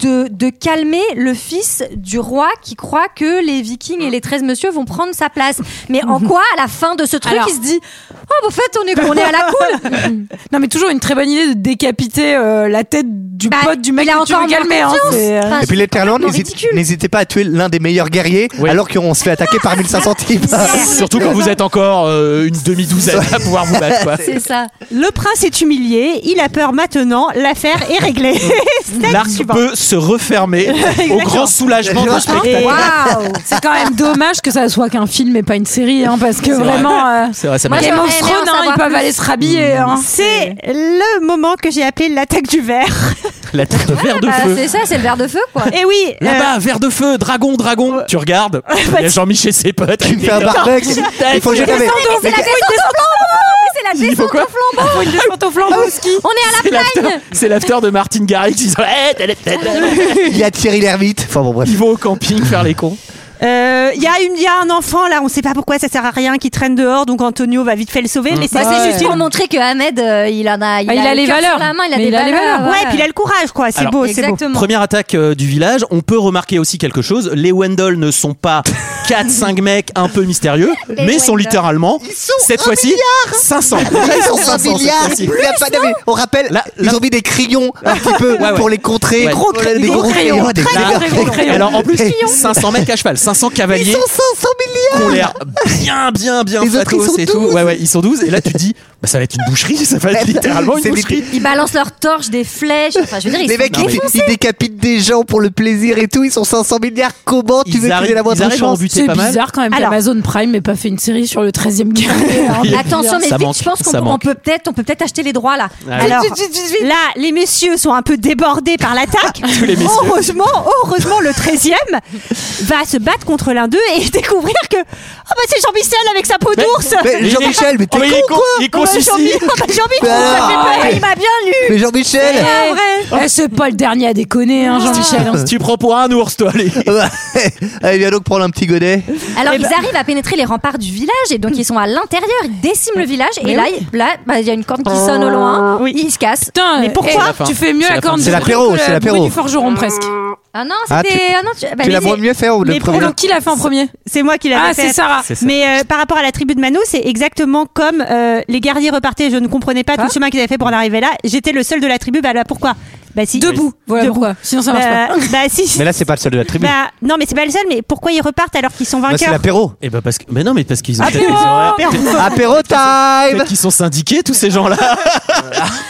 [SPEAKER 8] de, de calmer le fils du roi qui croit que les Vikings et les 13 messieurs vont prendre sa place. Mais en quoi, à la fin de ce truc,
[SPEAKER 6] Mhm. Alors-
[SPEAKER 8] il se dit Oh, en fait, on est, on est à la cool
[SPEAKER 6] Non, mais toujours une très bonne idée de décapiter euh, la tête du
[SPEAKER 8] Bah,
[SPEAKER 6] pote du mec
[SPEAKER 8] il a
[SPEAKER 6] que tu
[SPEAKER 8] encore
[SPEAKER 6] veux calmer. hein,
[SPEAKER 8] confiance.
[SPEAKER 6] c'est, euh,
[SPEAKER 8] Enfin,
[SPEAKER 7] Et puis les Terlandes,
[SPEAKER 8] complètement
[SPEAKER 7] n'hésite-
[SPEAKER 8] ridicule.
[SPEAKER 7] n'hésitez pas à tuer l'un des meilleurs guerriers
[SPEAKER 12] Oui.
[SPEAKER 7] alors qu'on se fait attaquer par 1500 types.
[SPEAKER 12] Surtout quand vous êtes encore euh, une demi-douzaine à pouvoir vous battre. quoi.
[SPEAKER 8] C'est ça.
[SPEAKER 1] Le prince est humilié. Il a peur maintenant. L'affaire est réglée. Stade
[SPEAKER 12] L'arc
[SPEAKER 1] suivant.
[SPEAKER 12] peut se refermer au grand soulagement de
[SPEAKER 1] Et-
[SPEAKER 12] spectateur.
[SPEAKER 6] Waouh C'est quand même dommage que ça soit qu'un film et pas une série, hein, parce que vraiment, euh,
[SPEAKER 12] C'est vrai, ça
[SPEAKER 8] Moi,
[SPEAKER 12] m'a-
[SPEAKER 8] j'ai-
[SPEAKER 6] Game
[SPEAKER 8] j'aurais
[SPEAKER 6] of
[SPEAKER 8] aimé en
[SPEAKER 6] Thrones, hein, ils
[SPEAKER 8] savoir
[SPEAKER 6] peuvent
[SPEAKER 8] plus.
[SPEAKER 6] aller se rhabiller. hein.
[SPEAKER 1] C'est le moment que j'ai appelé l'attaque du verre.
[SPEAKER 12] la tête de verre de
[SPEAKER 8] Bah,
[SPEAKER 12] feu.
[SPEAKER 8] c'est ça, c'est le verre de feu, quoi.
[SPEAKER 1] Et oui, euh,
[SPEAKER 12] Là-bas, verre de feu, dragon, dragon. Tu regardes, il y a Jean-Michel et ses potes.
[SPEAKER 7] Tu me fais un barbec. Il faut que je
[SPEAKER 8] Mais
[SPEAKER 7] t'avais.
[SPEAKER 8] c'est la descente au flambeau Mais c'est la descente au flambeau
[SPEAKER 6] Faut une descente au flambeau au ski.
[SPEAKER 8] On est à la
[SPEAKER 12] C'est l'after- C'est l'after de Martin Garrix. Ils sont là, Eh, t'as la tête.
[SPEAKER 7] Il y a Thierry Lhermitte. Enfin bon, bref.
[SPEAKER 12] Ils vont au camping faire les cons.
[SPEAKER 1] Euh, Il y, a une- il y a un enfant là, on sait pas pourquoi ça sert à rien, qui traîne dehors, donc Antonio va vite fait le sauver. Mais
[SPEAKER 8] Bah, c'est juste pour montrer que Ahmed, euh, il en a,
[SPEAKER 6] Ah, il a
[SPEAKER 8] le
[SPEAKER 6] les
[SPEAKER 8] cœur sur
[SPEAKER 6] valeurs.
[SPEAKER 8] la main, il a
[SPEAKER 6] Mais
[SPEAKER 8] des
[SPEAKER 6] il a les
[SPEAKER 8] valeurs.
[SPEAKER 6] valeurs.
[SPEAKER 1] Ouais,
[SPEAKER 8] Ah, ouais.
[SPEAKER 1] puis il a le courage quoi, c'est
[SPEAKER 12] Alors,
[SPEAKER 8] Oh,
[SPEAKER 1] beau, c'est beau.
[SPEAKER 12] Première attaque euh, du village, on peut remarquer aussi quelque chose, les Wendell ne sont pas 4-5 mecs un peu mystérieux,
[SPEAKER 16] Les
[SPEAKER 12] mais sont
[SPEAKER 16] Wendell.
[SPEAKER 12] littéralement, cette
[SPEAKER 16] un
[SPEAKER 12] fois-ci,
[SPEAKER 16] milliard
[SPEAKER 12] 500.
[SPEAKER 16] Déjà, ils sont
[SPEAKER 12] 500
[SPEAKER 16] un
[SPEAKER 12] cette
[SPEAKER 16] milliard.
[SPEAKER 12] fois-ci.
[SPEAKER 16] Plus, non
[SPEAKER 7] on rappelle, ils ont mis des crayons un petit peu
[SPEAKER 12] Ouais, ouais.
[SPEAKER 7] pour les contrer.
[SPEAKER 12] Ouais.
[SPEAKER 7] Voilà, des gros crayons, des
[SPEAKER 12] Là,
[SPEAKER 7] gros crayons.
[SPEAKER 12] Alors en plus,
[SPEAKER 7] Crayons.
[SPEAKER 12] 500 mecs à cheval, 500
[SPEAKER 7] Ils
[SPEAKER 12] cavaliers.
[SPEAKER 7] sont 500
[SPEAKER 12] qui ont
[SPEAKER 7] milliards
[SPEAKER 12] l'air bien, bien, bien
[SPEAKER 7] Les autres,
[SPEAKER 12] fatos
[SPEAKER 7] ils sont
[SPEAKER 12] et tout.
[SPEAKER 7] 12.
[SPEAKER 12] Ouais, ouais, ils sont 12. Et là, tu te dis, bah, ça va être une boucherie, ça va être littéralement une boucherie.
[SPEAKER 8] Ils balancent leurs torches, des flèches. Enfin, je veux dire, ils
[SPEAKER 7] Les
[SPEAKER 8] sont
[SPEAKER 7] mecs, ils,
[SPEAKER 8] défoncés.
[SPEAKER 7] ils décapitent des gens pour le plaisir et tout. Ils sont 500 milliards. Comment tu
[SPEAKER 12] Ils
[SPEAKER 7] veux qu'ils aient
[SPEAKER 12] arrivent-
[SPEAKER 7] la moindre
[SPEAKER 12] ils arrivent à en
[SPEAKER 7] chance
[SPEAKER 12] buter
[SPEAKER 6] C'est bizarre quand même
[SPEAKER 8] Alors-
[SPEAKER 6] qu'Amazon Prime n'ait pas fait une série sur le 13e guerrier. hein.
[SPEAKER 8] Attention, mais
[SPEAKER 6] Ça
[SPEAKER 8] vite,
[SPEAKER 6] manque,
[SPEAKER 8] je pense qu'on
[SPEAKER 6] ça
[SPEAKER 8] peut-
[SPEAKER 6] manque.
[SPEAKER 8] on peut peut-être, on peut peut-être acheter les droits là.
[SPEAKER 12] Ah oui.
[SPEAKER 1] Alors là, les messieurs sont un peu débordés par l'attaque.
[SPEAKER 12] les messieurs.
[SPEAKER 1] heureusement, heureusement, le 13e va se battre contre l'un d'eux et découvrir que oh bah c'est Jean-Michel avec sa peau
[SPEAKER 12] Mais-
[SPEAKER 1] d'ours.
[SPEAKER 7] Mais Jean-Michel, mais t'es
[SPEAKER 12] Oh, mais il est
[SPEAKER 7] con,
[SPEAKER 12] con-
[SPEAKER 7] quoi
[SPEAKER 12] il est con,
[SPEAKER 1] Oh, bah,
[SPEAKER 12] si, si.
[SPEAKER 1] Jean-Mi- oh, bah, Jean-Mi,
[SPEAKER 7] Mais
[SPEAKER 1] ça fait peur,
[SPEAKER 7] arrête.
[SPEAKER 1] il m'a bien lu. Ah,
[SPEAKER 7] Mais Jean-Michel
[SPEAKER 1] C'est pas
[SPEAKER 6] Eh, eh, c'est pas le dernier à déconner, hein, Jean-Michel. hein.
[SPEAKER 12] Tu prends pour un ours, toi, allez.
[SPEAKER 7] Allez, viens donc prendre un petit godet.
[SPEAKER 8] Alors ils arrivent à pénétrer les remparts du village et donc ils sont à l'intérieur, ils déciment le village et
[SPEAKER 6] Mais
[SPEAKER 8] là,
[SPEAKER 6] oui.
[SPEAKER 8] il- là, bah, il y a une corne qui sonne au loin, ils se cassent.
[SPEAKER 6] Putain,
[SPEAKER 8] Mais pourquoi
[SPEAKER 6] eh,
[SPEAKER 8] C'est la fin.
[SPEAKER 6] Tu fais mieux
[SPEAKER 8] C'est
[SPEAKER 6] la
[SPEAKER 8] la
[SPEAKER 6] corne
[SPEAKER 8] fin.
[SPEAKER 6] de
[SPEAKER 7] C'est l'apéro,
[SPEAKER 6] Brico que
[SPEAKER 7] c'est
[SPEAKER 6] le
[SPEAKER 7] l'apéro.
[SPEAKER 6] bruit du forgeron presque.
[SPEAKER 8] Ah non,
[SPEAKER 7] Ah,
[SPEAKER 8] c'était
[SPEAKER 7] tu-
[SPEAKER 8] ah non, tu, bah,
[SPEAKER 7] tu
[SPEAKER 8] les-
[SPEAKER 7] la vois mieux faire ou le
[SPEAKER 1] les
[SPEAKER 7] premier
[SPEAKER 1] pronos-
[SPEAKER 6] Qui l'a fait en premier
[SPEAKER 1] C'est moi qui l'avais
[SPEAKER 6] Ah,
[SPEAKER 1] fait.
[SPEAKER 6] c'est Sarah.
[SPEAKER 7] C'est ça.
[SPEAKER 1] Mais euh, par rapport à la tribu de Mano, c'est exactement comme euh, les guerriers repartaient. Je ne comprenais pas tout le chemin qu'ils avaient fait pour en arriver là. J'étais le seul de la tribu. Bah là, pourquoi Bah si.
[SPEAKER 6] Debout. Voilà
[SPEAKER 1] Debout.
[SPEAKER 6] pourquoi. Sinon, ça marche
[SPEAKER 1] Bah,
[SPEAKER 6] pas.
[SPEAKER 1] Bah si.
[SPEAKER 7] Mais là, c'est pas le seul de la tribu.
[SPEAKER 1] Bah, non, mais c'est pas le seul. Mais pourquoi ils repartent alors qu'ils sont vainqueurs
[SPEAKER 7] l'apéro.
[SPEAKER 12] Et bah parce que, mais non, mais parce
[SPEAKER 7] Ah,
[SPEAKER 12] qu'ils ont
[SPEAKER 1] Apéro
[SPEAKER 12] ils ont-
[SPEAKER 1] Apéro
[SPEAKER 7] Apéro time
[SPEAKER 12] Peut-être qu'ils sont syndiqués, tous ces gens-là.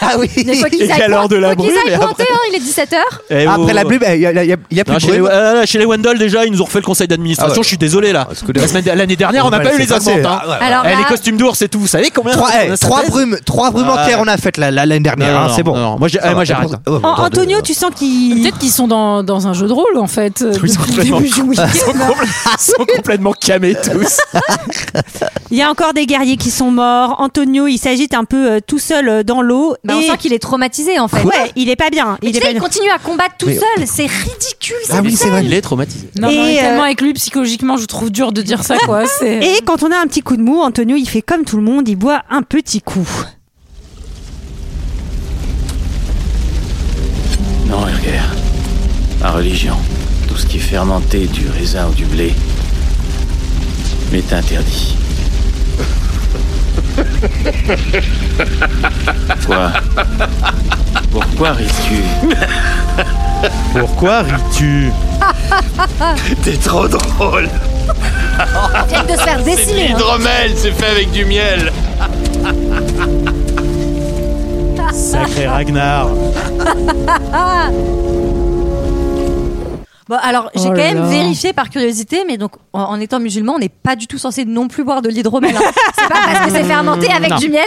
[SPEAKER 7] Ah oui
[SPEAKER 8] mais quoi qu'ils
[SPEAKER 12] Et
[SPEAKER 8] aillent
[SPEAKER 12] qu'à l'heure de la
[SPEAKER 8] faut qu'ils
[SPEAKER 12] brume,
[SPEAKER 8] aillent
[SPEAKER 12] et
[SPEAKER 8] pointer, hein, il est 17h.
[SPEAKER 12] Eh, oh,
[SPEAKER 7] Après la
[SPEAKER 12] ouais.
[SPEAKER 7] plume, il y a, il y a- il y a plus
[SPEAKER 12] Non,
[SPEAKER 7] de
[SPEAKER 12] chez, les,
[SPEAKER 7] brume.
[SPEAKER 12] euh, chez les Wendell, déjà, ils nous ont refait le conseil d'administration.
[SPEAKER 7] Ah ouais.
[SPEAKER 12] Je suis désolé là. La semaine- L'année dernière, on n'a
[SPEAKER 7] Ouais,
[SPEAKER 12] pas eu
[SPEAKER 7] c'est
[SPEAKER 12] les
[SPEAKER 7] passé,
[SPEAKER 12] attentes.
[SPEAKER 7] hein. Ouais, ouais.
[SPEAKER 8] Alors
[SPEAKER 12] Eh,
[SPEAKER 8] là-
[SPEAKER 12] les costumes d'ours et tout. Vous savez combien
[SPEAKER 7] Trois,
[SPEAKER 12] on a
[SPEAKER 7] eh,
[SPEAKER 12] ça
[SPEAKER 7] trois
[SPEAKER 12] pèse
[SPEAKER 7] brumes, trois brumes
[SPEAKER 12] Ah,
[SPEAKER 7] entières on a faites la- la- l'année
[SPEAKER 12] Non, non,
[SPEAKER 7] dernière. hein, C'est bon.
[SPEAKER 12] non, non. Moi, j'ai-
[SPEAKER 7] Ça
[SPEAKER 12] eh, moi,
[SPEAKER 7] va,
[SPEAKER 12] j'arrête.
[SPEAKER 7] attends. Oh,
[SPEAKER 1] An-
[SPEAKER 7] attendez,
[SPEAKER 1] Antonio,
[SPEAKER 7] euh,
[SPEAKER 1] tu sens qu'ils.
[SPEAKER 6] Peut-être qu'ils sont dans, dans un jeu de rôle en fait. euh,
[SPEAKER 12] Ils sont
[SPEAKER 6] depuis le début
[SPEAKER 12] complètement,
[SPEAKER 6] du week-end.
[SPEAKER 12] ils sont complè- ils sont complètement camés tous.
[SPEAKER 1] Il y a encore des guerriers qui sont morts. Antonio, il s'agite un peu euh, tout seul euh, dans l'eau.
[SPEAKER 8] Bah, on
[SPEAKER 1] et...
[SPEAKER 8] sent qu'il est traumatisé en fait.
[SPEAKER 1] Ouais, il est pas bien.
[SPEAKER 8] Mais
[SPEAKER 1] Il
[SPEAKER 8] tu
[SPEAKER 1] est
[SPEAKER 8] sais,
[SPEAKER 1] pas
[SPEAKER 8] il
[SPEAKER 1] bien.
[SPEAKER 8] continue à combattre tout
[SPEAKER 12] Mais-
[SPEAKER 8] seul, c'est ridicule.
[SPEAKER 7] Ah oui, c'est vrai.
[SPEAKER 12] Il est traumatisé.
[SPEAKER 6] Non, non,
[SPEAKER 1] Et,
[SPEAKER 6] mais tellement
[SPEAKER 1] euh,
[SPEAKER 6] avec lui psychologiquement, je trouve dur de dire ça quoi. C'est...
[SPEAKER 1] Et quand on a un petit coup de mou, Antonio, il fait comme tout le monde, il boit un petit coup.
[SPEAKER 4] Non, Erger. La religion, tout ce qui est fermenté, du raisin ou du blé, m'est interdit. Toi, pourquoi ris-tu
[SPEAKER 12] Pourquoi ris-tu
[SPEAKER 10] T'es trop drôle.
[SPEAKER 8] Viennent de se faire dessiner. hein.
[SPEAKER 10] L'hydromel, c'est fait avec du miel.
[SPEAKER 12] Sacré Ragnar.
[SPEAKER 8] Bon, alors j'ai
[SPEAKER 6] Oh
[SPEAKER 8] quand
[SPEAKER 6] là
[SPEAKER 8] même
[SPEAKER 6] là.
[SPEAKER 8] vérifié par curiosité, mais donc en, en étant musulman, on n'est pas du tout censé non plus boire de l'hydromel. hein. c'est pas parce que c'est fermenté avec
[SPEAKER 12] Non.
[SPEAKER 8] du miel,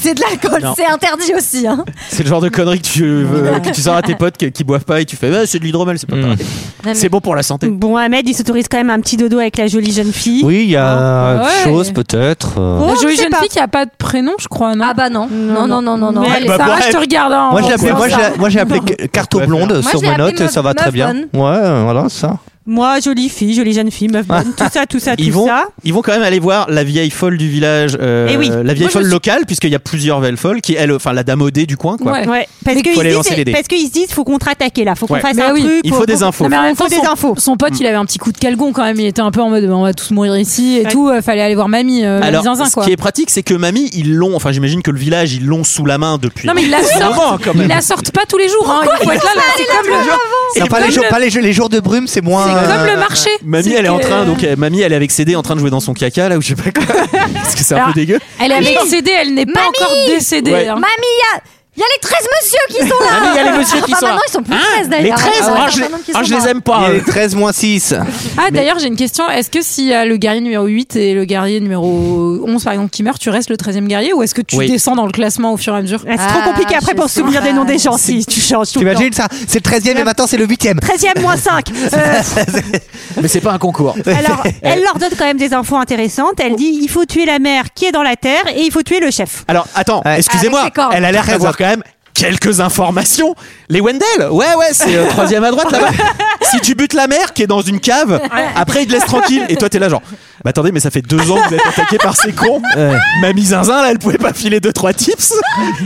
[SPEAKER 8] c'est de l'alcool,
[SPEAKER 12] Non.
[SPEAKER 8] c'est interdit aussi. hein.
[SPEAKER 12] C'est le genre de connerie que tu, veux- que tu sors à tes potes qui, qui boivent pas et tu fais bah, c'est de l'hydromel, c'est pas pareil.
[SPEAKER 8] mais-
[SPEAKER 12] C'est bon pour la santé.
[SPEAKER 1] Bon, Ahmed, il s'autorise quand même un petit dodo avec la jolie jeune fille.
[SPEAKER 7] Oui, il y a
[SPEAKER 6] Ouais.
[SPEAKER 7] quelque chose peut-être. euh.
[SPEAKER 1] Oh,
[SPEAKER 6] La
[SPEAKER 1] je
[SPEAKER 6] jolie
[SPEAKER 1] sais
[SPEAKER 6] jeune
[SPEAKER 1] pas.
[SPEAKER 6] fille qui a pas de prénom, je crois, non
[SPEAKER 8] Ah bah non, non, non, non, non, non.
[SPEAKER 6] Mais
[SPEAKER 12] Elle va
[SPEAKER 6] Sarah,
[SPEAKER 12] boire,
[SPEAKER 6] je te
[SPEAKER 12] elle-
[SPEAKER 6] regarde.
[SPEAKER 7] Bah,
[SPEAKER 6] hein,
[SPEAKER 7] Moi,
[SPEAKER 6] en
[SPEAKER 7] je l'appelais- moi, je
[SPEAKER 6] pensant.
[SPEAKER 7] l'ai- moi, j'ai appelé que- carte
[SPEAKER 12] Pourquoi
[SPEAKER 7] blonde
[SPEAKER 12] faire
[SPEAKER 8] Moi,
[SPEAKER 7] sur
[SPEAKER 8] je l'ai
[SPEAKER 7] ma
[SPEAKER 8] appelé
[SPEAKER 7] note et ça
[SPEAKER 8] meuf-
[SPEAKER 7] va très
[SPEAKER 8] meuf
[SPEAKER 7] bien.
[SPEAKER 8] bonne.
[SPEAKER 7] Ouais, euh, voilà ça.
[SPEAKER 1] Moi, jolie fille, jolie jeune fille, meuf bonne, tout ça, tout ça, tout
[SPEAKER 12] Ils vont,
[SPEAKER 1] ça.
[SPEAKER 12] ils vont quand même aller voir la vieille folle du village, euh,
[SPEAKER 1] Eh oui.
[SPEAKER 12] la vieille
[SPEAKER 6] Moi, je
[SPEAKER 12] folle
[SPEAKER 6] suis-
[SPEAKER 12] locale, puisqu'il y a plusieurs vieilles folles, qui est elle, enfin la dame au dé du coin, quoi.
[SPEAKER 6] Ouais.
[SPEAKER 1] Ouais, parce
[SPEAKER 6] Mais
[SPEAKER 1] qu'ils
[SPEAKER 12] faut
[SPEAKER 1] se
[SPEAKER 12] aller lancer les
[SPEAKER 1] disent,
[SPEAKER 12] dés.
[SPEAKER 1] parce qu'ils se disent, faut qu'on traque là, faut qu'on
[SPEAKER 12] Ouais.
[SPEAKER 1] fasse
[SPEAKER 6] Mais
[SPEAKER 1] un
[SPEAKER 6] oui.
[SPEAKER 1] truc.
[SPEAKER 12] Il faut des infos.
[SPEAKER 6] Non, mais en même
[SPEAKER 1] Faut
[SPEAKER 6] temps,
[SPEAKER 1] des
[SPEAKER 6] son,
[SPEAKER 1] infos.
[SPEAKER 6] son pote, il avait un petit coup de calgon quand même. Il était un peu en mode on va tous mourir ici et tout. euh, fallait aller voir mamie. Euh, mamie
[SPEAKER 12] Alors,
[SPEAKER 6] zinzin,
[SPEAKER 12] ce
[SPEAKER 6] quoi.
[SPEAKER 12] qui est pratique, c'est que mamie, ils l'ont, enfin j'imagine que le village, ils l'ont sous la main depuis.
[SPEAKER 6] Non, mais ils la
[SPEAKER 12] un
[SPEAKER 6] sortent.
[SPEAKER 12] moment, quand
[SPEAKER 6] Ils
[SPEAKER 12] même.
[SPEAKER 6] la sortent pas tous les jours.
[SPEAKER 1] Oh,
[SPEAKER 6] Hein. Il faut être là. là. C'est comme le,
[SPEAKER 7] Non,
[SPEAKER 6] c'est
[SPEAKER 7] pas, les
[SPEAKER 6] comme
[SPEAKER 7] jours,
[SPEAKER 6] le-
[SPEAKER 7] pas les, jeux- les jours de brume, c'est moins.
[SPEAKER 6] c'est comme
[SPEAKER 7] euh,
[SPEAKER 6] le marché.
[SPEAKER 12] Mamie,
[SPEAKER 6] C'est
[SPEAKER 12] elle est en
[SPEAKER 6] que-
[SPEAKER 12] train, donc euh, mamie, elle est avec CD en train de jouer dans son caca là ou je sais pas quoi. Parce que c'est un
[SPEAKER 6] Alors,
[SPEAKER 12] peu dégueu.
[SPEAKER 6] Elle est avec CD, elle n'est pas
[SPEAKER 8] Mamie
[SPEAKER 6] encore décédée.
[SPEAKER 12] Ouais.
[SPEAKER 6] hein.
[SPEAKER 8] Mamie, il y a, il y a les 13 messieurs qui sont là.
[SPEAKER 12] Ah, mais il y a les messieurs qui
[SPEAKER 8] Enfin,
[SPEAKER 12] sont là.
[SPEAKER 8] maintenant, ils sont plus
[SPEAKER 12] Hein
[SPEAKER 8] 13
[SPEAKER 12] Les
[SPEAKER 8] d'ailleurs.
[SPEAKER 12] 13
[SPEAKER 8] Ah, ouais,
[SPEAKER 12] Ah,
[SPEAKER 8] un
[SPEAKER 12] je les-
[SPEAKER 8] certain nombre qui
[SPEAKER 12] ah,
[SPEAKER 8] sont
[SPEAKER 12] je
[SPEAKER 8] morts.
[SPEAKER 12] les aime
[SPEAKER 7] Il
[SPEAKER 12] pas.
[SPEAKER 7] est 13 moins 6.
[SPEAKER 6] Ah d'ailleurs j'ai une question, est-ce que si euh, le guerrier numéro 8 et le guerrier numéro 11 par exemple qui meurt, tu restes le 13e guerrier ou est-ce que tu
[SPEAKER 12] Oui.
[SPEAKER 6] descends dans le classement au fur et à mesure
[SPEAKER 1] Ah, C'est trop
[SPEAKER 8] Ah,
[SPEAKER 1] compliqué après
[SPEAKER 8] je
[SPEAKER 1] pour se
[SPEAKER 8] sais
[SPEAKER 1] souvenir
[SPEAKER 8] pas.
[SPEAKER 1] des noms des gens si tu changes tout le temps.
[SPEAKER 7] T'imagines ça C'est le 13e et maintenant c'est le 8e.
[SPEAKER 1] 13e moins 5.
[SPEAKER 12] Mais c'est pas un concours.
[SPEAKER 1] alors, elle leur donne quand même des infos intéressantes. Elle dit il faut tuer la mère qui est dans la terre et il faut tuer le chef.
[SPEAKER 12] Alors attends,
[SPEAKER 7] Ouais.
[SPEAKER 12] excusez-moi,
[SPEAKER 8] Avec ses cornes.
[SPEAKER 12] elle a l'air
[SPEAKER 7] Très
[SPEAKER 12] d'avoir
[SPEAKER 7] bon.
[SPEAKER 12] quand même quelques informations. Les Wendell, ouais, ouais, c'est euh, troisième à droite là-bas. si tu butes la mère qui est dans une cave, après ils te laissent tranquille. Et toi, t'es là, genre, bah attendez, mais ça fait deux ans que vous êtes attaqué par ces cons. Mamie Zinzin, là, elle pouvait pas filer deux, trois tips.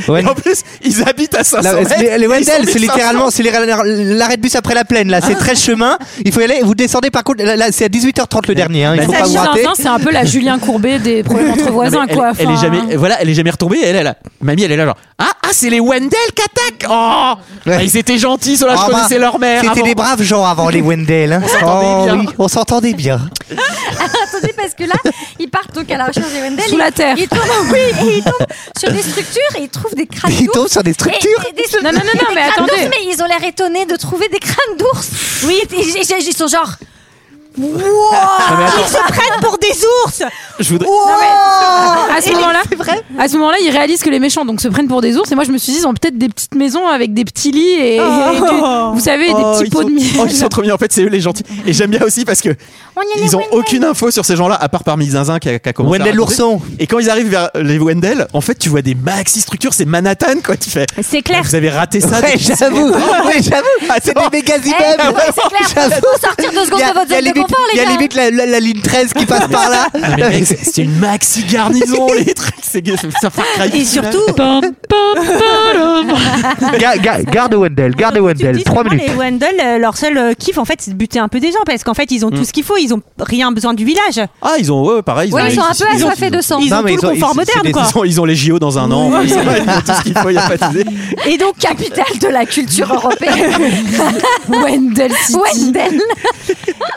[SPEAKER 12] Et en plus, ils habitent à 500
[SPEAKER 7] Là,
[SPEAKER 12] mètres,
[SPEAKER 7] les, les
[SPEAKER 12] ils sont
[SPEAKER 7] Wendell,
[SPEAKER 12] 1500.
[SPEAKER 7] c'est littéralement c'est les- l'arrêt de bus après la plaine. Là,
[SPEAKER 8] Ah.
[SPEAKER 7] c'est 13 chemins. Il faut y aller. Vous descendez par contre. Là, là, c'est à 18h30 le dernier. hein. Il faut
[SPEAKER 6] Ça,
[SPEAKER 7] pas vous
[SPEAKER 6] Ah, Zinzin,
[SPEAKER 7] rater.
[SPEAKER 6] c'est un peu la Julien Courbet des problèmes entre voisins,
[SPEAKER 12] Non, mais elle,
[SPEAKER 6] quoi.
[SPEAKER 12] elle est
[SPEAKER 6] Enfin, hein.
[SPEAKER 12] jamais, voilà, elle est jamais retombée. Elle, elle, a- mamie, elle est là genre, ah, ah, c'est les Wendell qui attaquent. Oh, Bah, ils étaient gentils, ceux-là,
[SPEAKER 7] Ah
[SPEAKER 12] je
[SPEAKER 7] bah,
[SPEAKER 12] connaissais leur mère.
[SPEAKER 7] C'était
[SPEAKER 12] avant.
[SPEAKER 7] des braves gens avant les Wendell. hein. Oh oui, on s'entendait bien.
[SPEAKER 8] Attendez, parce que là, ils partent donc à la recherche des Wendell.
[SPEAKER 6] Sous
[SPEAKER 8] ils-
[SPEAKER 6] la terre.
[SPEAKER 8] Ils tombent, oui, et ils tombent sur des structures, et ils trouvent des crânes d'ours.
[SPEAKER 7] Ils tombent sur des structures.
[SPEAKER 8] Et- et des stru-
[SPEAKER 6] Non, non, non, non,
[SPEAKER 8] des
[SPEAKER 6] mais
[SPEAKER 8] crânes
[SPEAKER 6] attendez.
[SPEAKER 8] d'ours, mais ils ont l'air étonnés de trouver des crânes d'ours. Oui, et- et- et- ils sont genre. Wow
[SPEAKER 12] mais attends.
[SPEAKER 1] Ils se prennent pour des ours
[SPEAKER 12] Je voudrais.
[SPEAKER 6] à ce moment-là, à ce moment-là, ils réalisent que les méchants donc se prennent pour des ours. Et moi, je me suis dit, ils ont peut-être des petites maisons avec des petits lits et, et du- vous savez,
[SPEAKER 12] Oh,
[SPEAKER 6] des petits
[SPEAKER 12] ils
[SPEAKER 6] pots
[SPEAKER 12] sont-
[SPEAKER 6] de miel.
[SPEAKER 12] oh, ils sont trop mignons. En fait, c'est eux les gentils. Et j'aime bien aussi parce que ils ont aucune info sur ces gens-là, à part parmi Zinzin qui a, qui a commencé. à
[SPEAKER 7] Wendell
[SPEAKER 12] raconter.
[SPEAKER 7] l'ourson.
[SPEAKER 12] Et quand ils arrivent vers les Wendell, en fait, tu vois des maxi structures, c'est Manhattan, quoi. Tu fais.
[SPEAKER 1] C'est clair.
[SPEAKER 12] Vous avez raté ça.
[SPEAKER 7] Ouais,
[SPEAKER 12] depuis-
[SPEAKER 7] j'avoue. Ouais, j'avoue. C'est des méga
[SPEAKER 8] Eh,
[SPEAKER 7] immeubles.
[SPEAKER 8] ouais, c'est clair. Faut sortir deux secondes
[SPEAKER 7] Il y a-
[SPEAKER 8] de votre
[SPEAKER 7] il y a
[SPEAKER 8] zone de
[SPEAKER 7] limite-
[SPEAKER 8] confort, les
[SPEAKER 7] Il y a
[SPEAKER 8] gars.
[SPEAKER 7] limite la, la- la ligne 13 qui passe par là.
[SPEAKER 12] Non, Ah, mais mec, c'est c'est une maxi garnison, les trucs. C'est ça Far Cry.
[SPEAKER 1] Et surtout,
[SPEAKER 7] Ga- ga- Garde Wendell, garde Wendell. 3
[SPEAKER 1] Vraiment,
[SPEAKER 7] minutes.
[SPEAKER 1] les Wendell, euh, leur seul euh, kiff, en fait, c'est de buter un peu des gens parce qu'en fait, ils ont tout ce qu'il faut, ils ont rien besoin du village.
[SPEAKER 12] Ah, ils ont, ouais, pareil.
[SPEAKER 7] hein.
[SPEAKER 1] Ouais, ils sont un peu
[SPEAKER 12] ils ont-
[SPEAKER 1] assoiffés
[SPEAKER 12] ils ont-
[SPEAKER 1] de sang. Ils ont tout le confort
[SPEAKER 12] c'est- c'est
[SPEAKER 1] moderne,
[SPEAKER 12] des-
[SPEAKER 1] quoi.
[SPEAKER 12] Ils ont, ils ont les JO dans un an. Ils ont, ils ont tout ce qu'il faut, il n'y a pas d'idée.
[SPEAKER 1] Et donc,
[SPEAKER 8] Capitale de la culture européenne.
[SPEAKER 6] Wendell City.
[SPEAKER 8] Wendell.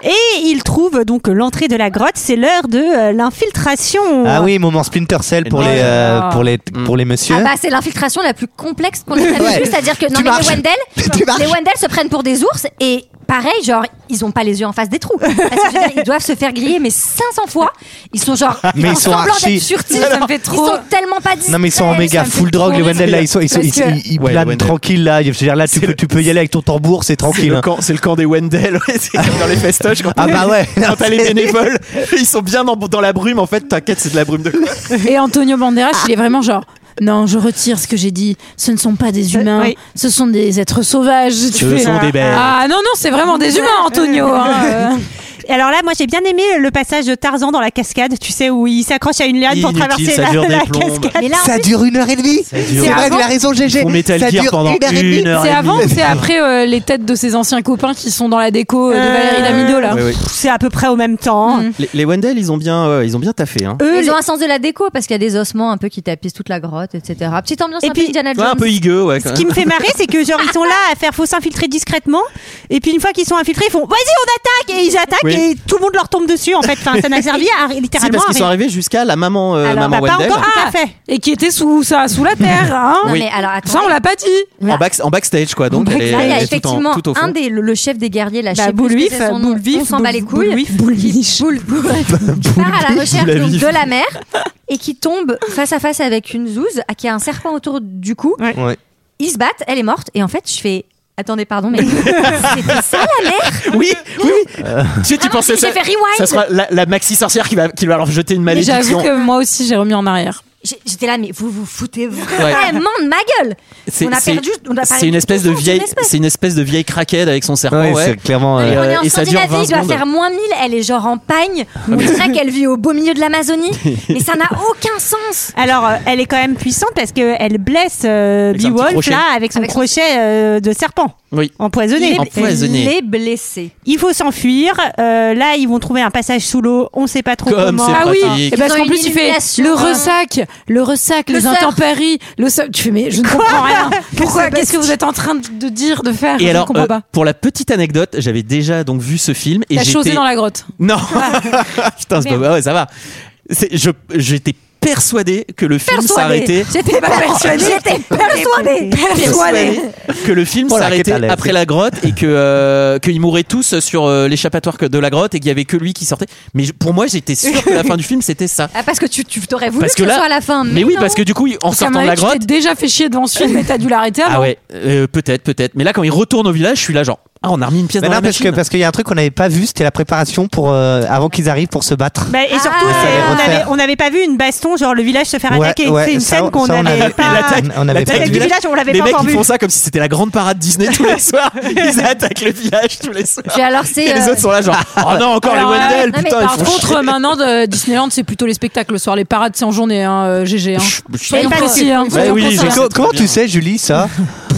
[SPEAKER 1] et ils trouvent donc l'entrée de la grotte, c'est l'heure de euh, l'infiltration.
[SPEAKER 7] Ah oui, moment Splinter Cell pour
[SPEAKER 8] Oh
[SPEAKER 7] les,
[SPEAKER 8] là
[SPEAKER 7] euh,
[SPEAKER 8] là.
[SPEAKER 7] pour les,
[SPEAKER 12] Mm.
[SPEAKER 7] pour les messieurs.
[SPEAKER 8] Ah bah c'est l'infiltration la plus complexe qu'on ait jamais
[SPEAKER 7] Ouais.
[SPEAKER 8] vue, c'est-à-dire que non
[SPEAKER 7] Tu
[SPEAKER 8] mais
[SPEAKER 7] marches.
[SPEAKER 8] les Wendell,
[SPEAKER 7] Tu marches.
[SPEAKER 8] les Wendell se prennent pour des ours et pareil genre ils ont pas les yeux en face des trous. Parce que, je veux dire, ils doivent se faire griller mais 500 fois. Ils sont genre
[SPEAKER 7] Mais
[SPEAKER 8] font
[SPEAKER 7] ils sont
[SPEAKER 8] semblant
[SPEAKER 7] archi-
[SPEAKER 8] d'être sûrs,
[SPEAKER 6] Ça me fait
[SPEAKER 8] Ils
[SPEAKER 6] trop-
[SPEAKER 8] sont tellement pas discrets.
[SPEAKER 7] Non mais ils sont en méga
[SPEAKER 8] ça me
[SPEAKER 7] full
[SPEAKER 8] fait
[SPEAKER 7] drogue
[SPEAKER 8] trop
[SPEAKER 7] les
[SPEAKER 8] rire.
[SPEAKER 7] Wendell là ils sont ils, sont-
[SPEAKER 8] Parce
[SPEAKER 7] ils-
[SPEAKER 8] que-
[SPEAKER 7] ils- ils
[SPEAKER 12] Ouais, les
[SPEAKER 7] planent
[SPEAKER 12] Wendell.
[SPEAKER 7] tranquille là je veux dire là tu peux tu peux y aller avec ton tambour c'est
[SPEAKER 12] C'est
[SPEAKER 7] tranquille
[SPEAKER 12] le,
[SPEAKER 7] hein.
[SPEAKER 12] camp- c'est le camp des Wendell, ouais, c'est comme dans les festoches. Quand
[SPEAKER 7] Ah
[SPEAKER 12] t'as-
[SPEAKER 7] bah ouais.
[SPEAKER 12] Quand t'as les bénévoles, ils sont bien dans, dans la brume en fait. T'inquiète, c'est de la brume de quoi
[SPEAKER 6] Et Antonio Banderas, il est vraiment genre. Non, je retire ce que j'ai dit. Ce ne sont pas des humains,
[SPEAKER 1] oui.
[SPEAKER 6] ce sont des êtres sauvages. Tu
[SPEAKER 12] Ce
[SPEAKER 6] fais-
[SPEAKER 12] sont des bêtes.
[SPEAKER 6] Ah non, non, c'est vraiment des humains, Antonio. hein, euh.
[SPEAKER 1] Et Alors là, moi, j'ai bien aimé le passage de Tarzan dans la cascade, tu sais, où il s'accroche à une liane pour
[SPEAKER 12] Inutile,
[SPEAKER 1] traverser
[SPEAKER 12] ça
[SPEAKER 1] la,
[SPEAKER 12] dure des
[SPEAKER 1] la
[SPEAKER 12] plombes.
[SPEAKER 1] cascade.
[SPEAKER 8] Mais là, en
[SPEAKER 7] ça
[SPEAKER 8] plus,
[SPEAKER 7] dure une heure et demie
[SPEAKER 12] dure.
[SPEAKER 7] c'est vrai
[SPEAKER 6] C'est
[SPEAKER 7] il a
[SPEAKER 6] avant-
[SPEAKER 7] raison GG
[SPEAKER 12] Pour Metal
[SPEAKER 7] ça
[SPEAKER 12] Gear
[SPEAKER 7] dure
[SPEAKER 12] pendant
[SPEAKER 7] une heure et demie
[SPEAKER 12] une heure.
[SPEAKER 6] C'est
[SPEAKER 12] et
[SPEAKER 6] avant
[SPEAKER 12] demie.
[SPEAKER 6] ou c'est après euh, les têtes de ses anciens copains qui sont dans la déco euh, de Valérie Damido là Mm.
[SPEAKER 12] Ouais, ouais.
[SPEAKER 1] C'est à peu près au même temps.
[SPEAKER 12] Les, les Wendell, ils ont bien, euh, ils ont bien taffé. Hein.
[SPEAKER 1] Eux,
[SPEAKER 8] ils ont un sens de la déco parce qu'il y a des ossements un peu qui tapissent toute la grotte, etc. Petite ambiance
[SPEAKER 1] Et
[SPEAKER 8] un
[SPEAKER 1] puis-
[SPEAKER 8] peu Indiana
[SPEAKER 12] Ouais,
[SPEAKER 8] Jones.
[SPEAKER 12] un peu higueux, ouais. Quand
[SPEAKER 1] Ce qui me fait marrer, c'est que genre ils sont là à faire faut s'infiltrer discrètement, et puis une fois qu'ils sont infiltrés, ils font vas-y on attaque et ils attaquent
[SPEAKER 12] Oui.
[SPEAKER 1] et tout le monde leur tombe dessus. En fait, Enfin, ça n'a servi à
[SPEAKER 12] Si,
[SPEAKER 1] littéralement.
[SPEAKER 12] parce qu'ils sont
[SPEAKER 1] à rien.
[SPEAKER 12] arrivés jusqu'à la maman, euh,
[SPEAKER 1] Alors,
[SPEAKER 12] maman
[SPEAKER 1] bah, pas
[SPEAKER 12] Wendell.
[SPEAKER 1] encore tout à
[SPEAKER 6] Ah.
[SPEAKER 1] fait.
[SPEAKER 6] et qui était sous ça sous la terre. hein.
[SPEAKER 8] Non
[SPEAKER 12] Oui.
[SPEAKER 8] mais alors attends.
[SPEAKER 6] Ça on l'a pas dit.
[SPEAKER 12] En, back- en backstage, quoi. Donc, elle est,
[SPEAKER 8] Là, Ah, il y
[SPEAKER 12] elle
[SPEAKER 8] a
[SPEAKER 12] est tout, en-
[SPEAKER 8] effectivement
[SPEAKER 12] tout au fond.
[SPEAKER 8] un des le, le chef des guerriers là,
[SPEAKER 1] Bah,
[SPEAKER 8] chez
[SPEAKER 1] boule vif, boule vif,
[SPEAKER 8] on s'en bat les
[SPEAKER 1] boule- boule
[SPEAKER 8] couilles.
[SPEAKER 1] vif,
[SPEAKER 6] Boule biche.
[SPEAKER 8] boule,
[SPEAKER 12] Bah,
[SPEAKER 8] qui part à la recherche donc, de la mer et qui tombe face à face avec une zouze à qui a un serpent autour du cou.
[SPEAKER 7] Ouais.
[SPEAKER 8] Ils se battent, elle est morte et en fait je fais attendez pardon mais c'était ça la mer
[SPEAKER 12] Oui, oui, oui. Tu sais, tu
[SPEAKER 8] Ah non,
[SPEAKER 12] pensais
[SPEAKER 8] j'ai
[SPEAKER 12] ça.
[SPEAKER 8] fait rewind.
[SPEAKER 12] Ça sera la, la maxi sorcière qui va, qui va leur jeter une
[SPEAKER 6] Mais j'avoue
[SPEAKER 12] malédiction.
[SPEAKER 6] que moi aussi j'ai remis en arrière.
[SPEAKER 8] J'ai- J'étais là mais vous vous foutez vraiment de ma gueule.
[SPEAKER 12] C'est-
[SPEAKER 8] On a
[SPEAKER 12] c'est-
[SPEAKER 8] perdu. on a
[SPEAKER 12] C'est
[SPEAKER 8] perdu
[SPEAKER 12] une espèce de
[SPEAKER 8] confiance en
[SPEAKER 12] vieille,
[SPEAKER 8] l'espèce.
[SPEAKER 12] c'est une espèce de vieille craquette avec son serpent,
[SPEAKER 7] Ouais,
[SPEAKER 12] ouais.
[SPEAKER 7] c'est clairement
[SPEAKER 8] On
[SPEAKER 7] euh,
[SPEAKER 8] est en
[SPEAKER 12] et ça dure
[SPEAKER 8] Scandinavie,
[SPEAKER 12] 20
[SPEAKER 8] il doit
[SPEAKER 12] secondes.
[SPEAKER 8] faire moins 1000, elle est genre en pagne. On dirait qu'elle vit au beau milieu de l'Amazonie, mais ça n'a aucun sens.
[SPEAKER 1] Alors, euh, elle est quand même puissante parce que elle blesse euh,
[SPEAKER 12] Avec un petit
[SPEAKER 1] Beowulf
[SPEAKER 12] crochet.
[SPEAKER 1] là avec son
[SPEAKER 8] Avec son-
[SPEAKER 1] crochet euh, de serpent
[SPEAKER 12] Oui.
[SPEAKER 1] empoisonné.
[SPEAKER 8] Il est-
[SPEAKER 12] Empoisonné.
[SPEAKER 8] Il est blessé.
[SPEAKER 1] Il faut s'enfuir. Euh, là, ils vont trouver un passage sous l'eau. On sait pas trop
[SPEAKER 12] Comme
[SPEAKER 1] comment.
[SPEAKER 12] c'est
[SPEAKER 6] Ah oui,
[SPEAKER 12] pratique.
[SPEAKER 6] et parce
[SPEAKER 8] Ils ont
[SPEAKER 6] qu'en
[SPEAKER 8] une
[SPEAKER 6] plus il fait
[SPEAKER 8] illumination,
[SPEAKER 6] le
[SPEAKER 8] hein.
[SPEAKER 6] ressac, le ressac,
[SPEAKER 8] Le
[SPEAKER 6] les
[SPEAKER 8] surf.
[SPEAKER 6] intempéries, le surf. Tu fais mais je ne comprends rien. Pourquoi Qu'est-ce que vous êtes en train de dire, de faire
[SPEAKER 12] Et
[SPEAKER 6] Je
[SPEAKER 12] alors,
[SPEAKER 6] ne comprends
[SPEAKER 12] euh,
[SPEAKER 6] pas.
[SPEAKER 12] pour la petite anecdote, j'avais déjà donc vu ce film et
[SPEAKER 6] T'as chosé
[SPEAKER 12] j'étais
[SPEAKER 6] dans la grotte.
[SPEAKER 12] non,
[SPEAKER 8] Ah,
[SPEAKER 12] putain, c'est pas- ouais, ça va. C'est- je j'étais persuadé que le film s'arrêtait.
[SPEAKER 6] J'étais pas persuadée.
[SPEAKER 8] J'étais persuadée.
[SPEAKER 12] Persuadé que le film
[SPEAKER 7] Oh, la
[SPEAKER 12] s'arrêtait
[SPEAKER 7] quête à l'aise.
[SPEAKER 12] après la grotte et que euh, qu'ils mouraient tous sur euh, l'échappatoire que- de la grotte et qu'il y avait que lui qui sortait. Mais je- pour moi, j'étais sûr que la fin du film c'était ça.
[SPEAKER 8] Ah, parce que tu, tu t'aurais voulu
[SPEAKER 12] Parce
[SPEAKER 8] que,
[SPEAKER 12] que là-
[SPEAKER 8] ce soit à la fin.
[SPEAKER 12] Mais, oui, parce que du coup, en sortant de la
[SPEAKER 6] Tu
[SPEAKER 12] grotte,
[SPEAKER 6] t'es déjà fait chier devant ce film et t'as dû l'arrêter avant.
[SPEAKER 12] ah ouais, euh, peut-être, peut-être. Mais là, quand il retourne au village, je suis là genre Ah, on a remis une pièce
[SPEAKER 7] Mais
[SPEAKER 12] dans
[SPEAKER 7] non,
[SPEAKER 12] la
[SPEAKER 7] parce
[SPEAKER 12] machine.
[SPEAKER 7] que parce qu'il y a un truc qu'on n'avait pas vu, c'était la préparation pour euh, avant qu'ils arrivent pour se battre.
[SPEAKER 1] Bah, et surtout,
[SPEAKER 7] Ah.
[SPEAKER 1] c'est-
[SPEAKER 7] Fallait
[SPEAKER 1] on
[SPEAKER 7] refaire.
[SPEAKER 1] avait- on n'avait pas vu une baston, genre le village se faire
[SPEAKER 7] Ouais,
[SPEAKER 1] attaquer.
[SPEAKER 7] ouais,
[SPEAKER 1] Ah, c'est une
[SPEAKER 7] ça,
[SPEAKER 1] scène qu'on
[SPEAKER 7] ça, on
[SPEAKER 1] n'avait
[SPEAKER 7] avait-
[SPEAKER 1] pas.
[SPEAKER 12] l'attaque,
[SPEAKER 7] on avait
[SPEAKER 1] l'attaque
[SPEAKER 12] pas
[SPEAKER 1] du
[SPEAKER 12] vu.
[SPEAKER 1] village, on l'avait
[SPEAKER 12] Les
[SPEAKER 1] pas
[SPEAKER 12] mecs,
[SPEAKER 1] encore
[SPEAKER 12] ils
[SPEAKER 1] vu.
[SPEAKER 12] font ça comme si c'était la grande parade Disney tous les soirs. Ils attaquent le village tous les soirs.
[SPEAKER 8] Puis alors, c'est,
[SPEAKER 12] Et les
[SPEAKER 8] euh,
[SPEAKER 12] autres sont là, genre, oh non, encore
[SPEAKER 6] Alors,
[SPEAKER 12] les
[SPEAKER 6] euh,
[SPEAKER 12] Wendell,
[SPEAKER 6] non, mais
[SPEAKER 12] putain, ils
[SPEAKER 6] par
[SPEAKER 12] font
[SPEAKER 6] contre,
[SPEAKER 12] chier.
[SPEAKER 6] maintenant, de- Disneyland, c'est plutôt les spectacles le soir. Les parades, c'est en journée, hein, euh, GG. Hein. Soyons
[SPEAKER 1] pas
[SPEAKER 6] précis,
[SPEAKER 1] dessus.
[SPEAKER 12] Bah
[SPEAKER 6] hein.
[SPEAKER 7] Ouais,
[SPEAKER 6] Soyons
[SPEAKER 7] oui,
[SPEAKER 6] précis,
[SPEAKER 7] mais
[SPEAKER 6] hein.
[SPEAKER 7] co- comment tu sais, Julie, ça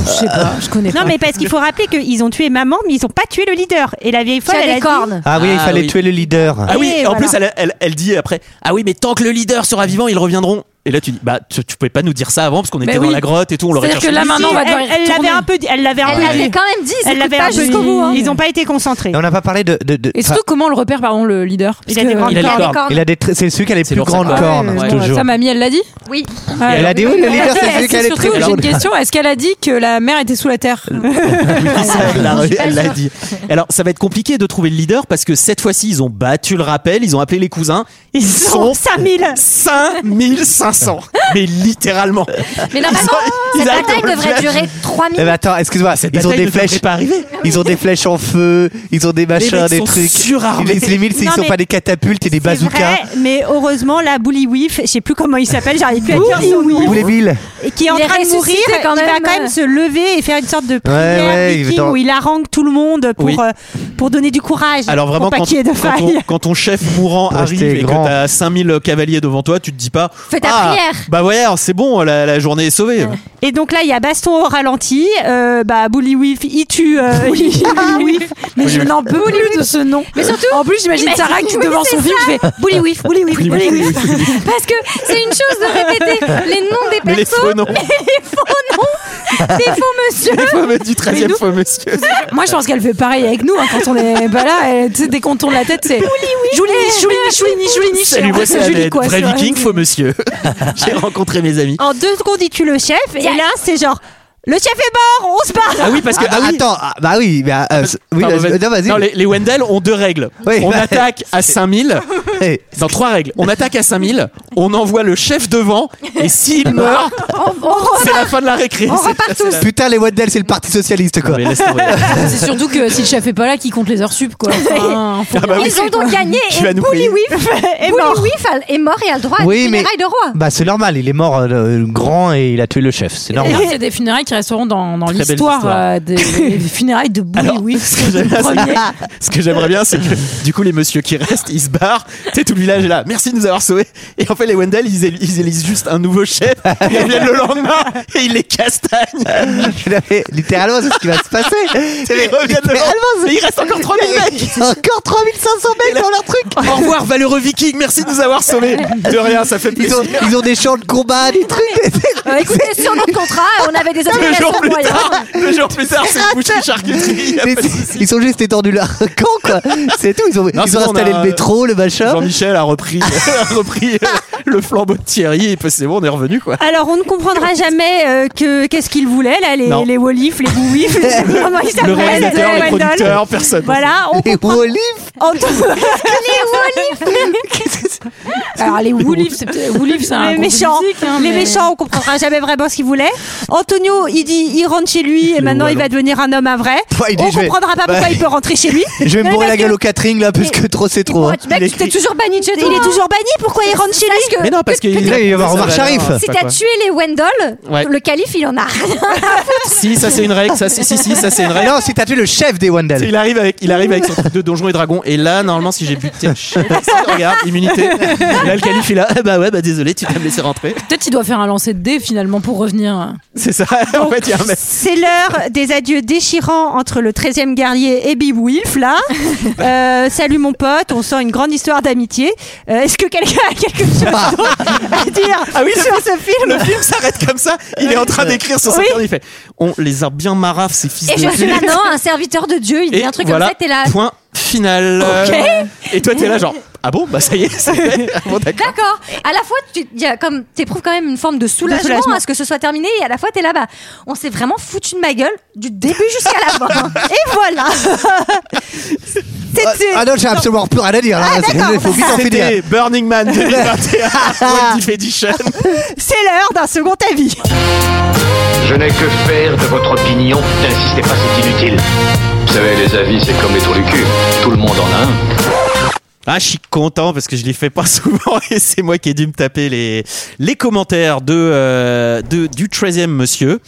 [SPEAKER 6] Je sais pas, je connais
[SPEAKER 1] Non, mais parce qu'il faut rappeler qu'ils ont tué maman, mais ils ont pas tué le leader. Et la vieille folle,
[SPEAKER 8] Qui a
[SPEAKER 1] elle
[SPEAKER 8] des
[SPEAKER 1] a dit-
[SPEAKER 8] cornes.
[SPEAKER 7] Ah oui, il
[SPEAKER 12] Ah
[SPEAKER 7] fallait
[SPEAKER 12] oui.
[SPEAKER 7] tuer le leader.
[SPEAKER 12] Ah oui,
[SPEAKER 1] Et
[SPEAKER 12] en
[SPEAKER 1] voilà.
[SPEAKER 12] plus, elle, elle, elle dit après Ah oui, mais tant que le leader sera vivant, ils reviendront. Et là, tu dis Bah, tu, tu pouvais pas nous dire ça avant parce qu'on
[SPEAKER 6] Mais
[SPEAKER 12] était dans
[SPEAKER 6] oui.
[SPEAKER 12] la grotte et tout, on l'aurait
[SPEAKER 6] C'est-à-dire
[SPEAKER 12] cherché.
[SPEAKER 6] que là, maintenant, on va
[SPEAKER 1] Elle-
[SPEAKER 6] devoir y
[SPEAKER 1] Elle l'avait
[SPEAKER 6] retourner.
[SPEAKER 1] un peu dit. Elle l'avait un
[SPEAKER 8] Elle
[SPEAKER 1] peu
[SPEAKER 8] l'avait
[SPEAKER 1] dit.
[SPEAKER 8] quand même dit, c'est
[SPEAKER 1] Elle l'avait
[SPEAKER 8] pas
[SPEAKER 1] un peu
[SPEAKER 8] jusqu'au
[SPEAKER 1] dit.
[SPEAKER 8] bout. hein.
[SPEAKER 1] Ils ont pas été concentrés.
[SPEAKER 7] Et on n'a pas parlé de. de, de-
[SPEAKER 6] Et surtout, comment on le repère, pardon, le leader
[SPEAKER 1] Il a des grandes
[SPEAKER 12] il a les
[SPEAKER 1] cornes.
[SPEAKER 12] cornes.
[SPEAKER 7] il a des tr- c'est celui qui a les plus
[SPEAKER 12] lourd, ça,
[SPEAKER 7] grandes
[SPEAKER 12] quoi.
[SPEAKER 7] cornes,
[SPEAKER 12] Ouais,
[SPEAKER 7] toujours.
[SPEAKER 6] Sa mamie, elle l'a dit
[SPEAKER 8] Oui.
[SPEAKER 6] Ouais.
[SPEAKER 7] elle a dit oui, le leader, c'est
[SPEAKER 6] Et
[SPEAKER 7] celui qui a les
[SPEAKER 6] surtout,
[SPEAKER 7] très
[SPEAKER 6] j'ai une
[SPEAKER 7] grandes.
[SPEAKER 6] question. Est-ce qu'elle a dit que la mère était sous la terre
[SPEAKER 12] Oui, ça, elle l'a- elle l'a dit. Alors, ça va être compliqué de trouver le leader parce que cette fois-ci, ils ont battu le rappel, ils ont appelé les cousins. Ils,
[SPEAKER 1] sont 5000.
[SPEAKER 12] 5500. Mais littéralement.
[SPEAKER 8] Mais normalement,
[SPEAKER 12] ils
[SPEAKER 8] cette
[SPEAKER 12] arrivent
[SPEAKER 8] bataille
[SPEAKER 12] dans le
[SPEAKER 8] devrait
[SPEAKER 12] village.
[SPEAKER 8] durer 3
[SPEAKER 7] Eh ben
[SPEAKER 8] minutes.
[SPEAKER 7] attends, excuse-moi, ils ont
[SPEAKER 12] bataille
[SPEAKER 7] des
[SPEAKER 12] ne devrait
[SPEAKER 7] flèches
[SPEAKER 12] pas arriver.
[SPEAKER 7] Ils ont des flèches en feu, ils ont des machins,
[SPEAKER 12] mecs
[SPEAKER 7] des
[SPEAKER 12] sont
[SPEAKER 7] trucs.
[SPEAKER 12] surarmés.
[SPEAKER 7] Ils- Les limite,
[SPEAKER 1] Non,
[SPEAKER 7] ils sont
[SPEAKER 1] mais-
[SPEAKER 7] pas des catapultes et des
[SPEAKER 1] C'est vrai,
[SPEAKER 7] bazookas.
[SPEAKER 1] mais heureusement, la Bouli Whiff, je sais plus comment il s'appelle, j'arrive plus à dire son nom,
[SPEAKER 7] Ou les villes.
[SPEAKER 1] et qui est en
[SPEAKER 8] Il est
[SPEAKER 1] train de mourir,
[SPEAKER 8] ressuscité quand
[SPEAKER 1] il va
[SPEAKER 8] même.
[SPEAKER 1] quand même se lever et faire une sorte de prière
[SPEAKER 7] ouais,
[SPEAKER 1] viking
[SPEAKER 7] évidemment.
[SPEAKER 1] où il harangue tout le monde pour,
[SPEAKER 12] Oui.
[SPEAKER 1] euh, pour donner du courage
[SPEAKER 12] Alors vraiment,
[SPEAKER 1] pour pas
[SPEAKER 12] quand,
[SPEAKER 1] qu'il y ait de
[SPEAKER 12] quand
[SPEAKER 1] faille.
[SPEAKER 12] ton, quand ton chef mourant
[SPEAKER 7] Pour
[SPEAKER 12] arrive
[SPEAKER 7] rester
[SPEAKER 12] et
[SPEAKER 7] grand.
[SPEAKER 12] que t'as 5000 cavaliers devant toi, tu te dis pas
[SPEAKER 8] Fais ta
[SPEAKER 12] ah,
[SPEAKER 8] prière.
[SPEAKER 12] Bah ouais, alors c'est bon, la, la journée est sauvée.
[SPEAKER 1] Et donc là, il y a baston au ralenti. Euh, bah, Bully Whiff, il tue. euh,
[SPEAKER 6] Mais je n'en peux plus de ce nom. Mais surtout, en plus, j'imagine
[SPEAKER 8] imagine-
[SPEAKER 6] Sarah qui
[SPEAKER 8] oui,
[SPEAKER 6] devant
[SPEAKER 8] c'est
[SPEAKER 6] son film fait Bouli whiff, bouli whiff, bouli whiff.
[SPEAKER 8] Parce que c'est une chose de répéter les noms des
[SPEAKER 12] Mais les
[SPEAKER 8] persos,
[SPEAKER 12] faux noms.
[SPEAKER 8] mais les faux noms des
[SPEAKER 12] Les
[SPEAKER 8] faux monsieur.
[SPEAKER 12] fameux du 13e
[SPEAKER 6] nous-
[SPEAKER 12] fois, monsieur.
[SPEAKER 6] Moi, je pense qu'elle fait pareil avec nous hein, quand on est pas là. elle- tu sais, dès qu'on tourne la tête, c'est Joulini, Joulini, Joulini, Joulini.
[SPEAKER 12] Salut, moi c'est Annette, vrai viking, faux monsieur. J'ai rencontré mes amis.
[SPEAKER 1] en deux secondes, il tue le chef. Et là, c'est genre, le chef est mort, on se barre.
[SPEAKER 12] Ah oui, parce que.
[SPEAKER 7] Ah, bah,
[SPEAKER 12] ah oui.
[SPEAKER 7] Attends, ah, bah oui, bah, euh, c- oui,
[SPEAKER 12] Pardon,
[SPEAKER 7] vas-y.
[SPEAKER 12] vas-y.
[SPEAKER 7] non, vas-y.
[SPEAKER 12] Non, les, les Wendell ont deux règles.
[SPEAKER 7] Oui,
[SPEAKER 12] on
[SPEAKER 7] bah,
[SPEAKER 12] attaque à 5000.
[SPEAKER 7] Eh,
[SPEAKER 12] Dans trois règles. On attaque à 5000, on envoie le chef devant, et s'il meurt, c'est la fin de la récré. C'est- c'est la-
[SPEAKER 7] Putain, les Waddell, c'est le parti socialiste, quoi.
[SPEAKER 12] Non, mais laisse tomber.
[SPEAKER 6] C'est surtout que si le chef est pas là, qui compte les heures sup quoi. Enfin, faut-
[SPEAKER 12] Ah bah oui.
[SPEAKER 8] Ils ont donc gagné
[SPEAKER 12] Tu vas
[SPEAKER 8] et
[SPEAKER 12] nous
[SPEAKER 8] Bouli
[SPEAKER 12] payer.
[SPEAKER 8] Whiff est mort. est mort et a le droit
[SPEAKER 7] Oui,
[SPEAKER 8] à des
[SPEAKER 7] mais-
[SPEAKER 8] funérailles de roi.
[SPEAKER 7] Bah, c'est normal, il est mort euh, grand et il a tué le chef, c'est
[SPEAKER 6] Et
[SPEAKER 7] normal.
[SPEAKER 6] d'ailleurs, C'est des funérailles qui resteront dans, dans
[SPEAKER 12] Très belle
[SPEAKER 6] l'histoire
[SPEAKER 12] histoire.
[SPEAKER 6] euh, des, des funérailles de Bouli
[SPEAKER 12] Alors,
[SPEAKER 6] Whiff.
[SPEAKER 12] ce que j'aime bien, c'est que- ce que j'aimerais bien, c'est que du coup, les messieurs qui restent, ils se barrent. Tu sais, tout le village est là. Merci de nous avoir sauvés. Et en fait, les Wendell, ils, éli- ils élisent juste un nouveau chef. Ils reviennent le lendemain et ils les castagnent.
[SPEAKER 7] Non, mais littéralement, c'est ce qui va se passer.
[SPEAKER 12] Ils reviennent le lendemain. Mais il reste encore 3000 mecs.
[SPEAKER 7] Encore 3500 mecs dans leur truc.
[SPEAKER 12] Au revoir, valeureux viking. Merci de nous avoir sauvés. De rien, ça fait
[SPEAKER 7] Ils
[SPEAKER 12] plaisir.
[SPEAKER 7] ont, ils ont des champs de combat, des trucs.
[SPEAKER 8] Euh, écoutez, sur notre contrat, on avait des
[SPEAKER 12] Le
[SPEAKER 8] obligations
[SPEAKER 12] jour plus
[SPEAKER 8] royales.
[SPEAKER 12] tard, le jour plus tard, c'est une boucherie charcuterie. Y a
[SPEAKER 7] Mais
[SPEAKER 12] pas de
[SPEAKER 7] c'est-
[SPEAKER 12] souci.
[SPEAKER 7] ils ont juste étendu leur camp, quoi. C'est tout. Ils ont, ils
[SPEAKER 12] sinon,
[SPEAKER 7] ont
[SPEAKER 12] on
[SPEAKER 7] installé
[SPEAKER 12] a-
[SPEAKER 7] le métro, le machin.
[SPEAKER 12] Jean-Michel a repris, a repris euh, le flambeau de Thierry et puis c'est bon, on est revenu quoi.
[SPEAKER 1] Alors, on ne comprendra jamais euh, que qu'est-ce qu'ils voulaient, là, les,
[SPEAKER 12] Non.
[SPEAKER 1] les Wolifs, les Bouwifs, comment ils s'appellent,
[SPEAKER 12] Le réalisateur,
[SPEAKER 1] les
[SPEAKER 12] le
[SPEAKER 1] Wendell.
[SPEAKER 12] producteur, personne.
[SPEAKER 1] Voilà, on
[SPEAKER 7] Et Wally,
[SPEAKER 1] en tout-
[SPEAKER 6] Alors les Woolifs, c'est peut-être- Woolifs, c'est un
[SPEAKER 1] les
[SPEAKER 6] groupe de
[SPEAKER 1] méchants,
[SPEAKER 6] musique, hein,
[SPEAKER 1] les
[SPEAKER 6] mais-
[SPEAKER 1] méchants, on comprendra jamais vraiment ce qu'ils voulaient. Antonio, il dit, il rentre chez lui et maintenant il va devenir un homme à vrai.
[SPEAKER 7] Ouais, il dit,
[SPEAKER 1] on
[SPEAKER 7] je vais-
[SPEAKER 1] comprendra pas pourquoi
[SPEAKER 7] bah,
[SPEAKER 1] il peut rentrer chez lui.
[SPEAKER 7] je vais me
[SPEAKER 1] Non,
[SPEAKER 7] bourrer
[SPEAKER 1] parce
[SPEAKER 7] la gueule au catering là, parce
[SPEAKER 1] Et-
[SPEAKER 7] que trop c'est trop. hein.
[SPEAKER 8] Ouais, tu- Mec, tu t'es toujours banni de chez
[SPEAKER 1] que-
[SPEAKER 8] toi.
[SPEAKER 1] Il est toujours banni, pourquoi il rentre chez lui
[SPEAKER 12] Mais non, parce que
[SPEAKER 7] Là, il va y avoir
[SPEAKER 12] Ça
[SPEAKER 7] Omar
[SPEAKER 12] va,
[SPEAKER 7] Sharif.
[SPEAKER 12] non,
[SPEAKER 8] Si
[SPEAKER 12] pas
[SPEAKER 8] t'as
[SPEAKER 12] quoi.
[SPEAKER 8] tué les Wendell,
[SPEAKER 12] Ouais.
[SPEAKER 8] le calife, il en a rien.
[SPEAKER 12] Si, ça c'est une règle, ça c'est- si, si, ça c'est une règle.
[SPEAKER 7] Non, si t'as tué le chef des Wendell.
[SPEAKER 12] Il arrive avec, il arrive avec son truc de donjons et dragons. Et là, normalement, si j'ai buté, un chien, regarde, immunité. Et là, le calife, il a, ah bah ouais, bah désolé, tu t'as me laissé rentrer.
[SPEAKER 6] Peut-être qu'il doit faire un lancer de dés finalement pour revenir.
[SPEAKER 12] C'est ça. en fait, il y a un mec.
[SPEAKER 1] C'est l'heure des adieux déchirants entre le 13e guerrier et Bib Wilf, là. Euh, salut mon pote, on sent une grande histoire d'amitié. Euh, Est-ce que quelqu'un a quelque chose à dire
[SPEAKER 12] Ah oui, le
[SPEAKER 1] sur ce film
[SPEAKER 12] Le film s'arrête comme ça. Il est en train d'écrire sur son
[SPEAKER 1] Oui.
[SPEAKER 12] carnet. Il fait, on les a bien maraf ces fils
[SPEAKER 8] Et
[SPEAKER 12] de.
[SPEAKER 8] je suis
[SPEAKER 12] pute.
[SPEAKER 8] maintenant un serviteur de Dieu. Il dit
[SPEAKER 12] Et
[SPEAKER 8] un truc
[SPEAKER 12] voilà,
[SPEAKER 8] comme ça, t'es là.
[SPEAKER 12] Point final. Et toi, t'es là, genre, ah bon, bah ça y est, c'est fait. Ah bon, d'accord.
[SPEAKER 8] D'accord. À la fois, tu y a comme, t'éprouves quand même une forme de soulagement,
[SPEAKER 1] soulagement.
[SPEAKER 8] à ce que ce soit terminé, et à la fois, t'es là-bas. On s'est vraiment foutu de ma gueule du début jusqu'à la fin.
[SPEAKER 1] Et voilà
[SPEAKER 7] Ah,
[SPEAKER 1] C'était-
[SPEAKER 7] ah non, j'ai absolument plus rien à dire. là. Il faut vite en finir.
[SPEAKER 12] C'était Burning Man 2021 What Edition.
[SPEAKER 1] C'est l'heure d'un second avis.
[SPEAKER 10] Je n'ai que faire de votre opinion. N'insistez pas, c'est inutile.
[SPEAKER 16] Vous savez, les avis, c'est comme les trous du cul. Tout le monde en a un.
[SPEAKER 12] Ah, je suis content parce que je les fais pas souvent et c'est moi qui ai dû me taper les, les commentaires de, euh, de- du 13e monsieur.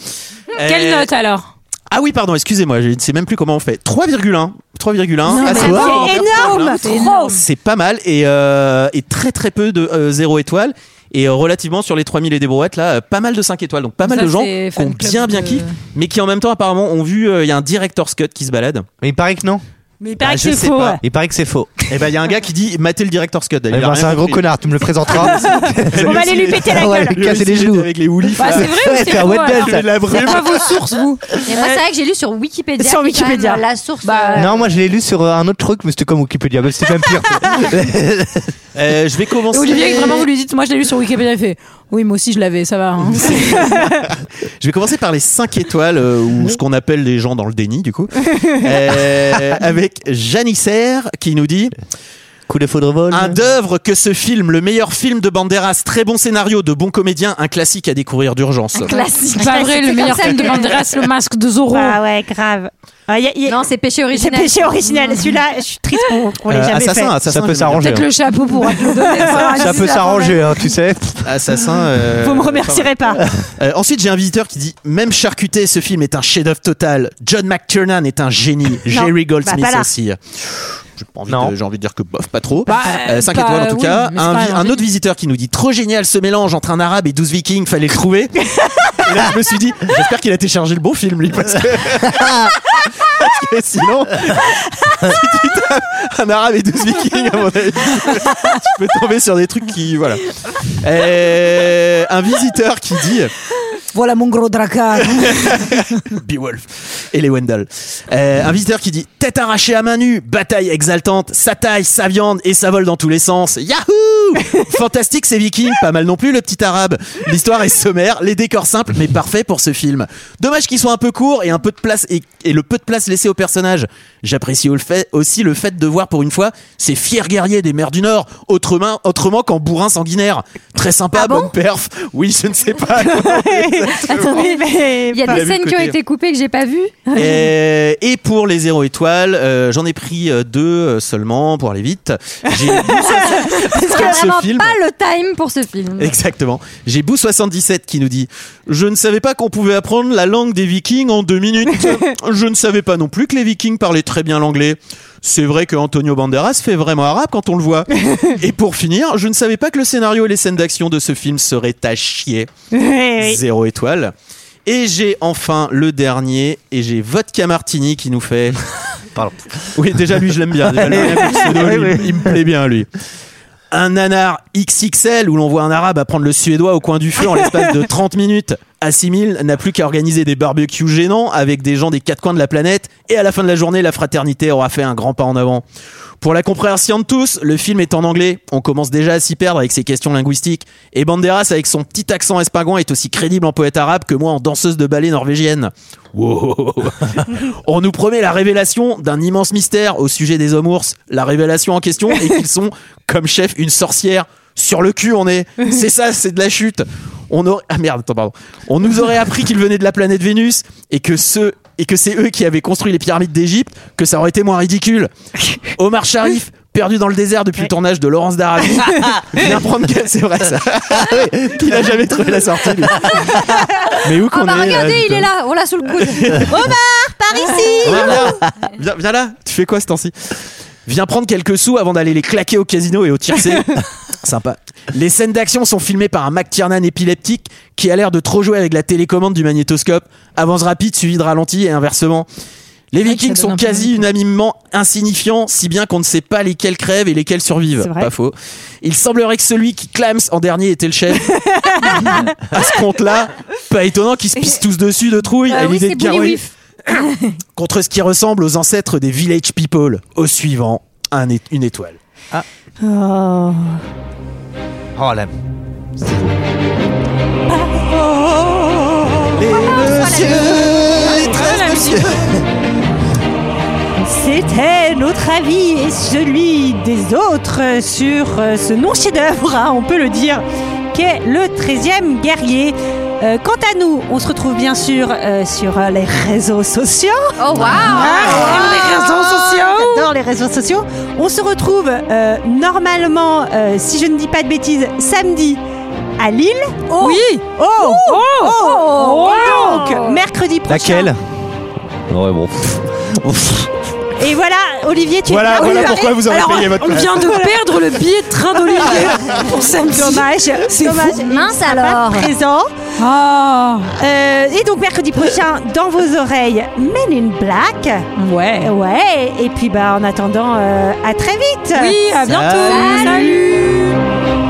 [SPEAKER 6] Quelle
[SPEAKER 12] Euh,
[SPEAKER 6] note alors
[SPEAKER 12] Ah oui, pardon, excusez-moi, je ne sais même plus comment on fait. 3,1. 3,1.
[SPEAKER 6] mais
[SPEAKER 12] Ah, pas-
[SPEAKER 6] c'est énorme,
[SPEAKER 12] C'est
[SPEAKER 6] trop.
[SPEAKER 12] énorme. C'est pas mal et, euh, et très très peu de 0 étoiles. Et euh, relativement sur les 3000 et des brouettes, là, euh, pas mal de 5 étoiles. Donc pas mal
[SPEAKER 6] Ça,
[SPEAKER 12] de gens
[SPEAKER 6] c'est
[SPEAKER 12] qui ont
[SPEAKER 6] fan club
[SPEAKER 12] bien bien
[SPEAKER 6] de-
[SPEAKER 12] kiff, mais qui en même temps apparemment ont vu, euh, il y a un director's cut qui se balade.
[SPEAKER 7] Mais il paraît que non.
[SPEAKER 1] Mais il
[SPEAKER 7] Ah,
[SPEAKER 12] paraît que c'est faux, ouais.
[SPEAKER 7] Il paraît que c'est faux.
[SPEAKER 12] Et ben il y a un gars qui dit matez le director's cut.
[SPEAKER 7] Eh ben, c'est un gros connard, tu me le présenteras.
[SPEAKER 1] On va aller lui péter la
[SPEAKER 7] On va
[SPEAKER 1] gueule.
[SPEAKER 7] lui casser les genoux.
[SPEAKER 12] Avec les houlis.
[SPEAKER 1] Bah, c'est vrai ou c'est
[SPEAKER 7] Faire
[SPEAKER 1] faux,
[SPEAKER 7] wet
[SPEAKER 1] alors
[SPEAKER 7] belt.
[SPEAKER 1] C'est la brume.
[SPEAKER 8] Pas vos sources, vous. Et moi, c'est vrai que j'ai lu sur Wikipédia.
[SPEAKER 1] Sur
[SPEAKER 8] qui est quand
[SPEAKER 1] Wikipédia.
[SPEAKER 8] même, euh, la source. euh,
[SPEAKER 7] Non, moi je l'ai lu sur euh, un autre truc, mais c'était comme Wikipédia, mais c'était même pire.
[SPEAKER 12] Euh, je vais commencer.
[SPEAKER 6] Et Olivier, vraiment, vous lui dites, moi je l'ai lu sur Wikipédia, il fait, oui, moi aussi je l'avais, ça va. hein.
[SPEAKER 12] Je vais commencer par les 5 étoiles, euh, ou ce qu'on appelle les gens dans le déni, du coup. Euh, avec Janissaire qui nous dit.
[SPEAKER 7] Coup de foudre vol.
[SPEAKER 12] Un d'œuvre que ce film, le meilleur film de Banderas, très bon scénario, de bons comédiens, un classique à découvrir d'urgence.
[SPEAKER 8] Classique.
[SPEAKER 6] Pas vrai,
[SPEAKER 8] C'est
[SPEAKER 6] le
[SPEAKER 8] comme
[SPEAKER 6] meilleur
[SPEAKER 8] ça
[SPEAKER 6] film de
[SPEAKER 8] que- Bah,
[SPEAKER 6] Banderas, le masque de Zorro.
[SPEAKER 1] Ah ouais, grave. Ah,
[SPEAKER 8] Non, c'est péché
[SPEAKER 1] C'est
[SPEAKER 8] original.
[SPEAKER 1] péché original. Celui-là, je suis triste qu'on qu'on l'ait
[SPEAKER 12] Euh,
[SPEAKER 1] jamais
[SPEAKER 12] assassin,
[SPEAKER 1] fait. Ah,
[SPEAKER 12] assassin,
[SPEAKER 7] Ça peut
[SPEAKER 12] je
[SPEAKER 7] s'arranger.
[SPEAKER 6] Peut-être le chapeau pour le donner.
[SPEAKER 7] hein. Ça peut s'arranger, hein, tu sais.
[SPEAKER 12] Assassin. euh,
[SPEAKER 1] Vous me remercierez pas.
[SPEAKER 12] Euh, ensuite, j'ai un visiteur qui dit Même charcuté, ce film est un chef-d'œuvre total. John McTiernan est un génie. Jerry Goldsmith
[SPEAKER 1] bah, pas là.
[SPEAKER 12] aussi. J'ai pas envie de- j'ai envie de dire que bof, pas trop.
[SPEAKER 6] Bah,
[SPEAKER 12] 5
[SPEAKER 6] bah,
[SPEAKER 12] étoiles en tout
[SPEAKER 6] oui,
[SPEAKER 12] cas.
[SPEAKER 6] mais c'est
[SPEAKER 12] Un,
[SPEAKER 6] pas
[SPEAKER 12] vi-
[SPEAKER 6] un
[SPEAKER 12] un autre visiteur qui nous dit Trop génial ce mélange entre un arabe et 12 vikings, fallait le trouver. et là, je me suis dit J'espère qu'il a téléchargé le bon film, lui, parce que. parce que sinon, si tu tapes un arabe et 12 vikings, à mon avis, tu peux tomber sur des trucs qui. Voilà. Euh, un visiteur qui dit.
[SPEAKER 6] Voilà mon gros dracar.
[SPEAKER 12] Beowulf et les Wendell. Euh, un visiteur qui dit tête arrachée à main nue, bataille exaltante, sa taille, sa viande et ça vole dans tous les sens. Yahoo Fantastique ces vikings, pas mal non plus le petit arabe. L'histoire est sommaire, les décors simples mais parfaits pour ce film. Dommage qu'il soit un peu court et un peu de place et, et le peu de place laissé au personnage. J'apprécie au fait- aussi le fait de voir pour une fois ces fiers guerriers des mers du Nord, autrement, autrement qu'en bourrin sanguinaire. Très sympa, bonne perf. Oui, je ne sais pas.
[SPEAKER 8] Attendez,
[SPEAKER 1] mais
[SPEAKER 8] il y a
[SPEAKER 12] pas-
[SPEAKER 8] des
[SPEAKER 12] Vous l'avez
[SPEAKER 8] scènes
[SPEAKER 12] de
[SPEAKER 8] qui ont
[SPEAKER 12] côté.
[SPEAKER 8] été coupées que j'ai pas vues.
[SPEAKER 12] Euh, et pour les zéro étoiles, euh, j'en ai pris euh, deux euh, seulement pour aller vite. J'ai
[SPEAKER 8] Parce que
[SPEAKER 12] Comme ce
[SPEAKER 8] vraiment
[SPEAKER 12] film.
[SPEAKER 8] pas le time pour ce
[SPEAKER 1] Mm.
[SPEAKER 8] film.
[SPEAKER 12] exactement. J'ai Bou 77 qui nous dit "Je ne savais pas qu'on pouvait apprendre la langue des Vikings en deux minutes. Je ne savais pas non plus que les Vikings parlaient très bien l'anglais." C'est vrai que Antonio Banderas fait vraiment arabe quand on le voit. Et pour finir, je ne savais pas que le scénario et les scènes d'action de ce film seraient à chier.
[SPEAKER 1] Oui, oui.
[SPEAKER 12] Zéro étoile. Et j'ai enfin le dernier, et j'ai Vodka Martini qui nous fait.
[SPEAKER 7] Pardon.
[SPEAKER 12] Oui, déjà lui, je l'aime bien. Déjà, lui, il a plus de pseudo, lui, il me plaît bien, lui. Un nanar XXL où l'on voit un arabe apprendre le suédois au coin du feu en l'espace de 30 minutes. Assimil n'a plus qu'à organiser des barbecues gênants avec des gens des quatre coins de la planète et à la fin de la journée, la fraternité aura fait un grand pas en avant. Pour la compréhension de tous, le film est en anglais. On commence déjà à s'y perdre avec ses questions linguistiques. Et Banderas, avec son petit accent espingouin, est aussi crédible en poète arabe que moi en danseuse de ballet norvégienne. Wow. On nous promet la révélation d'un immense mystère au sujet des hommes ours. La révélation en question est qu'ils sont, comme chef, une sorcière. Sur le cul, on est. C'est ça, c'est de la chute. On aurait... Ah merde, attends, pardon. On nous aurait appris qu'ils venaient de la planète Vénus et que ceux et que c'est eux qui avaient construit les pyramides d'Égypte, que ça aurait été moins ridicule. Omar Sharif, perdu dans le désert depuis le tournage de Laurence d'Arabie, vient prendre c'est vrai ça. Il a jamais trouvé la sortie. lui. Mais où qu'on
[SPEAKER 8] Ah
[SPEAKER 12] est euh, là,
[SPEAKER 8] bah regardez, il
[SPEAKER 12] putain.
[SPEAKER 8] est là, on l'a sous le coude.
[SPEAKER 1] Omar, par ici
[SPEAKER 12] Viens, viens. Viens- viens là, tu fais quoi ce temps-ci Viens prendre quelques sous avant d'aller les claquer au casino et au tiercé. Sympa. Les scènes d'action sont filmées par un McTiernan épileptique qui a l'air de trop jouer avec la télécommande du magnétoscope. Avance rapide, suivi de ralenti et inversement. Les Vikings
[SPEAKER 6] ça
[SPEAKER 12] sont
[SPEAKER 6] donne un peu
[SPEAKER 12] quasi unanimement insignifiants, si bien qu'on ne sait pas lesquels crèvent et lesquels survivent.
[SPEAKER 6] C'est vrai.
[SPEAKER 12] Pas faux. Il semblerait que celui qui clams en dernier était le chef. à ce compte-là, pas étonnant qu'ils se pissent tous dessus de trouille.
[SPEAKER 8] Euh,
[SPEAKER 12] à
[SPEAKER 8] oui,
[SPEAKER 12] l'idée
[SPEAKER 8] c'est
[SPEAKER 12] de Garouille
[SPEAKER 8] Bully Whiff.
[SPEAKER 12] contre ce qui ressemble aux ancêtres des Village People. Au suivant, un é- une étoile.
[SPEAKER 1] Oh.
[SPEAKER 7] Oh la.
[SPEAKER 1] C'était notre avis et celui des autres sur euh, ce non chef-d'œuvre, hein, on peut le dire, qu'est le 13e guerrier. Euh, quant à nous, on se retrouve bien sûr euh, sur euh, les réseaux sociaux.
[SPEAKER 8] Oh waouh
[SPEAKER 1] Ah, Les réseaux sociaux J'adore les réseaux sociaux. On se retrouve euh, normalement, euh, si je ne dis pas de bêtises, samedi à Lille. Oui Oh Oh Oh, Et donc, mercredi prochain.
[SPEAKER 7] Laquelle Ouais, bon. pff. Ouf.
[SPEAKER 1] Et voilà, Olivier, tu
[SPEAKER 7] Voilà-
[SPEAKER 1] es là.
[SPEAKER 7] voilà
[SPEAKER 1] Olivier.
[SPEAKER 7] pourquoi vous avez
[SPEAKER 1] Alors,
[SPEAKER 7] payé votre
[SPEAKER 1] on
[SPEAKER 7] place.
[SPEAKER 1] vient de perdre le billet de train d'Olivier pour samedi. Dommage,
[SPEAKER 8] C'est
[SPEAKER 1] dommage.
[SPEAKER 8] fou. Mince
[SPEAKER 1] Il sera pas
[SPEAKER 8] alors.
[SPEAKER 1] présent.
[SPEAKER 6] Ah,
[SPEAKER 1] Euh, et donc mercredi prochain, dans vos oreilles, Men in Black. Ouais. Ouais. Et puis bah en attendant, euh, à très vite.
[SPEAKER 6] Oui, à bientôt. Salut.
[SPEAKER 1] Salut.